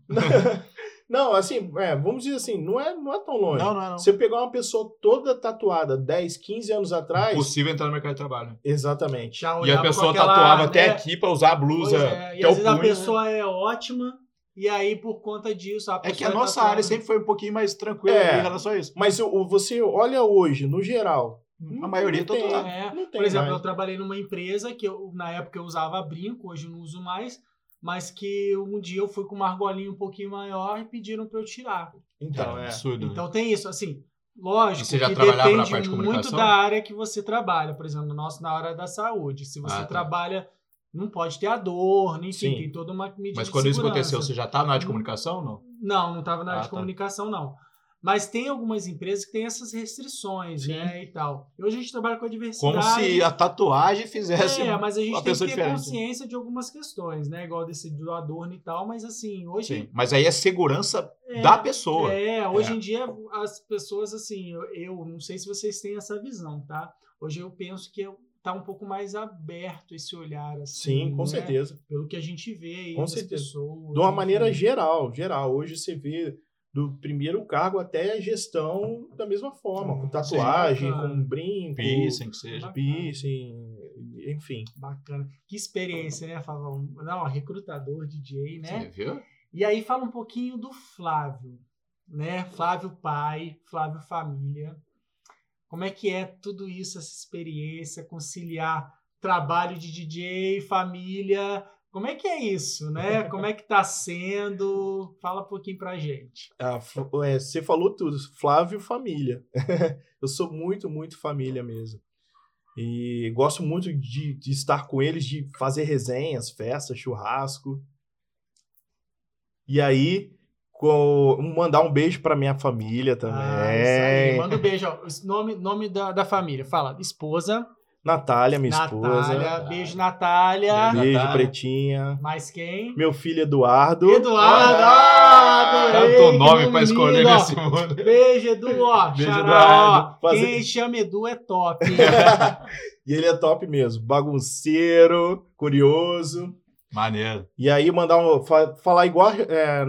[SPEAKER 1] Não, assim, é, vamos dizer assim, não é, não é tão longe.
[SPEAKER 2] Não, não é não.
[SPEAKER 1] Você pegar uma pessoa toda tatuada 10, 15 anos atrás.
[SPEAKER 2] Impossível entrar no mercado de trabalho.
[SPEAKER 1] Exatamente.
[SPEAKER 3] Já
[SPEAKER 2] E a
[SPEAKER 3] olhava com
[SPEAKER 2] pessoa
[SPEAKER 3] aquela,
[SPEAKER 2] tatuava
[SPEAKER 3] né,
[SPEAKER 2] até aqui pra usar a
[SPEAKER 3] pois
[SPEAKER 2] blusa.
[SPEAKER 3] é, E
[SPEAKER 2] até o
[SPEAKER 3] às vezes a
[SPEAKER 2] punho, né?
[SPEAKER 3] pessoa é ótima, e aí por conta disso. A
[SPEAKER 2] É
[SPEAKER 3] pessoa
[SPEAKER 2] que a nossa
[SPEAKER 3] tatuada.
[SPEAKER 2] área sempre foi um pouquinho mais tranquila
[SPEAKER 1] É.
[SPEAKER 2] em relação a isso.
[SPEAKER 1] Mas o- o- você olha hoje, no geral.
[SPEAKER 2] A maioria
[SPEAKER 1] não
[SPEAKER 2] tá
[SPEAKER 1] tem,
[SPEAKER 2] tatuada.
[SPEAKER 3] É,
[SPEAKER 1] Não tem
[SPEAKER 3] Por exemplo,
[SPEAKER 2] né?
[SPEAKER 1] mais.
[SPEAKER 3] eu trabalhei numa empresa que eu, na época eu usava brinco, hoje eu não uso mais, mas que um dia eu fui com uma argolinha um pouquinho maior e pediram para eu tirar.
[SPEAKER 1] Então,
[SPEAKER 2] Cara,
[SPEAKER 1] é.
[SPEAKER 2] absurdo. né?
[SPEAKER 3] Então tem isso, assim, lógico
[SPEAKER 2] E você já
[SPEAKER 3] que
[SPEAKER 2] trabalhava na
[SPEAKER 3] depende
[SPEAKER 2] parte de
[SPEAKER 3] muito
[SPEAKER 2] comunicação?
[SPEAKER 3] da área que você trabalha, por exemplo, no nosso na área da saúde. Se você
[SPEAKER 2] Ah, tá.
[SPEAKER 3] trabalha, não pode ter a dor, nem enfim,
[SPEAKER 1] Sim.
[SPEAKER 3] tem toda uma medida
[SPEAKER 2] Mas
[SPEAKER 3] de
[SPEAKER 2] quando isso aconteceu,
[SPEAKER 3] segurança.
[SPEAKER 2] você já tá na área de comunicação ou não?
[SPEAKER 3] Não, não estava na área
[SPEAKER 2] Ah,
[SPEAKER 3] de
[SPEAKER 2] tá.
[SPEAKER 3] comunicação, não. Mas tem algumas empresas que têm essas restrições,
[SPEAKER 1] Sim.
[SPEAKER 3] né, e tal. E hoje a gente trabalha com a diversidade.
[SPEAKER 2] Como se a tatuagem fizesse.
[SPEAKER 3] É, mas a gente
[SPEAKER 2] uma
[SPEAKER 3] tem que ter
[SPEAKER 2] pessoa diferente.
[SPEAKER 3] consciência de algumas questões, né? Igual desse do Adorno e tal, mas assim, hoje.
[SPEAKER 2] Sim, Mas aí é segurança
[SPEAKER 3] é,
[SPEAKER 2] da pessoa.
[SPEAKER 3] É, hoje
[SPEAKER 2] É.
[SPEAKER 3] em dia as pessoas, assim, eu, eu não sei se vocês têm essa visão, tá? Hoje eu penso que eu- tá um pouco mais aberto esse olhar, assim.
[SPEAKER 1] Sim, com
[SPEAKER 3] né?
[SPEAKER 1] certeza.
[SPEAKER 3] Pelo que a gente vê aí
[SPEAKER 1] Com
[SPEAKER 3] das
[SPEAKER 1] certeza.
[SPEAKER 3] pessoas.
[SPEAKER 1] de uma
[SPEAKER 3] enfim.
[SPEAKER 1] maneira geral, geral. Hoje você vê do primeiro cargo até a gestão da mesma forma, com tatuagem,
[SPEAKER 3] Sim, cara.
[SPEAKER 1] com brinco,
[SPEAKER 2] Piercing, que seja.
[SPEAKER 1] piercing, enfim.
[SPEAKER 3] Bacana. Que experiência, né, Favão? Não, recrutador, DJ, né?
[SPEAKER 2] Você viu?
[SPEAKER 3] E aí fala um pouquinho do Flávio, né? Flávio pai, Flávio família. Como é que é tudo isso, essa experiência, conciliar trabalho de DJ, família? Como é que é isso, né? Como é que tá sendo? Fala um pouquinho pra gente.
[SPEAKER 1] Ah, F- é, você falou tudo, Flávio família. Eu sou muito, muito família mesmo. E gosto muito de, de estar com eles, de fazer resenhas, festas, churrasco. E aí, co- mandar um beijo para minha família também.
[SPEAKER 3] Ah, isso aí. Manda um beijo. ó. Esse Nome, nome da, da família. Fala, esposa,
[SPEAKER 1] Natália, minha esposa.
[SPEAKER 3] Natália. Beijo, Natália.
[SPEAKER 2] Beijo.
[SPEAKER 1] Beijo,
[SPEAKER 2] Natália.
[SPEAKER 1] Pretinha.
[SPEAKER 3] Mais quem?
[SPEAKER 1] Meu filho Eduardo.
[SPEAKER 3] Eduardo! ah, adorei,
[SPEAKER 2] Tanto
[SPEAKER 3] que
[SPEAKER 2] nome
[SPEAKER 3] nome
[SPEAKER 2] pra escolher
[SPEAKER 3] lindo, ó.
[SPEAKER 2] nesse mundo.
[SPEAKER 3] Beijo, Edu, ó.
[SPEAKER 2] Beijo,
[SPEAKER 3] xará, ó.
[SPEAKER 1] Eduardo.
[SPEAKER 3] Quem chama Edu é top.
[SPEAKER 1] e ele é top mesmo. Bagunceiro, curioso.
[SPEAKER 2] Maneiro.
[SPEAKER 1] E aí mandar um, fa- falar igual é,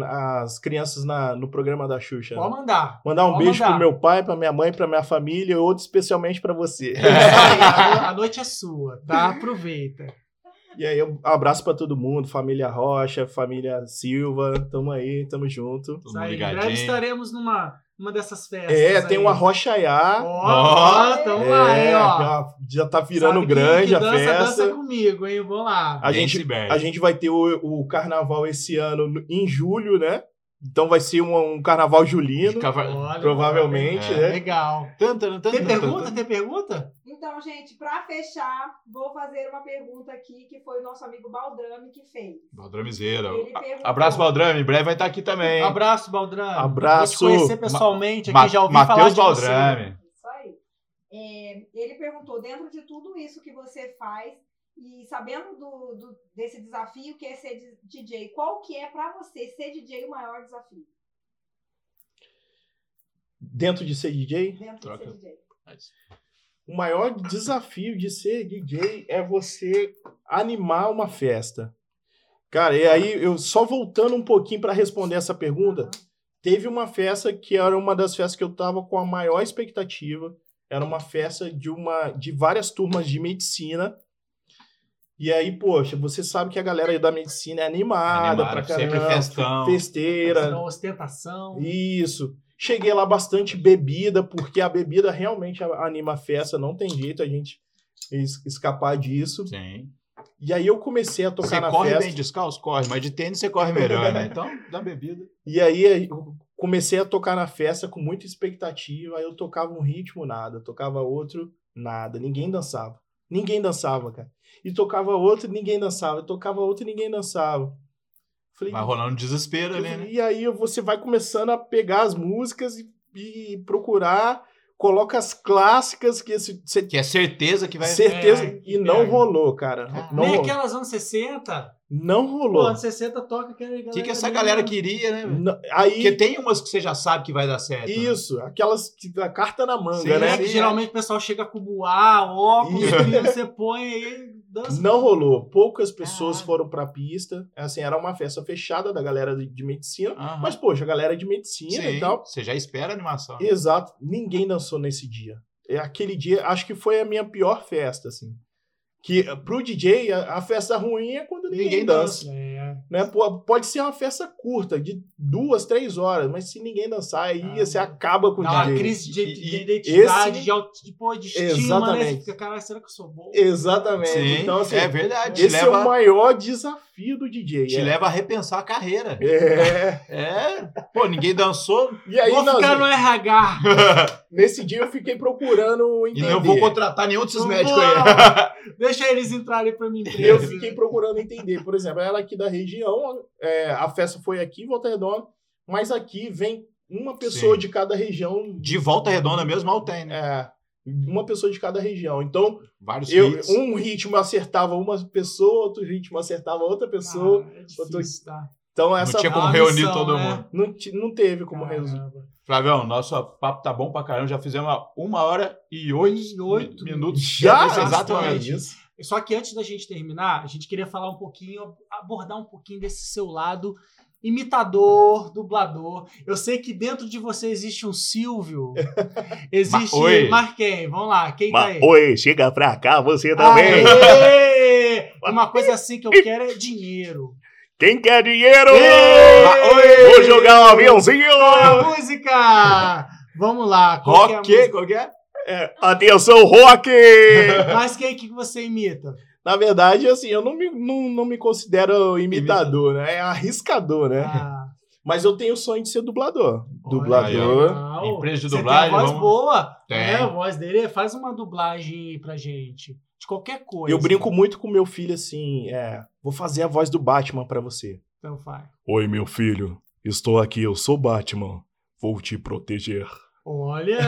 [SPEAKER 1] as crianças na- no programa da Xuxa.
[SPEAKER 3] Pode
[SPEAKER 1] né?
[SPEAKER 3] mandar.
[SPEAKER 1] Mandar um
[SPEAKER 3] pode
[SPEAKER 1] beijo
[SPEAKER 3] mandar.
[SPEAKER 1] pro meu pai, pra minha mãe, pra minha família, outro especialmente pra você.
[SPEAKER 3] É. A a noite é sua, tá? Aproveita.
[SPEAKER 1] E aí, um abraço pra todo mundo, família Rocha, família Silva, tamo aí, tamo junto.
[SPEAKER 2] Todo
[SPEAKER 3] Isso
[SPEAKER 2] mundo
[SPEAKER 3] aí, em breve
[SPEAKER 2] ligadinho.
[SPEAKER 3] estaremos numa uma dessas festas.
[SPEAKER 1] É, tem
[SPEAKER 3] aí.
[SPEAKER 1] uma Rocha
[SPEAKER 3] Ó,
[SPEAKER 1] Iá.
[SPEAKER 3] ó, tamo lá, hein,
[SPEAKER 1] é,
[SPEAKER 3] ó.
[SPEAKER 1] já, já tá virando
[SPEAKER 3] Sabe que-
[SPEAKER 1] grande
[SPEAKER 3] que
[SPEAKER 1] a
[SPEAKER 3] dança,
[SPEAKER 1] festa.
[SPEAKER 3] Dança comigo, hein? Vamos lá.
[SPEAKER 1] A
[SPEAKER 2] Nem
[SPEAKER 1] gente-
[SPEAKER 2] se bebe.
[SPEAKER 1] A gente vai ter o, o carnaval esse ano no- em julho, né? Então vai ser um, um carnaval julino,
[SPEAKER 2] Ficava-
[SPEAKER 3] Olha,
[SPEAKER 1] Ah,
[SPEAKER 3] tá
[SPEAKER 1] provavelmente,
[SPEAKER 2] é.
[SPEAKER 1] né?
[SPEAKER 3] Legal.
[SPEAKER 2] Tan, tan, tan,
[SPEAKER 3] Tem
[SPEAKER 2] tan, tan,
[SPEAKER 3] pergunta?
[SPEAKER 2] tan.
[SPEAKER 3] Tem pergunta?
[SPEAKER 4] Então, gente, para fechar, vou fazer uma pergunta aqui que foi o nosso amigo Baldrame que fez.
[SPEAKER 2] Baldramizeira.
[SPEAKER 4] Ele perguntou-
[SPEAKER 2] Abraço, Baldrame. Em breve vai estar aqui também. hein?
[SPEAKER 3] Abraço, Baldrame.
[SPEAKER 1] Abraço.
[SPEAKER 3] Vou te conhecer pessoalmente
[SPEAKER 2] Ma-
[SPEAKER 3] aqui, já ouvi falar
[SPEAKER 2] Matheus
[SPEAKER 3] de você.
[SPEAKER 2] Baldrame.
[SPEAKER 4] Isso aí. É, ele perguntou, dentro de tudo isso que você faz e sabendo do, do- desse desafio que é ser di- DJ, qual que é para você ser DJ o maior desafio
[SPEAKER 1] dentro de ser DJ.
[SPEAKER 4] dentro
[SPEAKER 2] Troca.
[SPEAKER 4] de ser DJ?
[SPEAKER 1] O maior desafio de ser DJ é você animar uma festa. Cara, e aí eu só voltando um pouquinho pra responder essa pergunta, teve uma festa que era uma das festas que eu tava com a maior expectativa. Era uma festa de uma de várias turmas de medicina. E aí, poxa, você sabe que a galera da medicina é animada, pra
[SPEAKER 2] Animado,
[SPEAKER 1] caramba,
[SPEAKER 2] sempre festão.
[SPEAKER 1] festeira.
[SPEAKER 3] Então, ostentação.
[SPEAKER 1] Isso. Cheguei lá bastante bebida, porque a bebida realmente a- anima a festa, não tem jeito a gente es- escapar disso.
[SPEAKER 2] Sim.
[SPEAKER 1] E aí eu comecei a tocar
[SPEAKER 2] Você
[SPEAKER 1] na
[SPEAKER 2] corre
[SPEAKER 1] festa.
[SPEAKER 2] bem descalço? Corre, mas de tênis você corre melhor, né? Então, dá bebida.
[SPEAKER 1] E aí eu comecei a tocar na festa com muita expectativa. Aí eu tocava um ritmo, nada. Tocava outro, nada. Ninguém dançava. Ninguém dançava, cara. E tocava outro, ninguém dançava. E tocava outro, ninguém dançava. Falei,
[SPEAKER 2] Vai rolando um desespero ali, né?
[SPEAKER 1] E aí você vai começando a pegar as músicas e, e procurar, coloca as clássicas que esse- você
[SPEAKER 2] Que é certeza que É. vai.
[SPEAKER 1] certeza
[SPEAKER 3] é,
[SPEAKER 1] e não
[SPEAKER 3] pega.
[SPEAKER 1] rolou, cara.
[SPEAKER 2] Caralho.
[SPEAKER 1] Não,
[SPEAKER 3] Nem
[SPEAKER 1] rolou.
[SPEAKER 3] aquelas anos 60.
[SPEAKER 1] não
[SPEAKER 3] Pô,
[SPEAKER 1] rolou.
[SPEAKER 3] anos 60 toca aquela galera.
[SPEAKER 2] O que, que essa
[SPEAKER 3] ali,
[SPEAKER 2] galera
[SPEAKER 3] né?
[SPEAKER 2] queria, né? velho?
[SPEAKER 1] Não- aí
[SPEAKER 2] Porque tem umas que você já sabe que vai dar certo. né?
[SPEAKER 1] isso, aquelas que a carta na manga,
[SPEAKER 2] Sim,
[SPEAKER 1] né?
[SPEAKER 3] É, que geralmente o pessoal chega com buá, óculos,
[SPEAKER 1] Isso.
[SPEAKER 3] e você põe aí, dança.
[SPEAKER 1] Não rolou. Poucas pessoas
[SPEAKER 3] Caralho.
[SPEAKER 1] foram pra pista. Assim, era uma festa fechada da galera de, de medicina.
[SPEAKER 2] Aham.
[SPEAKER 1] Mas, poxa, a galera é de medicina
[SPEAKER 2] Sim,
[SPEAKER 1] e tal.
[SPEAKER 2] Você já espera a animação.
[SPEAKER 1] Exato. Ninguém dançou nesse dia. É aquele dia, acho que foi a minha pior festa, assim. Que eh, pro DJ, a, a festa ruim é quando ninguém,
[SPEAKER 2] Ninguém
[SPEAKER 1] dança.
[SPEAKER 3] É.
[SPEAKER 1] Né? Pô, Pode ser uma festa curta, de duas, três horas, mas se ninguém dançar, aí
[SPEAKER 3] Ah.
[SPEAKER 1] você acaba com
[SPEAKER 3] Dá
[SPEAKER 1] o
[SPEAKER 3] uma
[SPEAKER 1] DJ.
[SPEAKER 3] crise de, de- de
[SPEAKER 2] E-
[SPEAKER 3] identidade,
[SPEAKER 1] esse-
[SPEAKER 3] de, auto, de, pô, de estima, né? Você
[SPEAKER 1] Exatamente.
[SPEAKER 3] fica, caralho, será que eu sou bom?
[SPEAKER 1] Exatamente.
[SPEAKER 2] Sim,
[SPEAKER 1] então, assim,
[SPEAKER 2] é verdade. Te
[SPEAKER 1] esse é o
[SPEAKER 2] leva,
[SPEAKER 1] maior desafio do DJ.
[SPEAKER 2] te
[SPEAKER 1] é.
[SPEAKER 2] leva a repensar a carreira. né?
[SPEAKER 1] É.
[SPEAKER 2] É. Pô, ninguém dançou.
[SPEAKER 1] E aí,
[SPEAKER 3] Vou
[SPEAKER 1] não,
[SPEAKER 3] ficar no RH.
[SPEAKER 1] nesse dia eu fiquei procurando
[SPEAKER 2] E
[SPEAKER 1] entender.
[SPEAKER 2] não vou contratar nenhum desses
[SPEAKER 3] Não
[SPEAKER 2] médicos
[SPEAKER 3] vou.
[SPEAKER 2] aí.
[SPEAKER 3] Deixa eles entrarem pra mim.
[SPEAKER 1] Eu fiquei procurando entender. Por exemplo, ela é aqui da região, é, a festa foi aqui em Volta Redonda, mas aqui vem uma pessoa
[SPEAKER 2] Sim.
[SPEAKER 1] de cada região.
[SPEAKER 2] De volta redonda mesmo, mal tem, né?
[SPEAKER 1] É, uma pessoa de cada região. Então,
[SPEAKER 2] Vários
[SPEAKER 1] eu,
[SPEAKER 2] hits.
[SPEAKER 1] um ritmo acertava uma pessoa, outro ritmo acertava outra pessoa.
[SPEAKER 3] Ah, é
[SPEAKER 1] eu tô-
[SPEAKER 3] difícil, tá?
[SPEAKER 1] Então,
[SPEAKER 2] Não
[SPEAKER 1] essa
[SPEAKER 2] tinha como
[SPEAKER 3] Ah,
[SPEAKER 2] reunir
[SPEAKER 3] missão,
[SPEAKER 2] todo
[SPEAKER 3] né?
[SPEAKER 2] mundo.
[SPEAKER 1] não, ti- não teve
[SPEAKER 3] Ah.
[SPEAKER 1] como resolver.
[SPEAKER 3] Caramba.
[SPEAKER 2] Flavião, nosso papo tá bom pra caramba. Já fizemos uma hora e oito,
[SPEAKER 3] E oito
[SPEAKER 2] mi- minutos.
[SPEAKER 1] Já
[SPEAKER 2] Nesse
[SPEAKER 3] bastante.
[SPEAKER 2] exato momento.
[SPEAKER 1] isso.
[SPEAKER 3] Só que antes da gente terminar, a gente queria falar um pouquinho, abordar um pouquinho desse seu lado imitador, dublador. Eu sei que dentro de você existe um Silvio. Existe.
[SPEAKER 2] Ma- oi.
[SPEAKER 3] Marquem, vamos lá. Quem tá aí? Ah, é.
[SPEAKER 5] oi, chega pra cá você também.
[SPEAKER 3] Aê! Uma coisa assim que eu quero é dinheiro.
[SPEAKER 5] Quem quer dinheiro?
[SPEAKER 3] Ê!
[SPEAKER 5] Vou jogar um aviãozinho.
[SPEAKER 3] Qual é a música? Vamos lá. Qual que é a
[SPEAKER 2] Rock, qual que é?
[SPEAKER 5] Atenção, Rock!
[SPEAKER 3] música? Mas quem é que você imita?
[SPEAKER 1] Na verdade, assim, eu não me, não, não me considero imitador, né? É arriscador, né?
[SPEAKER 3] Ah,
[SPEAKER 1] Mas eu tenho o sonho de ser dublador.
[SPEAKER 2] Aí, ó.
[SPEAKER 1] Dublador.
[SPEAKER 3] legal.
[SPEAKER 2] Empresa de
[SPEAKER 3] Você
[SPEAKER 2] dublagem,
[SPEAKER 3] Tem a voz
[SPEAKER 2] vamos-
[SPEAKER 3] boa.
[SPEAKER 2] Tem.
[SPEAKER 3] É, a voz dele. Faz uma dublagem aí pra gente. De qualquer coisa.
[SPEAKER 2] é.
[SPEAKER 1] Eu brinco muito com meu filho assim, é, vou fazer a voz do Batman pra você.
[SPEAKER 3] Então faz.
[SPEAKER 5] Oi, meu filho. Estou aqui, eu sou Batman. Vou te proteger.
[SPEAKER 3] Olha,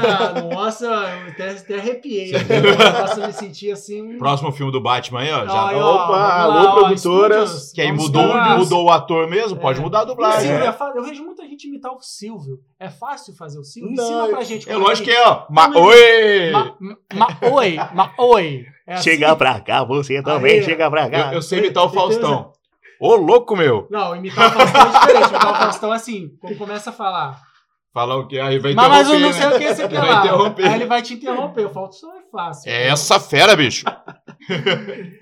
[SPEAKER 3] nossa, eu até, até arrepiei. Nossa, me senti assim.
[SPEAKER 2] Próximo filme do Batman aí, ó. Já... tá.
[SPEAKER 3] Aí, ó,
[SPEAKER 1] Opa,
[SPEAKER 3] vamos lá,
[SPEAKER 1] alô,
[SPEAKER 3] ó,
[SPEAKER 1] produtoras.
[SPEAKER 3] estúdios,
[SPEAKER 2] Quem
[SPEAKER 3] vamos
[SPEAKER 2] mudou,
[SPEAKER 3] lá.
[SPEAKER 2] mudou o ator mesmo, pode
[SPEAKER 3] É.
[SPEAKER 2] mudar a
[SPEAKER 3] O
[SPEAKER 2] dublagem.
[SPEAKER 3] Silvio
[SPEAKER 2] né?
[SPEAKER 3] é fácil. Eu vejo muita gente imitar o Silvio. É fácil fazer o Silvio?
[SPEAKER 1] Não,
[SPEAKER 3] Ensina pra gente.
[SPEAKER 2] É,
[SPEAKER 3] como
[SPEAKER 2] lógico é. que
[SPEAKER 3] que
[SPEAKER 2] é, ó. Ma
[SPEAKER 3] Como
[SPEAKER 2] Oi!
[SPEAKER 3] Ma, ma- oi, ma, oi. É assim?
[SPEAKER 5] Chega pra cá você também,
[SPEAKER 3] Aí,
[SPEAKER 5] chega pra
[SPEAKER 2] Eu,
[SPEAKER 5] cá.
[SPEAKER 3] um
[SPEAKER 2] eu sei imitar o Faustão. Ô, louco, meu!
[SPEAKER 3] Não, imitar o Faustão é diferente. Imitar o Faustão é assim, quando começa a falar.
[SPEAKER 2] Falar o quê? Aí vai
[SPEAKER 3] Mas, mas eu
[SPEAKER 2] interromper,
[SPEAKER 3] não sei
[SPEAKER 2] né?
[SPEAKER 3] o que você quer
[SPEAKER 2] Vai
[SPEAKER 3] lá.
[SPEAKER 2] interromper.
[SPEAKER 3] Aí ele vai te interromper. O Faustão é fácil.
[SPEAKER 2] É essa fera, bicho.
[SPEAKER 3] É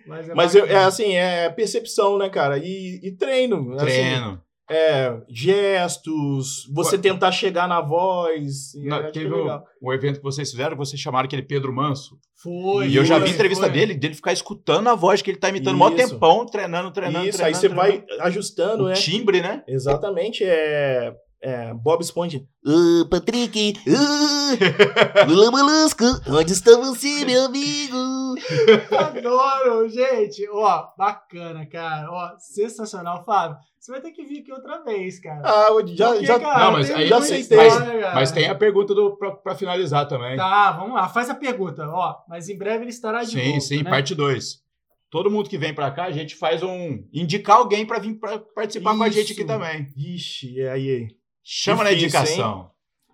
[SPEAKER 3] Mas, é
[SPEAKER 1] Mas eu- é
[SPEAKER 3] bacana.
[SPEAKER 1] assim, é percepção, né, cara? E, e treino. assim,
[SPEAKER 2] Treino.
[SPEAKER 1] é, gestos, você tentar chegar na voz. e
[SPEAKER 2] Na-
[SPEAKER 1] acho que é
[SPEAKER 2] teve o,
[SPEAKER 1] legal.
[SPEAKER 2] o evento que vocês fizeram, vocês chamaram aquele Pedro Manso.
[SPEAKER 3] Foi.
[SPEAKER 2] e eu já
[SPEAKER 1] foi,
[SPEAKER 2] vi entrevista
[SPEAKER 3] foi.
[SPEAKER 2] dele, dele ficar escutando a voz que ele tá imitando mó
[SPEAKER 1] Isso.
[SPEAKER 2] tempão, treinando, treinando,
[SPEAKER 1] Isso,
[SPEAKER 2] treinando.
[SPEAKER 1] aí você
[SPEAKER 2] treinando.
[SPEAKER 1] vai ajustando,
[SPEAKER 3] É.
[SPEAKER 1] né?
[SPEAKER 2] O timbre, né?
[SPEAKER 1] Exatamente, é, é Bob Esponja.
[SPEAKER 6] Ô, Patrick, ô, Lula Molusco, onde está você, meu amigo?
[SPEAKER 3] Adoro, gente. Ó, bacana, cara. Ó, sensacional, Fábio. Você vai ter que vir aqui outra vez, cara.
[SPEAKER 1] Ah, eu já,
[SPEAKER 3] Porque,
[SPEAKER 1] já,
[SPEAKER 3] cara,
[SPEAKER 2] Não, mas
[SPEAKER 3] tem
[SPEAKER 2] aí-
[SPEAKER 3] muita
[SPEAKER 1] já aceitei.
[SPEAKER 3] história, cara.
[SPEAKER 2] Mas tem a pergunta do, pra, pra finalizar também.
[SPEAKER 3] Tá, vamos lá. Faz a pergunta, ó. Mas em breve ele estará de
[SPEAKER 2] sim,
[SPEAKER 3] volta,
[SPEAKER 2] sim,
[SPEAKER 3] né?
[SPEAKER 2] parte 2. Todo mundo que vem pra cá, a gente faz um. indicar alguém pra vir pra participar com a gente aqui
[SPEAKER 1] Isso.
[SPEAKER 2] também.
[SPEAKER 1] Ixi, é aí.
[SPEAKER 2] Chama
[SPEAKER 1] Difícil,
[SPEAKER 2] na indicação.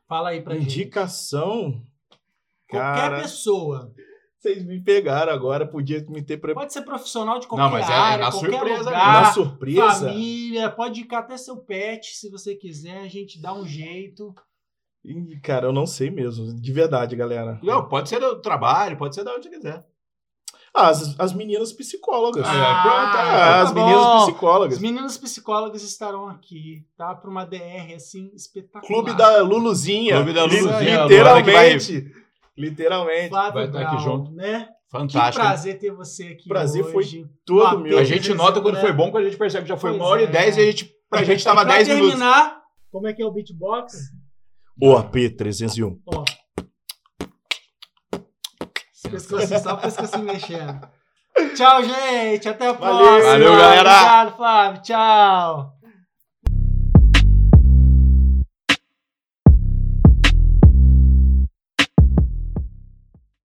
[SPEAKER 3] Fala aí pra gente.
[SPEAKER 1] Indicação.
[SPEAKER 3] Qualquer
[SPEAKER 1] Cara,
[SPEAKER 3] pessoa.
[SPEAKER 1] vocês me pegaram agora, podia me ter preparado.
[SPEAKER 3] Pode ser profissional de qualquer
[SPEAKER 2] Não, mas é- é
[SPEAKER 3] área,
[SPEAKER 2] na
[SPEAKER 3] qualquer
[SPEAKER 2] surpresa
[SPEAKER 3] lugar,
[SPEAKER 1] Na surpresa.
[SPEAKER 3] família, pode indicar até seu pet, se você quiser, a gente dá um jeito.
[SPEAKER 1] Ih, cara, eu não sei mesmo, de verdade, galera.
[SPEAKER 2] Não, pode ser do trabalho, pode ser da onde quiser.
[SPEAKER 1] Ah, as, as meninas psicólogas.
[SPEAKER 2] Ah, pronto,
[SPEAKER 1] Ah,
[SPEAKER 2] tá
[SPEAKER 1] as
[SPEAKER 3] bom.
[SPEAKER 1] meninas
[SPEAKER 3] As
[SPEAKER 1] psicólogas.
[SPEAKER 3] meninas psicólogas estarão aqui, tá? Pra uma DR, assim, espetacular.
[SPEAKER 1] Clube da Luluzinha.
[SPEAKER 2] Clube da
[SPEAKER 1] Li-
[SPEAKER 2] Luluzinha, agora
[SPEAKER 1] Literalmente. Literalmente.
[SPEAKER 3] Fábio
[SPEAKER 2] Vai estar aqui
[SPEAKER 3] Brown,
[SPEAKER 2] junto.
[SPEAKER 3] Né? Que
[SPEAKER 2] Fantástico.
[SPEAKER 3] prazer ter você aqui
[SPEAKER 1] Prazer foi
[SPEAKER 3] hoje.
[SPEAKER 1] Todo
[SPEAKER 3] Ah,
[SPEAKER 1] meu.
[SPEAKER 2] A
[SPEAKER 3] Eu
[SPEAKER 2] gente
[SPEAKER 3] preciso,
[SPEAKER 2] nota quando
[SPEAKER 3] né?
[SPEAKER 2] foi bom, quando a gente percebe que já foi
[SPEAKER 3] Pois
[SPEAKER 2] uma hora
[SPEAKER 3] é.
[SPEAKER 2] e dez e a gente, pra gente tava
[SPEAKER 3] Pra
[SPEAKER 2] 10 minutos.
[SPEAKER 3] terminar, como é que é o beatbox?
[SPEAKER 1] OAP 301.
[SPEAKER 3] Ó. Pescoço só pescoço mexendo. Tchau, gente. Até a
[SPEAKER 1] Valeu.
[SPEAKER 3] próxima.
[SPEAKER 2] Valeu, galera.
[SPEAKER 3] Obrigado, Flávio. Tchau.